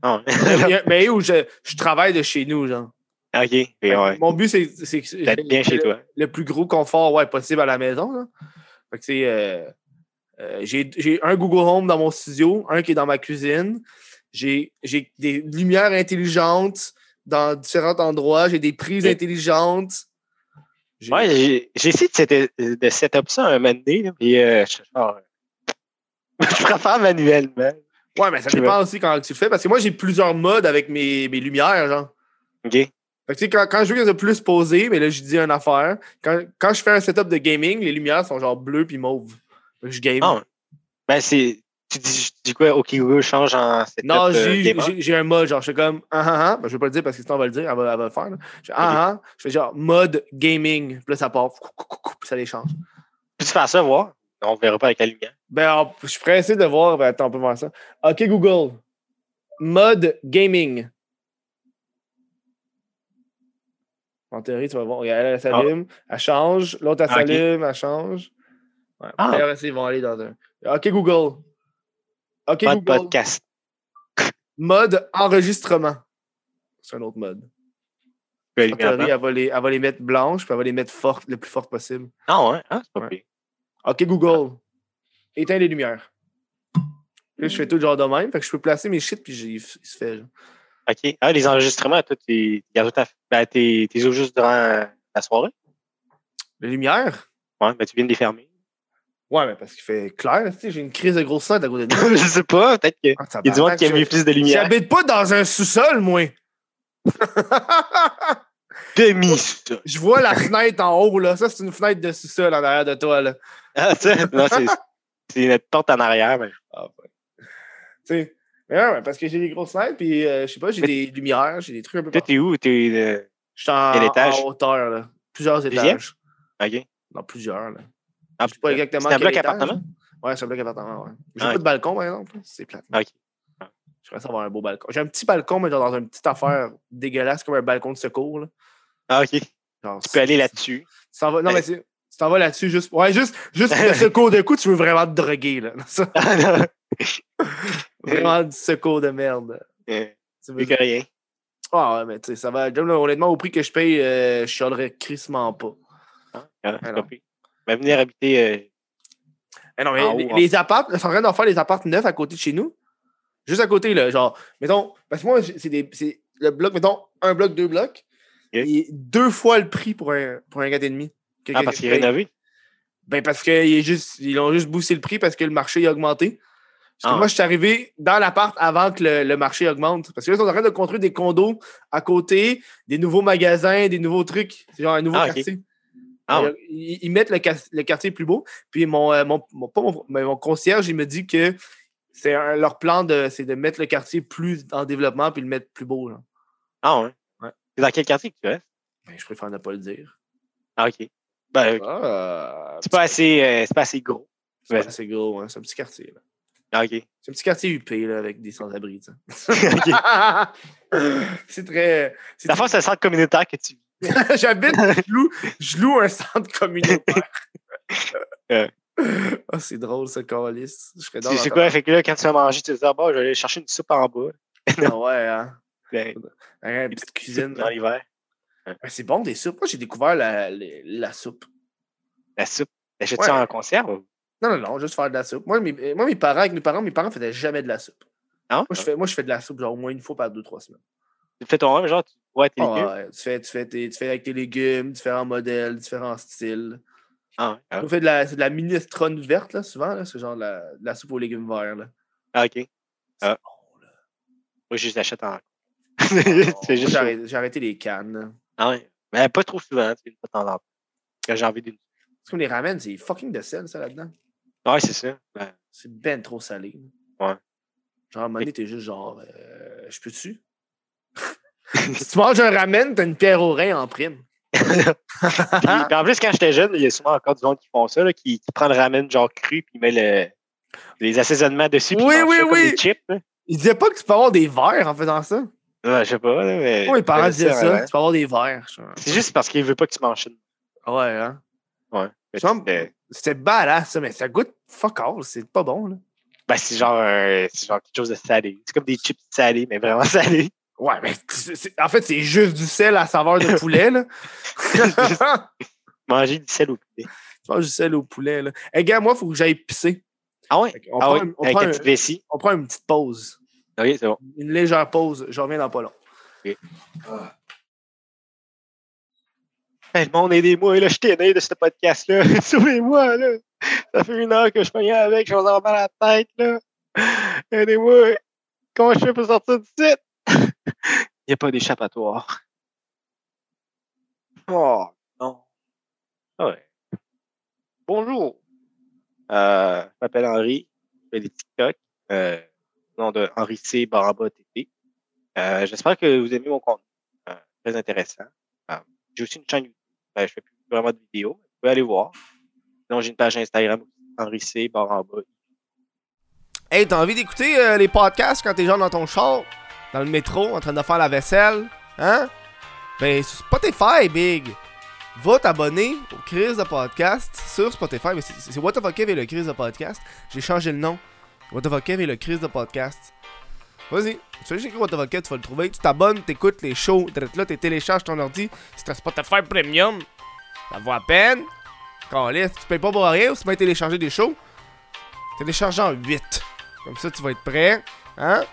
Speaker 3: Ah, ouais.
Speaker 1: Il y a- mais où je, je travaille de chez nous, genre.
Speaker 3: Ah, ok. Puis,
Speaker 1: Fait que
Speaker 3: ouais.
Speaker 1: Mon but, c'est c'est que-
Speaker 3: T'es bien chez
Speaker 1: le,
Speaker 3: toi.
Speaker 1: le plus gros confort ouais, possible à la maison, là. Fait que c'est. euh, euh, j'ai j'ai un Google Home dans mon studio, un qui est dans ma cuisine. J'ai j'ai des lumières intelligentes dans différents endroits. J'ai des prises
Speaker 3: Et-
Speaker 1: intelligentes. J'ai-
Speaker 3: Ouais, j'ai j'ai essayé de, setter- de setup ça un moment donné, là, puis euh, je, genre, je préfère manuellement.
Speaker 1: ouais, mais ça
Speaker 3: j'ai-
Speaker 1: dépend aussi quand tu le fais. Parce que moi, j'ai plusieurs modes avec mes, mes lumières, genre.
Speaker 3: OK?
Speaker 1: Fait que, tu sais, quand, quand je veux qu'il y ait de plus posé, mais là, je dis une affaire. Quand, quand je fais un setup de gaming, les lumières sont genre bleues puis mauves. Fait que Je game.
Speaker 3: Ah, ouais. Ben, c'est. Tu dis, je dis quoi? OK, Google change en setup.
Speaker 1: non,
Speaker 3: euh,
Speaker 1: j'ai-
Speaker 3: gamer.
Speaker 1: j'ai j'ai un mode, genre, je fais comme, ah ah ah, Ben, je vais pas le dire parce que sinon, on va le dire, elle va, elle va le faire. là. Je fais, ah ah, je fais genre, mode gaming, puis là, ça part, Cou, cou, cou, cou, puis ça les change.
Speaker 3: Peux-tu faire ça, voir? On verra pas avec la lumière.
Speaker 1: Ben, on- je suis pressé de voir. Ben, attends, on peut voir ça. OK, Google. Mode gaming. En théorie, tu vas voir. Regarde, Elle, elle s'allume, elle change. L'autre, elle
Speaker 3: Ah, ok.
Speaker 1: s'allume, elle change. Ouais.
Speaker 3: Ah.
Speaker 1: D'ailleurs, ils vont aller dans un. OK, Google. OK,
Speaker 3: Pas de
Speaker 1: Google.
Speaker 3: podcast.
Speaker 1: Mode enregistrement. C'est un autre mode.
Speaker 3: Pas de
Speaker 1: En
Speaker 3: lumière
Speaker 1: théorie,
Speaker 3: blanche.
Speaker 1: elle va, les, elle va les mettre blanches, puis elle va les mettre fortes, le plus fortes possible.
Speaker 3: Ah ouais, ah, c'est pas
Speaker 1: Ouais.
Speaker 3: pire.
Speaker 1: OK, Google, éteins les lumières. Puis là, je fais tout genre de même. Fait que je peux placer mes shit, puis j'ai- il se fait. genre.
Speaker 3: OK. Ah, les enregistrements, toi, tu gardes ta. Ben, t'es t'es juste durant la soirée.
Speaker 1: Les lumières?
Speaker 3: Ouais, ben, tu viens de les fermer.
Speaker 1: Ouais, mais parce qu'il fait clair. Tu sais, j'ai une crise de grosse tête à côté de moi.
Speaker 3: je sais pas, peut-être qu'il
Speaker 1: Ah,
Speaker 3: y a du monde qui aime les
Speaker 1: tabarnak,
Speaker 3: plus de
Speaker 1: je-
Speaker 3: lumière.
Speaker 1: J'habite pas dans un sous-sol, moi.
Speaker 3: Demi, ça.
Speaker 1: je vois la fenêtre en haut, là. Ça, c'est une fenêtre de sous-sol en arrière de toi, là.
Speaker 3: Ah, ça, non, c'est- c'est notre porte en arrière, mais.
Speaker 1: Tu sais. Mais ouais, ouais, parce que j'ai des grosses fenêtres, puis euh, je sais pas, j'ai
Speaker 3: Mais-
Speaker 1: des lumières, j'ai des trucs un peu
Speaker 3: Toi,
Speaker 1: partout.
Speaker 3: t'es où? T'es. euh,
Speaker 1: Je suis en,
Speaker 3: quel étage?
Speaker 1: en hauteur, là. Plusieurs
Speaker 3: Deuxième?
Speaker 1: étages.
Speaker 3: OK.
Speaker 1: Dans plusieurs, là.
Speaker 3: Ah,
Speaker 1: Je sais pas exactement.
Speaker 3: C'est un
Speaker 1: quel
Speaker 3: bloc
Speaker 1: étage,
Speaker 3: appartement?
Speaker 1: là. Ouais, c'est un bloc appartement, ouais. J'ai
Speaker 3: Ah,
Speaker 1: pas
Speaker 3: ok.
Speaker 1: de balcon, par exemple. là. C'est plate.
Speaker 3: Ah, ok. Ah.
Speaker 1: Je reste avoir un beau balcon. J'ai un petit balcon, mais genre dans une petite affaire dégueulasse, comme un balcon de secours. Là.
Speaker 3: Ah, OK. Tu
Speaker 1: Genre,
Speaker 3: peux aller là-dessus.
Speaker 1: tu t'en vas- Non,
Speaker 3: Ouais.
Speaker 1: mais c'est- tu t'en vas là-dessus juste. Ouais, juste, juste le secours de coup, tu veux vraiment te droguer, là. Ça,
Speaker 3: Ah, non.
Speaker 1: vraiment du secours de merde.
Speaker 3: Euh,
Speaker 1: Tu veux-
Speaker 3: Plus que rien.
Speaker 1: Ah, ouais, mais tu sais, ça va. Là, honnêtement, au prix que je paye, euh, je chialerais crissement pas.
Speaker 3: Ah, ah, c'est
Speaker 1: Alors.
Speaker 3: pas pire. Mais venir habiter. euh,
Speaker 1: Eh non, mais
Speaker 3: En haut,
Speaker 1: les,
Speaker 3: en
Speaker 1: les appartes, ils sont en train d'en faire les appartes neufs à côté de chez nous. Juste à côté, là. Genre, mettons, parce que moi, j'ai- c'est des- c'est le bloc, mettons, un bloc, deux blocs.
Speaker 3: Ok.
Speaker 1: Et deux fois le prix pour un, pour un 4,5. que-
Speaker 3: Ah,
Speaker 1: que-
Speaker 3: parce
Speaker 1: que
Speaker 3: qu'il est
Speaker 1: je paye.
Speaker 3: rénové.
Speaker 1: Ben, parce qu'ils ont juste boosté le prix parce que le marché a augmenté. Parce que
Speaker 3: Ah.
Speaker 1: moi, je suis arrivé dans l'appart avant que le, le marché augmente. Parce que là, ils sont en train de construire des condos à côté, des nouveaux magasins, des nouveaux trucs. C'est genre un nouveau
Speaker 3: Ah, ok.
Speaker 1: quartier.
Speaker 3: Ah,
Speaker 1: Euh, ils, ils mettent le, cas- le quartier plus beau. Puis mon, euh, mon, mon- pas mon- mais mon concierge, il me dit que c'est un- leur plan de, c'est de mettre le quartier plus en développement puis le mettre plus beau. genre.
Speaker 3: Ah, ouais.
Speaker 1: Ouais.
Speaker 3: C'est dans quel quartier que tu restes?
Speaker 1: Ben, je préfère ne pas le dire.
Speaker 3: Ah, OK. Ben, euh,
Speaker 1: Ah,
Speaker 3: c'est pas assez, euh, c'est pas assez gros.
Speaker 1: c'est pas
Speaker 3: vas-y.
Speaker 1: assez gros, hein. c'est un petit quartier. là.
Speaker 3: Ah, OK.
Speaker 1: C'est un petit quartier UP là, avec des sans-abri. tu sais.
Speaker 3: OK.
Speaker 1: c'est très. c'est
Speaker 3: La fois, c'est le centre communautaire que tu vis.
Speaker 1: J'habite, je loue, je loue un centre communautaire.
Speaker 3: Ouais.
Speaker 1: Ah, c'est drôle, ce calice. Je serais dans
Speaker 3: C'est c'est quoi? Fait que là, quand tu vas manger, tu te dis, ah, bon, je vais aller chercher une soupe en bas.
Speaker 1: Ah ouais, hein.
Speaker 3: Ben,
Speaker 1: Ouais, une
Speaker 3: des
Speaker 1: petite
Speaker 3: petites
Speaker 1: cuisine.
Speaker 3: soupes Dans
Speaker 1: là.
Speaker 3: l'hiver.
Speaker 1: Ouais, c'est bon, des soupes. Moi, j'ai découvert la, la- la soupe.
Speaker 3: La soupe. T'achètes-tu
Speaker 1: Ouais.
Speaker 3: en conserve? ou-
Speaker 1: Non, non, non, juste faire de la soupe. Moi, mes, moi, mes parents, avec mes parents, mes parents faisaient jamais de la soupe.
Speaker 3: Ah,
Speaker 1: Moi, je fais, moi, je fais de la soupe genre au moins une fois par deux, trois semaines.
Speaker 3: Tu fais ton homme, genre, tu bois tes
Speaker 1: Ah
Speaker 3: légumes.
Speaker 1: ouais, tu, fais, tu, fais tes- tu fais avec tes légumes, différents modèles, différents styles.
Speaker 3: Ah, ouais. Ah,
Speaker 1: On fait de la, c'est de la minestrone verte, là, souvent, là, c'est genre de la, de la soupe aux légumes verts. Là.
Speaker 3: Ah, OK.
Speaker 1: C'est
Speaker 3: Ah.
Speaker 1: bon, là. Ah,
Speaker 3: Moi, je les achète en.
Speaker 1: Bon,
Speaker 3: c'est juste.
Speaker 1: j'ai, arrêté, j'ai arrêté les cannes. là.
Speaker 3: Ah, ouais. Mais pas trop souvent, tu sais, une fois de temps en temps. Quand j'ai envie d'une.
Speaker 1: C'est comme les ramen, c'est fucking de sel, ça, là-dedans.
Speaker 3: Ouais, c'est ça. Ben,
Speaker 1: C'est ben trop salé.
Speaker 3: Ouais.
Speaker 1: Genre, à un moment donné, t'es juste genre, euh, je peux-tu? si tu manges un ramen, t'as une pierre au rein en prime.
Speaker 3: Puis,
Speaker 1: Ah.
Speaker 3: puis en plus, quand j'étais jeune, il y a souvent encore du monde qui font ça, là, qui, qui prend le ramen genre cru, puis met le, les assaisonnements dessus, puis
Speaker 1: Oui,
Speaker 3: mange
Speaker 1: oui,
Speaker 3: ça comme
Speaker 1: oui.
Speaker 3: des chips. là.
Speaker 1: Il disait pas que tu peux avoir des verres en faisant ça.
Speaker 3: Ouais, je sais pas, là, mais.
Speaker 1: Moi, mes parents disaient ça.
Speaker 3: ouais.
Speaker 1: Tu peux avoir des verres. Je suis genre,
Speaker 3: C'est juste parce qu'il veut pas que tu manges ça. euh,
Speaker 1: Ouais, hein.
Speaker 3: Ouais. Mais
Speaker 1: Genre,
Speaker 3: c'est-
Speaker 1: C'était badass, ça, mais ça goûte fuck all. C'est pas bon, là.
Speaker 3: Ben, c'est genre, euh, c'est genre quelque chose de salé. C'est comme des chips salés, mais vraiment salés.
Speaker 1: Ouais, mais c'est- c'est- en fait, c'est juste du sel à saveur de poulet, là. tu
Speaker 3: Manger du sel au poulet.
Speaker 1: manges du sel au poulet, là. Hey, gars, moi, faut que j'aille pisser.
Speaker 3: Ah ouais?
Speaker 1: Fait qu'on
Speaker 3: ah
Speaker 1: prend
Speaker 3: ouais?
Speaker 1: un- on
Speaker 3: Avec
Speaker 1: prend
Speaker 3: ta
Speaker 1: un-
Speaker 3: petite vessie.
Speaker 1: on prend une petite pause.
Speaker 3: Ok, c'est bon.
Speaker 1: une légère pause. Je reviens dans pas long.
Speaker 3: Hey, le monde, aidez-moi, là, je t'ai né de ce podcast-là. Sauvez-moi, là. Ça fait une heure que je me avec, je vais avoir mal à la tête, là. Aidez-moi. Comment je fais pour sortir du site? Il n'y a pas d'échappatoire. Oh, non. Ah Ouais. Bonjour. Euh, je m'appelle Henri. Je fais des TikTok. Euh, au nom de Henri C. Baraba TT. Euh, J'espère que vous aimez mon contenu. Euh, très intéressant. Euh, j'ai aussi une chaîne YouTube. Ben, je fais plus vraiment de vidéos. Vous pouvez aller voir. Sinon, j'ai une page Instagram aussi. Enrissé, barre en bas.
Speaker 4: Hey, t'as envie d'écouter euh, les podcasts quand t'es genre dans ton char, dans le métro, en train de faire la vaisselle, hein? Ben, sur Spotify, big! Va t'abonner au Chris de Podcast sur Spotify. Mais c'est- c'est What the fuck Kev et le Chris de Podcast. J'ai changé le nom. What the fuck Kev et le Chris de Podcast. Vas-y, tu sais, j'écris What the fuck Kev, tu vas le trouver. Tu t'abonnes, t'écoutes les shows, t'es là, t'es télécharges ton ordi. C'est un Spotify Premium. Ça vaut à peine. Quand tu payes pas pour rien ou tu peux télécharger des shows. Télécharge en 8. Comme ça, tu vas être prêt. Hein?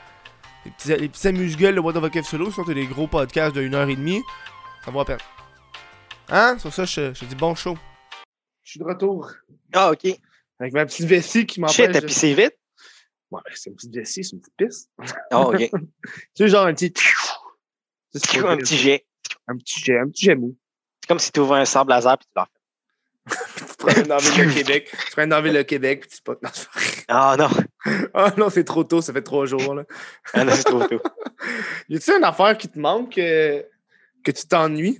Speaker 4: Les petits, les petits amuse-gueules de What the Fuck Kev Solo, sont des gros podcasts de 1h30. Ça vaut à peine. Hein? Sur ça, je, je te dis bon show.
Speaker 1: Je suis de retour
Speaker 3: Ah, OK.
Speaker 1: avec ma petite vessie qui m'empêche.
Speaker 3: Shit, t'as
Speaker 1: de-
Speaker 3: pissé vite?
Speaker 1: Ouais, c'est une petite vessie, c'est une petite pisse.
Speaker 3: Ah, OK.
Speaker 1: Tu sais, genre un petit. Ça, c'est pas
Speaker 3: un
Speaker 1: pire.
Speaker 3: petit jet.
Speaker 1: un petit jet, un petit jet mou.
Speaker 3: C'est comme si tu ouvrais un sable laser puis tu l'en fais.
Speaker 1: Tu prends dans la ville de Québec, tu prends dans la ville de Québec, puis tu pas. Non, c'est vrai.
Speaker 3: Ah, non.
Speaker 1: Ah non, c'est trop tôt, ça fait trois jours. Là.
Speaker 3: Ah, non, c'est trop tôt.
Speaker 1: Y a-t-il une affaire qui te manque euh, que tu t'ennuies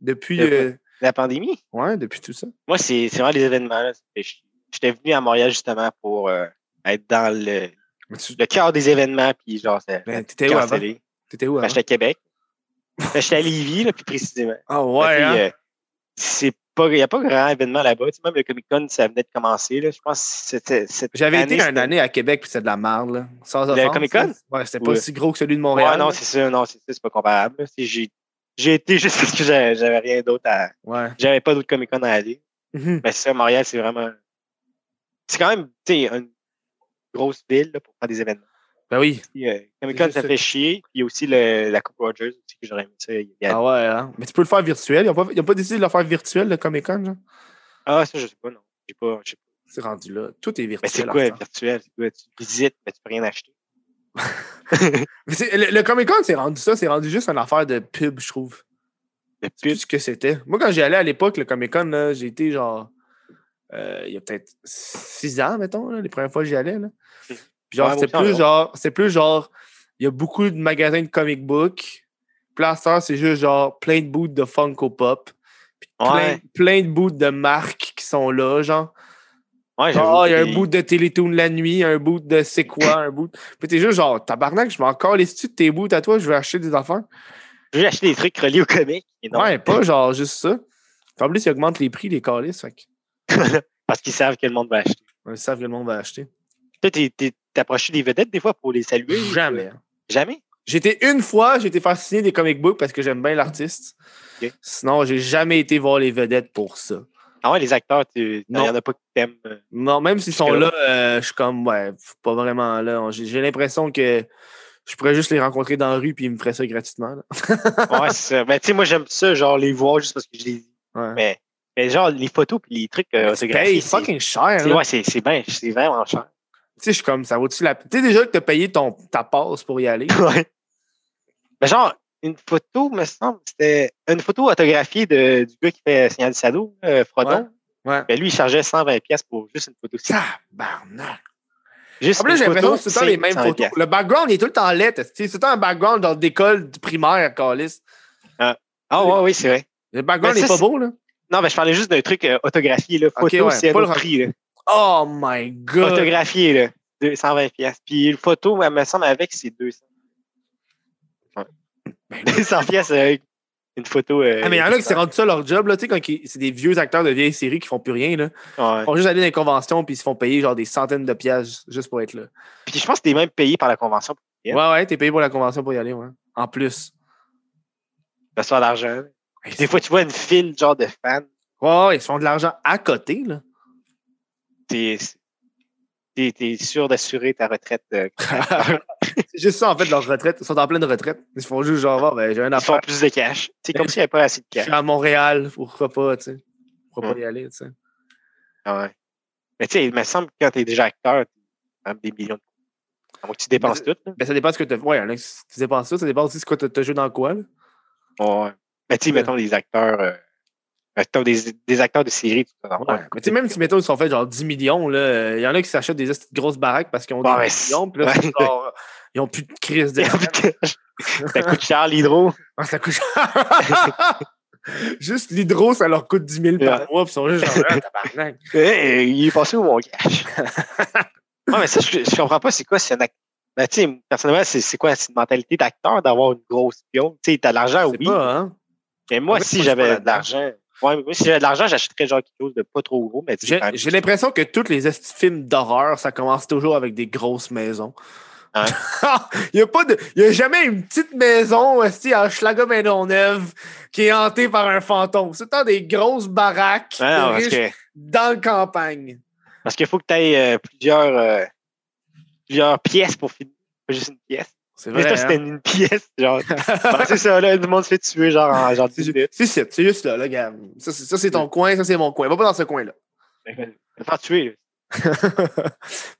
Speaker 1: depuis.
Speaker 3: De quoi?
Speaker 1: euh,
Speaker 3: La pandémie?
Speaker 1: Ouais, depuis tout ça.
Speaker 3: Moi, c'est c'est vraiment les événements. là. Fait que J'étais venu à Montréal justement pour euh, être dans le,
Speaker 1: Mais tu-
Speaker 3: le cœur des événements, puis genre, Ben, c'est
Speaker 1: Ben, t'étais où avant?
Speaker 3: cancellé.
Speaker 1: T'étais où
Speaker 3: Ben,
Speaker 1: avant?
Speaker 3: J'étais à Québec. Ben, J'étais à Lévis, là, plus précisément.
Speaker 1: Ah
Speaker 3: Fait
Speaker 1: ouais,
Speaker 3: que,
Speaker 1: hein?
Speaker 3: euh, c'est pas, il n'y a pas grand événement là-bas. Tu sais, même le Comic Con, ça venait de commencer. Là. Je pense que c'était. cette
Speaker 1: J'avais été
Speaker 3: c'était-
Speaker 1: une année à Québec, puis c'était de la marde, là. Sans offense.
Speaker 3: Comic-Con?
Speaker 1: là. Ouais, c'était pas
Speaker 3: Ouais.
Speaker 1: si gros que celui de Montréal.
Speaker 3: Ouais, non,
Speaker 1: là.
Speaker 3: c'est ça. Non, c'est ça. C'est pas comparable. là. C'est- J'ai j'ai été juste parce que j'avais j'avais rien d'autre à.
Speaker 1: Ouais.
Speaker 3: J'avais pas d'autre Comic Con à aller.
Speaker 1: Mhm.
Speaker 3: Mais ça, Montréal, c'est vraiment. C'est quand même, tu sais, une grosse ville là, pour faire des événements.
Speaker 1: Ben oui.
Speaker 3: Puis, euh,
Speaker 1: C'est
Speaker 3: Comic Con,
Speaker 1: juste
Speaker 3: ça
Speaker 1: ça.
Speaker 3: fait chier. Puis il y a aussi le- la Coupe Rogers aussi que j'aurais aimé ça. y aller.
Speaker 1: Ah ouais, hein? Mais tu peux le faire virtuel. Ils ont pas, ils ont pas décidé de le faire virtuel, le Comic-Con, genre.
Speaker 3: Ah, ça, je sais pas, non. J'ai pas. je sais pas.
Speaker 1: C'est rendu là. Tout est virtuel.
Speaker 3: Mais c'est
Speaker 1: à
Speaker 3: quoi
Speaker 1: ce temps.
Speaker 3: virtuel? C'est quoi? Tu visites, mais tu peux rien acheter.
Speaker 1: Mais c'est- le, le Comic Con, c'est rendu ça, c'est rendu juste une affaire de pub, je trouve.
Speaker 3: Le
Speaker 1: C'est
Speaker 3: pub.
Speaker 1: plus ce que c'était. Moi, quand j'y allais à l'époque, le Comic Con, là, j'ai été genre. euh, il y a peut-être six ans, mettons, là, les premières fois que j'y allais. Là. Puis genre,
Speaker 3: Ouais,
Speaker 1: c'était
Speaker 3: moi aussi,
Speaker 1: plus
Speaker 3: environ.
Speaker 1: genre. C'était plus genre. Il y a beaucoup de magasins de comic book. Plaster, c'est juste genre plein de bouts de Funko Pop. Puis plein,
Speaker 3: Ouais.
Speaker 1: plein de bouts de marques qui sont là, genre.
Speaker 3: Ouais, j'avoue,
Speaker 1: Ah, il y a un
Speaker 3: puis-
Speaker 1: bout de Télétoon la nuit, un bout de c'est quoi, un bout. Puis t'es juste genre, tabarnak, je m'en calisse-tu de tes bouts à toi, je veux acheter des affaires.
Speaker 3: Je vais acheter des trucs reliés au comic. et non.
Speaker 1: Ouais, pas genre juste ça. Puis En plus, ils augmentent les prix, les calices, fait que
Speaker 3: Parce qu'ils savent que le monde va acheter.
Speaker 1: ils savent que le monde va acheter.
Speaker 3: Toi, t'es- t'es- t'approches des vedettes des fois pour les saluer? ou-
Speaker 1: Jamais. hein.
Speaker 3: Jamais?
Speaker 1: J'étais une fois, j'ai été faire signer des comic books parce que j'aime bien l'artiste.
Speaker 3: Ok.
Speaker 1: Sinon, j'ai jamais été voir les vedettes pour ça.
Speaker 3: Ah ouais, les acteurs, tu- il
Speaker 1: Non.
Speaker 3: y en a pas qui t'aiment. euh,
Speaker 1: Non, même s'ils sont
Speaker 3: Jusque-là.
Speaker 1: là, euh, je suis comme, ouais, pff, pas vraiment là. On- J'ai j'ai l'impression que je pourrais juste les rencontrer dans la rue puis ils me feraient ça gratuitement. là.
Speaker 3: Ouais, c'est ça. Mais tu sais, moi, j'aime ça, genre, les voir juste parce que je les
Speaker 1: Ouais.
Speaker 3: Mais, mais genre, les photos puis les trucs euh,
Speaker 1: Mais tu payes
Speaker 3: autographiés. c'est-
Speaker 1: Ben, fucking cher.
Speaker 3: c'est-
Speaker 1: là.
Speaker 3: Ouais, c'est c'est bien- c'est vraiment cher.
Speaker 1: Tu sais, je suis comme, ça vaut-tu la peine? Tu sais déjà que t'as payé ton, ta passe pour y aller.
Speaker 3: Ouais. Mais genre, une photo, me semble, c'était une photo autographiée de, du gars qui fait Signal du Sado, euh, Frodon.
Speaker 1: Ouais. Ouais.
Speaker 3: Ben, lui, il chargeait 120$ piastres pour juste une photo.
Speaker 1: Tabarnak.
Speaker 3: Juste
Speaker 1: En plus,
Speaker 3: une
Speaker 1: j'ai l'impression
Speaker 3: photo,
Speaker 1: que c'est tout le temps les mêmes
Speaker 3: 120
Speaker 1: photos. Le background il est tout le temps laid. esti. C'est tout le temps un background genre d'école primaire, Calis.
Speaker 3: Ah, ouais, oui, c'est vrai.
Speaker 1: Le background
Speaker 3: Mais ça,
Speaker 1: n'est pas
Speaker 3: c'est-
Speaker 1: beau, là.
Speaker 3: Non, mais je parlais juste d'un truc euh, autographié, là. Photo,
Speaker 1: Ok, ouais,
Speaker 3: c'est
Speaker 1: pas
Speaker 3: le
Speaker 1: le-
Speaker 3: prix, là.
Speaker 1: Oh my god.
Speaker 3: Autographié, là. 220 pièces. Puis une photo, elle me semble, avec, c'est 200. Ouais. 200 pièces avec euh, une photo. euh,
Speaker 1: Ah, mais il y en a qui s'est rendu ça leur job, là. Tu sais, quand ils- c'est des vieux acteurs de vieilles séries qui font plus rien, là.
Speaker 3: Ouais.
Speaker 1: Ils vont juste aller dans les conventions puis ils se font payer genre des centaines de pièges juste pour être là.
Speaker 3: Puis je pense que t'es même payé par la convention pour Yeah.
Speaker 1: Ouais, ouais, t'es payé pour la convention pour y aller, ouais. En plus.
Speaker 3: recevoir de l'argent. Puis Des fois, tu vois une file genre de fans.
Speaker 1: Ouais, ouais, ils se font de l'argent à côté, là.
Speaker 3: T'es t'es- t'es sûr d'assurer ta retraite. euh,
Speaker 1: C'est juste ça, en fait, leur retraite. Ils sont en pleine retraite. Ils se font juste genre, Ah, ben, j'ai un
Speaker 3: ils font
Speaker 1: affaire.
Speaker 3: plus de cash. C'est comme s'il n'y avait pas assez de
Speaker 1: Je
Speaker 3: cash.
Speaker 1: suis à Montréal, pourquoi pas, tu sais. Pourquoi
Speaker 3: Ouais.
Speaker 1: pas y aller, tu sais.
Speaker 3: Ah Ouais. Mais tu sais, il me semble que quand t'es déjà acteur, t'es quand même des millions de coups. Donc, tu dépenses tout. Là.
Speaker 1: Ben, ça dépend de ce que tu Ouais, Alex, si tu dépenses ça, ça dépend aussi de ce que tu as joué dans quoi. là.
Speaker 3: Ouais. Mais tu sais,
Speaker 1: Ouais.
Speaker 3: mettons des acteurs. euh, mettons des, des acteurs de série. Tu peux en avoir.
Speaker 1: Mais tu sais, même si, mettons, ils se sont fait genre 10 millions, il y en a qui s'achètent des estis de grosses baraques parce qu'ils ont
Speaker 3: Ouais,
Speaker 1: 10 millions, puis là,
Speaker 3: ouais.
Speaker 1: c'est genre, ils ont plus de crise de.
Speaker 3: Il y a plus de cash. Ça coûte cher l'hydro.
Speaker 1: Ah, ça coûte Juste l'hydro, ça leur coûte 10 000
Speaker 3: Ouais.
Speaker 1: par mois, puis ils sont juste genre, ah, tabarnak.
Speaker 3: Eh, il est passé où mon cash? non, mais ça, je, je comprends pas, c'est quoi, c'est un acteur. Ben, tu sais, personnellement, c'est c'est quoi, c'est une mentalité d'acteur d'avoir une grosse pion? Tu sais, t'as de l'argent,
Speaker 1: C'est
Speaker 3: Ah oui.
Speaker 1: pas, hein?
Speaker 3: Mais moi,
Speaker 1: En fait,
Speaker 3: si
Speaker 1: moi, je suis pas
Speaker 3: j'avais de
Speaker 1: là-dedans.
Speaker 3: l'argent, ouais, mais moi, si j'avais de l'argent, j'achèterais genre quelque chose de pas trop gros, mais tu sais,
Speaker 1: J'ai
Speaker 3: quand même,
Speaker 1: j'ai l'impression que tous les esti de films d'horreur, ça commence toujours avec des grosses maisons.
Speaker 3: Ouais.
Speaker 1: il n'y a, pas de- il y a jamais une petite maison esti, en Schlagomaison-Neuve qui est hantée par un fantôme. C'est tant des grosses baraques
Speaker 3: Ouais, non,
Speaker 1: de
Speaker 3: parce
Speaker 1: riches
Speaker 3: que
Speaker 1: dans la campagne.
Speaker 3: parce qu'il faut que tu ailles plusieurs, euh, plusieurs pièces pour finir, pas juste une pièce.
Speaker 1: C'est
Speaker 3: Mais
Speaker 1: vrai.
Speaker 3: toi, c'était
Speaker 1: hein?
Speaker 3: une pièce, genre. Ben, c'est ça, là, tout le monde se fait tuer, genre, en genre
Speaker 1: C'est
Speaker 3: 10
Speaker 1: ju-
Speaker 3: minutes.
Speaker 1: c'est ça, c'est juste là, là, gars. Ça, c'est ça, c'est ton coin, ça, c'est mon coin. Va pas dans ce coin-là.
Speaker 3: Te faire tuer, là.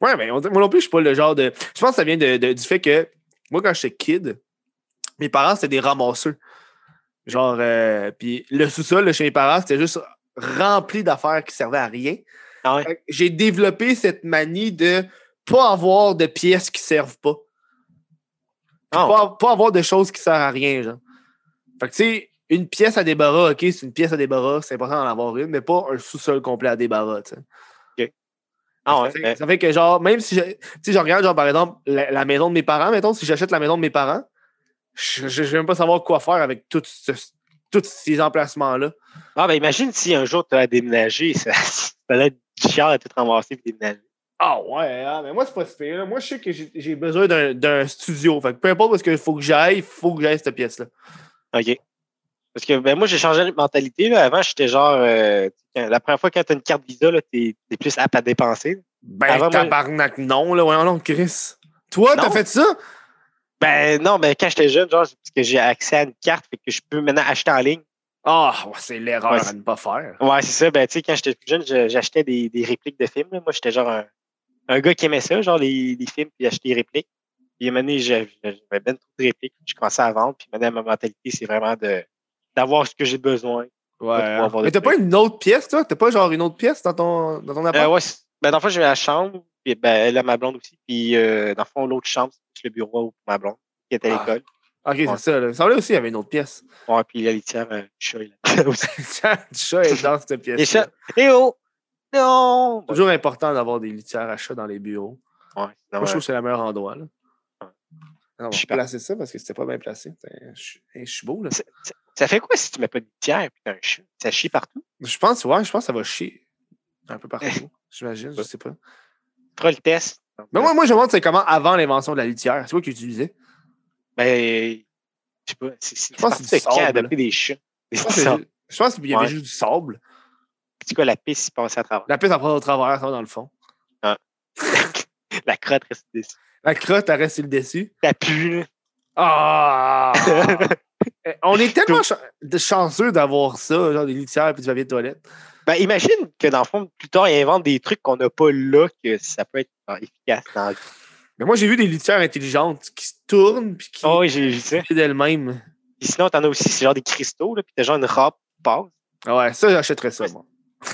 Speaker 1: ouais, mais on- moi non plus, je suis pas le genre de. Je pense que ça vient de- de- du fait que moi, quand j'étais kid, mes parents, c'était des ramasseurs. Genre, euh, puis le sous-sol là, chez mes parents, c'était juste rempli d'affaires qui servaient à rien.
Speaker 3: Ah ouais.
Speaker 1: Fait que J'ai développé cette manie de pas avoir de pièces qui servent pas. Puis
Speaker 3: Ah,
Speaker 1: Pas, pas avoir de choses qui servent à rien, genre. Fait que tu sais, une pièce à débarras, OK, c'est une pièce à débarras, c'est important d'en avoir une, mais pas un sous-sol complet à débarras, tu sais.
Speaker 3: ah ouais,
Speaker 1: Ça fait-
Speaker 3: ben,
Speaker 1: Ça fait que, genre, même si je, tu sais, je regarde, genre, par exemple, la, la maison de mes parents, mettons, si j'achète la maison de mes parents, je ne vais même pas savoir quoi faire avec tout ce- tous ces emplacements-là.
Speaker 3: ah, ben, imagine si un jour tu as déménagé, ça allait être du chiant à tout ramasser et déménager.
Speaker 1: Ah ouais, ah, mais moi, c'est pas super. Moi, je sais que j'ai- j'ai besoin d'un- d'un studio. Fait que peu importe où est-ce qu'il faut que j'aille, il faut que j'aille cette pièce-là.
Speaker 3: OK. Parce que ben, moi, j'ai changé de mentalité. Là. Avant, j'étais genre. euh, quand- la première fois, quand tu as une carte Visa, là, t'es es plus apte à dépenser.
Speaker 1: Ben,
Speaker 3: Avant, moi-
Speaker 1: tabarnak, non, là, voyons donc, Chris. Toi, t'as
Speaker 3: Non.
Speaker 1: fait ça?
Speaker 3: Ben non, ben quand j'étais jeune, genre, c'est parce que j'ai accès à une carte, fait que je peux maintenant acheter en ligne.
Speaker 1: Ah, ouais, c'est l'erreur
Speaker 3: Ouais,
Speaker 1: à ne pas faire.
Speaker 3: Ouais, c'est ça. Ben, tu sais, quand j'étais plus jeune, je- j'achetais des, des répliques de films. là. Moi, j'étais genre un, un gars qui aimait ça, genre les, les films, puis acheter des répliques. Puis à un moment donné, j'a- j'avais bien trop de répliques, puis je commençais à vendre. Puis maintenant, ma mentalité, c'est vraiment de d'avoir ce que j'ai besoin.
Speaker 1: Ouais. hein.
Speaker 3: pouvoir avoir
Speaker 1: Mais
Speaker 3: des
Speaker 1: t'as pas une autre pièce, toi? T'as pas genre une autre pièce dans ton, dans ton appart?
Speaker 3: Euh, ouais, c'est- ben, dans le fond, j'ai la chambre, puis ben, là, ma blonde aussi, puis euh, dans le fond, l'autre chambre, c'est le bureau pour ma blonde, qui était à
Speaker 1: Ah.
Speaker 3: l'école.
Speaker 1: ok, c'est ça. Là. Il semblait aussi qu'il y avait une autre pièce.
Speaker 3: Ouais, puis la litière, euh, je suis là aussi.
Speaker 1: chat chat est dans cette pièce.
Speaker 3: Les chats, eh oh! Non! Bon,
Speaker 1: Toujours important d'avoir des litières à chat dans les bureaux.
Speaker 3: ouais, sinon,
Speaker 1: Moi, je
Speaker 3: euh,
Speaker 1: trouve que c'est le meilleur endroit. Là.
Speaker 3: Ouais.
Speaker 1: Non, on
Speaker 3: Je
Speaker 1: va
Speaker 3: suis
Speaker 1: placer ça parce que c'était pas bien placé. Putain, Je suis- hey, je suis beau, là.
Speaker 3: C'est- ça fait quoi si tu mets pas de litière, puis t'as un chat? Ça chie partout?
Speaker 1: Je pense, ouais, je pense que ça va chier un peu
Speaker 3: Eh.
Speaker 1: partout. J'imagine, je sais pas.
Speaker 3: Fera le test.
Speaker 1: Mais Ben moi, moi je me demande, c'est comment avant l'invention de la litière? C'est quoi qu'ils utilisaient?
Speaker 3: Ben, je sais pas, c'est c'est-
Speaker 1: Je pense
Speaker 3: c'est
Speaker 1: que
Speaker 3: parti
Speaker 1: c'est
Speaker 3: de
Speaker 1: du
Speaker 3: quand
Speaker 1: sable.
Speaker 3: adopter des chats.
Speaker 1: Je
Speaker 3: C'est
Speaker 1: pense que
Speaker 3: ça.
Speaker 1: c'est- je pense qu'il y avait
Speaker 3: Ouais.
Speaker 1: juste du sable.
Speaker 3: C'est quoi la piste, il passe à travers?
Speaker 1: La piste à prendre au travers, ça va dans le fond.
Speaker 3: La crotte reste dessus.
Speaker 1: La crotte, elle reste sur le dessus.
Speaker 3: Ça pue, là.
Speaker 1: Ah! Eh, on est tellement cha- de- chanceux d'avoir ça, genre des litières et du papier de toilette.
Speaker 3: Ben, imagine que dans le fond, plus tard, ils inventent des trucs qu'on n'a pas là, que ça peut être genre, efficace dans la vie.
Speaker 1: Mais moi, j'ai vu des litières intelligentes qui se tournent puis qui
Speaker 3: Ah oui, j'ai vu ça.
Speaker 1: se d'elles-mêmes.
Speaker 3: Puis sinon, t'en as aussi, c'est genre des cristaux, là, puis t'as genre une robe qui passe. Ah,
Speaker 1: Ah ouais, ça, j'achèterais ça, moi.
Speaker 3: Je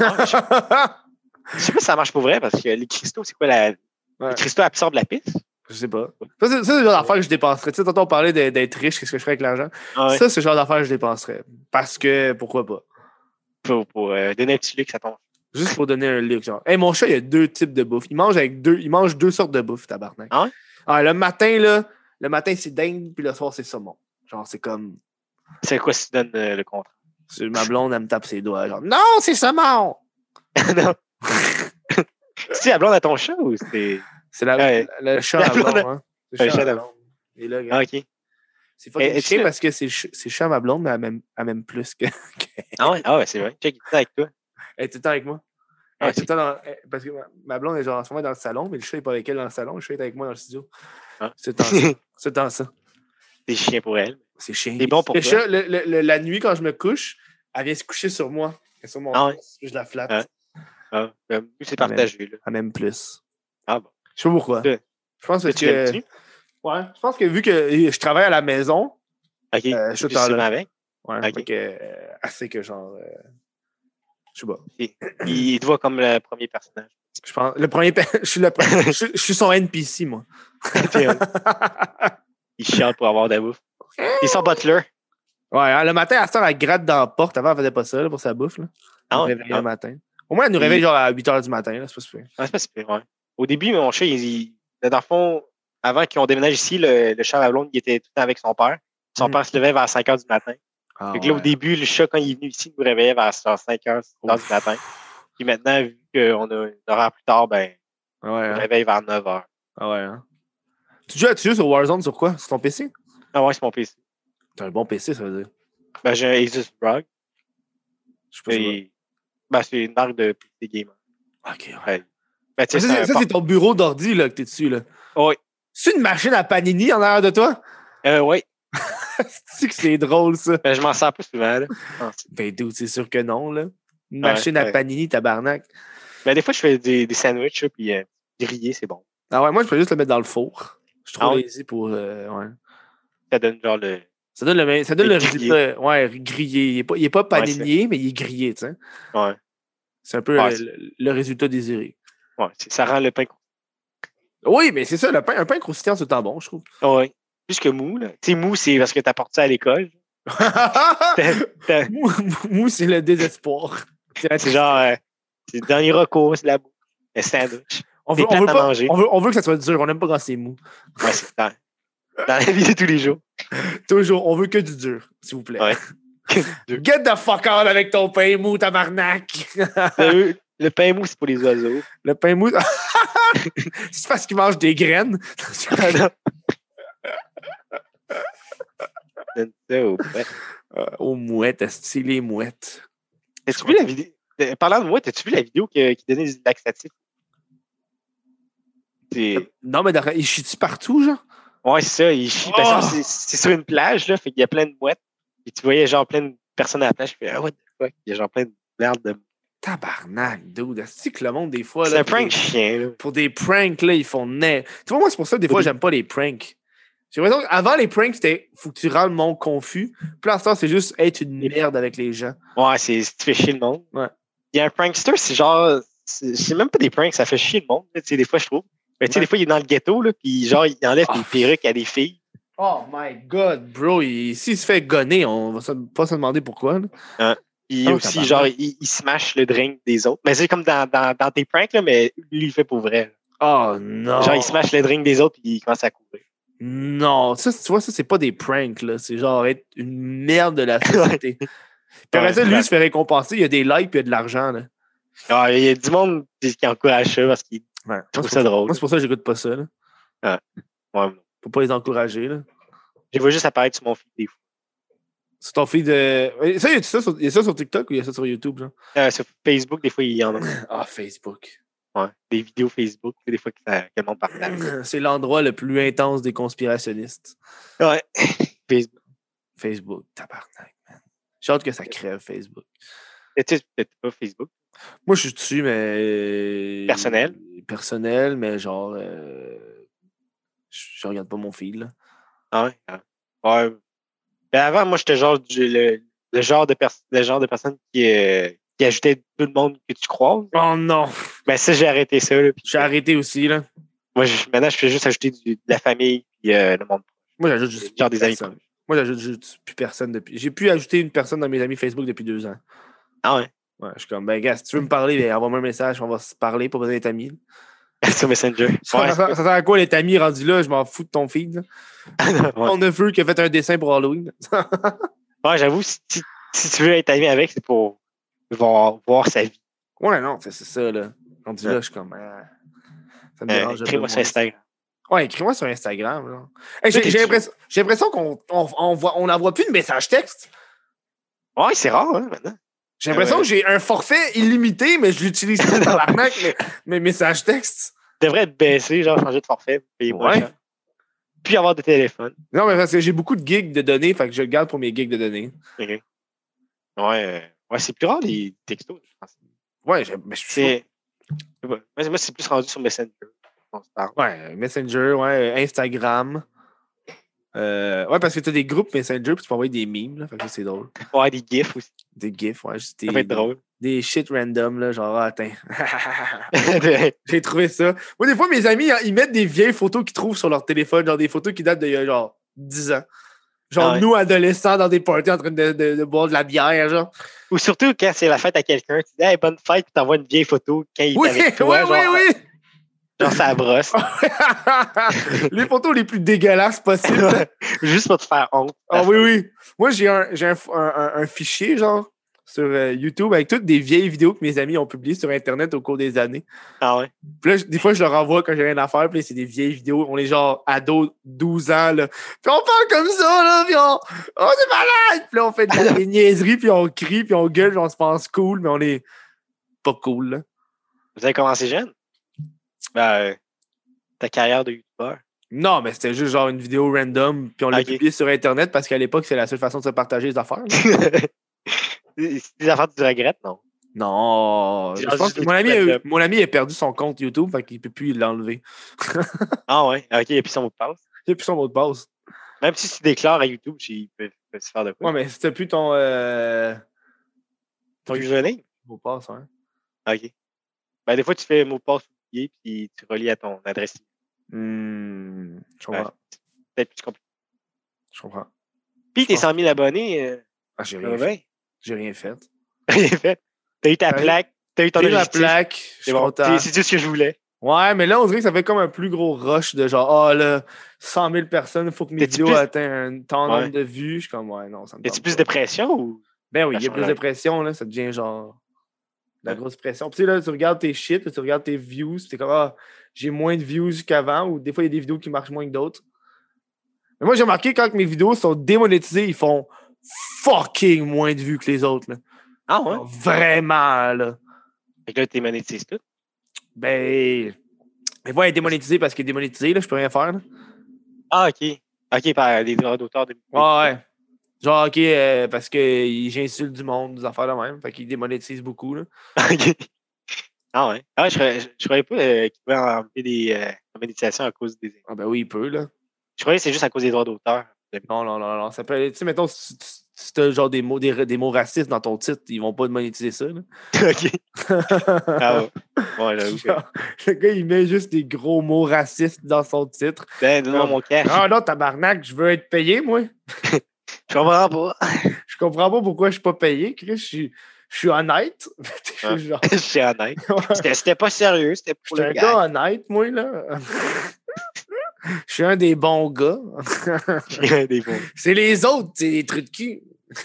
Speaker 3: sais pas si ça marche pour vrai, parce que les cristaux, c'est quoi la.
Speaker 1: Ouais.
Speaker 3: Les cristaux absorbent la piste.
Speaker 1: je sais pas. Ça, c'est ça, c'est le genre d'affaire que je dépenserais. Tu sais, tantôt, on parlait de- d'être riche, qu'est-ce que je ferais avec l'argent.
Speaker 3: Ah ouais,
Speaker 1: Ça, c'est le genre d'affaire que je dépenserais. Parce que, pourquoi pas?
Speaker 3: pour, pour euh, donner un petit luxe à ton.
Speaker 1: Juste pour donner un look, genre. Hey, mon chat, il a deux types de bouffe. Il mange avec deux, il mange deux sortes de bouffe, tabarnak.
Speaker 3: Ah ouais?
Speaker 1: Ah, le matin, là, le matin, c'est dingue, puis le soir, c'est saumon. Genre, c'est comme.
Speaker 3: C'est quoi si tu donnes euh, le contrat?
Speaker 1: c'est- Ma blonde, elle me tape ses doigts. Genre, non, c'est saumon!
Speaker 3: non. c'est la blonde à ton chat ou c'est.
Speaker 1: C'est la,
Speaker 3: Ouais.
Speaker 1: la- le chat
Speaker 3: La
Speaker 1: à blonde,
Speaker 3: blonde-
Speaker 1: hein.
Speaker 3: Le
Speaker 1: à
Speaker 3: chat à
Speaker 1: blonde. Et là, gars,
Speaker 3: Ah, ok.
Speaker 1: c'est fucking
Speaker 3: Et- et
Speaker 1: chier
Speaker 3: Eh, tu-
Speaker 1: parce que c'est le ch- c'est le chat à ma blonde, mais elle m'aime- elle m'aime plus que.
Speaker 3: Ah ouais, ah ouais c'est vrai. Check, il est avec toi.
Speaker 1: Elle est tout le temps avec moi. Elle est
Speaker 3: Ah,
Speaker 1: tout le temps dans- elle- Parce que ma- ma blonde est genre en ce moment dans le salon, mais le chat n'est pas avec elle dans le salon, le chat est avec moi dans le studio.
Speaker 3: Ah.
Speaker 1: C'est tout le temps ça. C'est tout le temps ça.
Speaker 3: T'es chien pour elle.
Speaker 1: C'est chiant.
Speaker 3: C'est bon pour
Speaker 1: Le
Speaker 3: toi.
Speaker 1: chat, le- le- le- la nuit, quand je me couche, elle vient se coucher sur moi. Elle est sur mon
Speaker 3: Ah ouais.
Speaker 1: torse, puis je la flatte.
Speaker 3: Ah. Ah, ben, nous, c'est
Speaker 1: Ah, mais-
Speaker 3: partagé, là.
Speaker 1: Elle m'aime plus.
Speaker 3: Ah bon.
Speaker 1: Je sais pas pourquoi.
Speaker 3: Tu-
Speaker 1: Je pense parce
Speaker 3: Tu
Speaker 1: que. euh,
Speaker 3: l'aimes-tu?
Speaker 1: Ouais. Je pense que vu que je travaille à la maison,
Speaker 3: Ok.
Speaker 1: euh, je suis
Speaker 3: Tu
Speaker 1: tout le temps
Speaker 3: souvent
Speaker 1: là.
Speaker 3: avec.
Speaker 1: ouais,
Speaker 3: Ok.
Speaker 1: fait que, euh, assez que genre. euh, je sais pas.
Speaker 3: Il il te voit comme le premier personnage.
Speaker 1: Je pense. Le premier. pe- Je suis le premier- je suis- je suis son NPC, moi.
Speaker 3: il chiale pour avoir de la bouffe. Il est son butler.
Speaker 1: Ouais, hein, le matin, à cette heure, elle gratte dans la porte. Avant, elle faisait pas ça là, pour sa bouffe. Là. Elle
Speaker 3: Ah
Speaker 1: nous
Speaker 3: ouais,
Speaker 1: réveille
Speaker 3: ah,
Speaker 1: le matin. Au moins, elle nous réveille
Speaker 3: Et-
Speaker 1: genre à 8 h du matin. là, C'est pas super.
Speaker 3: ah, c'est pas si pire, ouais. Au début, mon chat, il, il- dans le fond, avant qu'on déménage ici, le, le chat à ma blonde, il était tout le temps avec son père. Son
Speaker 1: Mm.
Speaker 3: père se levait vers 5 heures du matin.
Speaker 1: Ah,
Speaker 3: Fait que là, au
Speaker 1: ouais.
Speaker 3: début, le chat, quand il est venu ici, il nous réveillait vers 5 heures, 6 heures du
Speaker 1: Ouf.
Speaker 3: matin. Puis maintenant, vu qu'on a une horaire plus tard, ben,
Speaker 1: Ah ouais,
Speaker 3: il nous
Speaker 1: hein.
Speaker 3: réveille vers 9 heures.
Speaker 1: Ah ouais, hein. Tu joues, tu joues sur Warzone sur quoi Sur ton PC
Speaker 3: Ah ouais, c'est mon PC.
Speaker 1: T'as un bon PC, ça veut dire.
Speaker 3: Ben, j'ai un Asus ROG.
Speaker 1: Je sais pas si-
Speaker 3: Et... Ben, c'est une marque de PC gamer.
Speaker 1: Ok, ouais.
Speaker 3: Ben, tu
Speaker 1: Mais ça,
Speaker 3: sais, c'est
Speaker 1: c'est-
Speaker 3: un
Speaker 1: ça, c'est ton bureau d'ordi là, que t'es dessus. là.
Speaker 3: Oui.
Speaker 1: C'est une machine à panini en arrière de toi
Speaker 3: port- Euh, ouais.
Speaker 1: C'est que c'est drôle, ça.
Speaker 3: Ben, je m'en sers pas souvent, là. Ah, c'est-
Speaker 1: Ben, dude, c'est sûr que non, là. Une
Speaker 3: Ouais,
Speaker 1: machine à
Speaker 3: ouais.
Speaker 1: panini, tabarnak.
Speaker 3: Ben, des fois, je fais des, des sandwichs, là, puis euh, grillés, c'est bon.
Speaker 1: Ah ouais, moi, je peux juste le mettre dans le four. Je trouve
Speaker 3: Ah ouais?
Speaker 1: lazy pour. euh, ouais.
Speaker 3: Ça donne genre le.
Speaker 1: Ça donne le, même- ça donne
Speaker 3: Il
Speaker 1: le
Speaker 3: est grillé.
Speaker 1: résultat. Ouais, grillé. Il n'est pas, il est pas
Speaker 3: Ouais, c'est-
Speaker 1: paninier, mais il est grillé, tu sais.
Speaker 3: Ouais.
Speaker 1: C'est un peu
Speaker 3: Ouais,
Speaker 1: euh,
Speaker 3: c'est-
Speaker 1: le, le résultat désiré.
Speaker 3: Ouais, c'est- ça rend le pain. cro-
Speaker 1: Oui, mais c'est ça, le pain, un pain croustillant, c'est le temps bon, je trouve.
Speaker 3: oh, Ouais. Plus que mou, là. Tu sais, mou, c'est parce que t'apportes ça à l'école. T'as-
Speaker 1: Mou, mou- mou, c'est le désespoir. C'est la-
Speaker 3: C'est genre. euh, c'est le dernier recours, c'est la boue. Le sandwich.
Speaker 1: on,
Speaker 3: c'est
Speaker 1: veut, on,
Speaker 3: plate
Speaker 1: veut
Speaker 3: à
Speaker 1: pas-
Speaker 3: manger.
Speaker 1: on veut- on veut que ça soit dur, on n'aime pas quand c'est mou.
Speaker 3: Ouais, c'est dans, dans la vie de tous les jours.
Speaker 1: Toujours, on veut que du dur, s'il vous plaît.
Speaker 3: Ouais.
Speaker 1: Get the fuck out avec ton pain mou, tabarnak!
Speaker 3: Le, le pain mou, c'est pour les oiseaux.
Speaker 1: Le pain mou. c'est parce qu'il mange des graines.
Speaker 3: Donne ça au pain.
Speaker 1: Euh, aux mouettes, est les mouettes?
Speaker 3: T'as-tu vu la vidéo? euh, Parlant de moi, t'as-tu vu la vidéo que- qui donnait du laxatif? C'est...
Speaker 1: Non, mais d'ailleurs, ils chient partout, genre?
Speaker 3: Ouais, c'est ça, il chie. parce que
Speaker 1: Oh!
Speaker 3: c'est- C'est sur une plage, là, fait qu'il y a plein de mouettes. Puis tu voyais genre plein de personnes à la plage. Puis, ah, what the fuck? Il y a genre plein de merde de.
Speaker 1: Tabarnak, dude. Est-ce que le monde, des fois.
Speaker 3: C'est
Speaker 1: là,
Speaker 3: un
Speaker 1: pour
Speaker 3: prank
Speaker 1: des-
Speaker 3: chien, là.
Speaker 1: Pour des pranks, là, ils font net. Tu vois, moi, c'est pour ça, des fois, j'aime pas les pranks. J'ai l'impression qu'avant les pranks, c'était faut que tu rends le monde confus. Puis là, en ce temps, c'est juste être une merde avec les gens.
Speaker 3: Ouais, c'est c'est- tu fais chier le monde.
Speaker 1: Ouais.
Speaker 3: Il y a un prankster, c'est genre. C'est c'est même pas des pranks, ça fait chier le monde, là, tu sais, des fois, je trouve. Mais tu sais,
Speaker 1: Ouais.
Speaker 3: des fois, il est dans le ghetto, là, puis genre, il enlève
Speaker 1: Ah.
Speaker 3: des perruques à des filles.
Speaker 1: Oh my god, bro. il- S'il se fait gonner, on va se- pas se demander pourquoi. là.
Speaker 3: Puis
Speaker 1: Ah,
Speaker 3: aussi,
Speaker 1: tabarnak.
Speaker 3: genre, il, il smash le drink des autres. Mais c'est comme dans, dans, dans tes pranks, là, mais lui, il fait pour vrai.
Speaker 1: Oh non.
Speaker 3: Genre, il smash le drink des autres, puis il commence à courir.
Speaker 1: Non, ça, tu vois, ça, c'est pas des pranks, là. C'est genre être une merde de la société. Puis après ça,
Speaker 3: Ouais,
Speaker 1: lui, il
Speaker 3: exact.
Speaker 1: se fait récompenser, il y a des likes, puis il y a de l'argent, là.
Speaker 3: Ah, il y a du monde qui qui encourage ça parce qu'il
Speaker 1: Ouais. Moi,
Speaker 3: trouve
Speaker 1: c'est
Speaker 3: ça
Speaker 1: pour-
Speaker 3: drôle.
Speaker 1: moi, c'est pour ça que j'écoute pas ça, là.
Speaker 3: Ouais,
Speaker 1: Pour pas les encourager, là.
Speaker 3: Je les vois juste apparaître sur mon fil des fois.
Speaker 1: C'est ton feed de. Ça, il y a ça sur, y a ça sur TikTok ou il y a ça sur YouTube, là?
Speaker 3: Euh, sur Facebook, des fois, il y en a.
Speaker 1: Ah, Facebook.
Speaker 3: Ouais. Des vidéos Facebook, des fois que, ça- que le monde partage.
Speaker 1: C'est l'endroit le plus intense des conspirationnistes.
Speaker 3: Ouais. Facebook.
Speaker 1: Facebook, tabarnak, man. J'ai hâte que ça crève, Facebook.
Speaker 3: Tu sais, peut-être pas Facebook.
Speaker 1: Moi, je suis dessus, mais.
Speaker 3: Personnel?
Speaker 1: Personnel, mais genre. euh, Je je regarde pas mon feed, là.
Speaker 3: Ah ouais. ah. Ouais. Ben avant, moi, j'étais genre du- le, le genre de pers- le genre de personne qui, euh, qui ajoutait tout le monde que tu croises.
Speaker 1: Oh non!
Speaker 3: Ben ça, j'ai arrêté ça. Là, puis,
Speaker 1: J'ai
Speaker 3: euh,
Speaker 1: arrêté aussi, là.
Speaker 3: moi, je- maintenant, je fais juste ajouter du- de la famille puis euh, le monde.
Speaker 1: Moi, j'ajoute juste.
Speaker 3: Genre
Speaker 1: plus
Speaker 3: des amis.
Speaker 1: personne. Moi, j'ajoute juste plus personne depuis. J'ai pu ajouter une personne dans mes amis Facebook depuis deux ans.
Speaker 3: Ah ouais.
Speaker 1: Ouais, je suis comme, ben, gars, si tu veux me parler, ben, envoie-moi un message, on va se parler pour besoin d'être amis.
Speaker 3: sur Messenger. Ouais, c'est
Speaker 1: ça, ça sert à quoi d'être amis rendu là? Je m'en fous de ton feed. là.
Speaker 3: pas- ouais.
Speaker 1: Mon neveu qui a fait un dessin pour Halloween.
Speaker 3: Ouais, j'avoue, si, tu- si tu veux être ami avec, c'est pour voir, voir sa vie.
Speaker 1: ouais, non, c'est c'est ça, là. Rendu là, je suis comme, ah, ça me
Speaker 3: Euh,
Speaker 1: dérange. un peu
Speaker 3: Écris-moi sur
Speaker 1: moins.
Speaker 3: Instagram.
Speaker 1: Ouais, écris-moi sur Instagram. là. Hey, j'ai-
Speaker 3: t'es-
Speaker 1: j'ai l'impression- j'ai l'impression qu'on on, on voit- on n'envoie plus de messages texte.
Speaker 3: Ouais, c'est rare, hein, maintenant.
Speaker 1: J'ai
Speaker 3: Ah
Speaker 1: l'impression
Speaker 3: ouais.
Speaker 1: que j'ai un forfait illimité, mais je l'utilise pas dans l'arnaque, mes, mes messages textes.
Speaker 3: Tu devrais être baissé, genre changer de forfait, payer moins
Speaker 1: Ouais.
Speaker 3: cher. Puis avoir des téléphones.
Speaker 1: Non, mais parce que j'ai beaucoup de gigs de données, fait que je le garde pour mes gigs de données.
Speaker 3: Ok. Ouais, euh, ouais c'est plus rare les textos, je pense.
Speaker 1: Ouais, j'ai- mais je suis
Speaker 3: C'est. je sais pas. Moi, moi, c'est plus rendu sur Messenger. On se parle.
Speaker 1: chaud. Ouais, Messenger, ouais, euh, Instagram. Euh, ouais, parce que t'as des groupes Messenger, puis tu peux envoyer des memes, là, fait que ça, c'est drôle.
Speaker 3: Ouais, des gifs aussi.
Speaker 1: Des gifs, ouais, juste
Speaker 3: Ça va
Speaker 1: des,
Speaker 3: être drôle.
Speaker 1: des shit random, là, genre, ah, attends. j'ai trouvé ça. Moi, des fois, mes amis, hein, ils mettent des vieilles photos qu'ils trouvent sur leur téléphone, genre des photos qui datent d'il y a genre 10 ans. Genre,
Speaker 3: Ah ouais.
Speaker 1: nous, adolescents, dans des parties en train de, de- de boire de la bière, genre.
Speaker 3: Ou surtout quand c'est la fête à quelqu'un, tu dis hey, bonne fête, puis t'envoies une vieille photo quand il
Speaker 1: Oui,
Speaker 3: est avec toi.
Speaker 1: oui,
Speaker 3: genre,
Speaker 1: oui,
Speaker 3: Genre ça brosse.
Speaker 1: Ah. oui. les photos les plus dégueulasses possibles.
Speaker 3: Juste pour te faire honte.
Speaker 1: Ah oui, oui. Moi, j'ai un, j'ai un, f- un- un- un fichier, genre, sur euh, YouTube avec toutes des vieilles vidéos que mes amis ont publiées sur Internet au cours des années.
Speaker 3: Ah ouais.
Speaker 1: Puis là, je- des fois, je leur envoie quand j'ai rien à faire. Puis là, c'est des vieilles vidéos. On est genre ados, 12 ans, là. Puis on parle comme ça, là. Puis on, on est malade. Puis là, on fait des, des niaiseries, puis on crie, puis on gueule, puis on se pense cool, mais on est pas cool, là.
Speaker 3: Vous avez commencé jeune? Ben, euh, ta carrière de youtubeur.
Speaker 1: Non, mais c'était juste genre une vidéo random, puis on l'a
Speaker 3: Ok.
Speaker 1: publiée sur Internet parce qu'à l'époque, c'est la seule façon de se partager les affaires. là.
Speaker 3: c'est des affaires que tu regrettes, non?
Speaker 1: Non,
Speaker 3: C'est
Speaker 1: je
Speaker 3: genre
Speaker 1: pense
Speaker 3: juste
Speaker 1: que
Speaker 3: des
Speaker 1: mon ami,
Speaker 3: petits
Speaker 1: a,
Speaker 3: random.
Speaker 1: mon ami a perdu son compte YouTube, fait qu'il peut plus l'enlever.
Speaker 3: Ah ouais. Ok, et puis son mot de passe.
Speaker 1: C'est plus son mot de passe.
Speaker 3: Même si tu déclares à YouTube, ils peuvent, ils peuvent se faire de quoi?
Speaker 1: Ouais, mais c'était plus ton euh,
Speaker 3: Ton username?
Speaker 1: mot de passe, hein.
Speaker 3: Ok. Ben, des fois, tu fais mot de passe oublié, puis tu relis à ton adresse.
Speaker 1: Hmm, je comprends.
Speaker 3: Ouais. Peut-être plus compliqué.
Speaker 1: Je comprends.
Speaker 3: Puis, tes
Speaker 1: pense-
Speaker 3: 100 000 abonnés, euh,
Speaker 1: Ah, j'ai rien,
Speaker 3: ouais,
Speaker 1: fait.
Speaker 3: ouais.
Speaker 1: J'ai rien fait.
Speaker 3: Rien fait. T'as eu ta
Speaker 1: Ouais.
Speaker 3: plaque, t'as eu ton
Speaker 1: J'ai eu la
Speaker 3: objectif,
Speaker 1: plaque, je
Speaker 3: C'est
Speaker 1: suis
Speaker 3: bon.
Speaker 1: content.
Speaker 3: C'est c'est tout ce que je voulais.
Speaker 1: Ouais, mais là, on dirait que ça fait comme un plus gros rush de genre, ah là, 100 000 personnes, il faut que mes
Speaker 3: T'es-tu
Speaker 1: vidéos
Speaker 3: plus-
Speaker 1: atteignent un tant nombre
Speaker 3: Ouais.
Speaker 1: de vues. Je suis comme, ouais, non, ça me
Speaker 3: T'as-tu
Speaker 1: tente
Speaker 3: plus
Speaker 1: pas.
Speaker 3: de pression ou.
Speaker 1: Ben oui,
Speaker 3: Ça
Speaker 1: il y a
Speaker 3: change
Speaker 1: plus de
Speaker 3: rien.
Speaker 1: pression, là, ça devient genre de la
Speaker 3: Ah, Ouais.
Speaker 1: grosse pression. Puis tu sais, là, tu regardes tes shit, là, tu regardes tes views, puis t'es comme ah, j'ai moins de views qu'avant, ou des fois, il y a des vidéos qui marchent moins que d'autres. Mais moi, j'ai remarqué quand que mes vidéos sont démonétisées, ils font fucking moins de vues que les autres. Là.
Speaker 3: Ah ouais?
Speaker 1: Genre, Vraiment, là.
Speaker 3: Fait que là, t'es monétisé tout.
Speaker 1: Ben. Mais voilà, elle est démonétisée parce qu'elle est démonétisée, là, je peux rien faire. là.
Speaker 3: Ah, ok. Ok, par des droits d'auteur. De...
Speaker 1: Ah, Ouais, ouais. Genre, ok, euh, parce que j'insulte du monde, des affaires de même. Fait qu'ils démonétisent beaucoup, là.
Speaker 3: Ok. Ah ouais. Ah ouais, je croyais- je je croyais pas euh, qu'ils pouvaient enlever des euh, monétisations à cause des.
Speaker 1: Ah ben oui, il peut, là.
Speaker 3: Je croyais que c'est juste à cause des droits d'auteur.
Speaker 1: Non, non, non, non. Ça peut aller. Tu sais, mettons, si tu- si tu- si t'as genre des mots, des, ra- des mots racistes dans ton titre, ils vont pas te monétiser ça. là.
Speaker 3: ok. Ah ouais. Ouais, j'avoue. que-
Speaker 1: Genre, le gars, il met juste des gros mots racistes dans son titre.
Speaker 3: Ben, non, mon cash.
Speaker 1: Ah non, tabarnak, je veux être payé, moi.
Speaker 3: Je comprends pas.
Speaker 1: Je comprends pas pourquoi je suis pas payé, Chris. Je suis, je suis honnête. Je suis genre,
Speaker 3: Je suis honnête. C'était c'était pas sérieux, c'était pour
Speaker 1: je suis
Speaker 3: le
Speaker 1: un
Speaker 3: gars.
Speaker 1: gars honnête, moi, là. Je suis un des bons gars.
Speaker 3: des bons.
Speaker 1: C'est les autres, c'est des trucs de cul.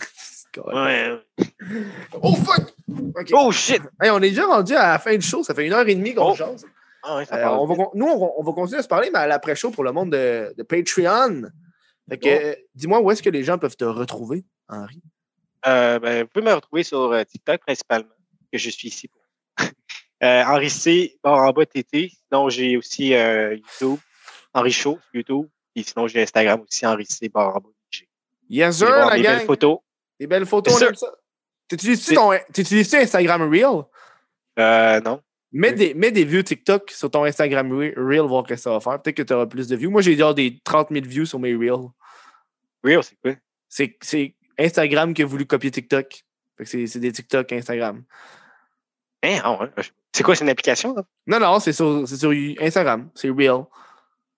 Speaker 3: Ouais. ouais.
Speaker 1: Oh fuck! Ok.
Speaker 3: Oh shit!
Speaker 1: Hey, on est déjà rendu à la fin du show. Ça fait une heure et demie qu'on
Speaker 3: Oh.
Speaker 1: jase.
Speaker 3: Ah ouais, ça
Speaker 1: Euh,
Speaker 3: parle.
Speaker 1: on va, con- nous, on, va- on va continuer à se parler, mais à l'après-show pour le monde de, de Patreon. Fait que,
Speaker 3: Bon.
Speaker 1: euh, dis-moi où est-ce que les gens peuvent te retrouver, Henri.
Speaker 3: Euh, ben, vous pouvez me retrouver sur euh, TikTok principalement, que je suis ici pour. euh, Henri C, bon, en bas TT. Sinon, j'ai aussi euh, YouTube, Henri Chaud sur YouTube. Et sinon, j'ai Instagram aussi, Henri C, bon, en bas TG.
Speaker 1: Yes,
Speaker 3: Vous
Speaker 1: sir,
Speaker 3: allez voir
Speaker 1: la
Speaker 3: mes
Speaker 1: gang.
Speaker 3: belles photos.
Speaker 1: Des belles photos,
Speaker 3: Yes,
Speaker 1: on aime ça. T'utilises-tu,
Speaker 3: C'est-
Speaker 1: ton, t'utilises-tu Instagram Reel?
Speaker 3: Euh, non.
Speaker 1: Mets,
Speaker 3: Oui.
Speaker 1: des, mets des views TikTok sur ton Instagram Re- Reel, voir ce que ça va faire. Peut-être que tu auras plus de views. Moi, j'ai déjà des 30 000 views sur mes Reels.
Speaker 3: Real, c'est quoi?
Speaker 1: C'est, c'est Instagram qui a voulu copier TikTok. Fait que c'est, c'est des TikTok Instagram.
Speaker 3: Hein, ah ouais, je- C'est quoi, c'est une application? hein? là?
Speaker 1: Non, non, c'est sur, c'est sur Instagram. C'est Reel.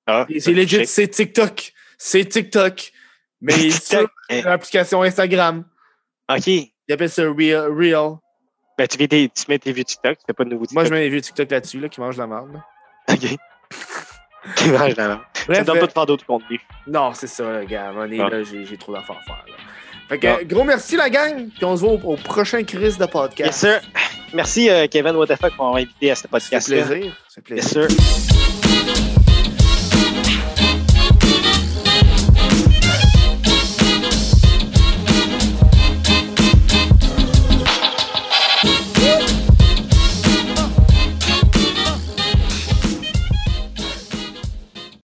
Speaker 3: Ah,
Speaker 1: Et C'est
Speaker 3: je-
Speaker 1: legit, c'est TikTok. C'est TikTok. Mais sur
Speaker 3: TikTok. hein.
Speaker 1: l'application Instagram,
Speaker 3: Ok.
Speaker 1: ils appellent ça Real. Real.
Speaker 3: Ben, tu, mets tes, tu mets tes vieux TikTok, tu fais pas de nouveaux TikTok.
Speaker 1: Moi, je mets les vieux TikTok là-dessus, là, qui mangent de la merde. là.
Speaker 3: Ok. Qui mange la merde. Ça
Speaker 1: Bref,
Speaker 3: me donne
Speaker 1: euh,
Speaker 3: pas de faire d'autres contenus.
Speaker 1: non, c'est ça, là, gars. à un moment donné,
Speaker 3: Ah.
Speaker 1: là, j'ai j'ai trop d'affaires à faire. là. Fait que, euh, gros merci, la gang. Puis on se voit au, au prochain Chris de podcast.
Speaker 3: Bien sûr. Merci, euh, Kevin WTF, pour m'avoir invité à ce
Speaker 1: Ça fait
Speaker 3: podcast-là.
Speaker 1: plaisir. Ça fait
Speaker 3: Bien
Speaker 1: plaisir.
Speaker 3: sûr.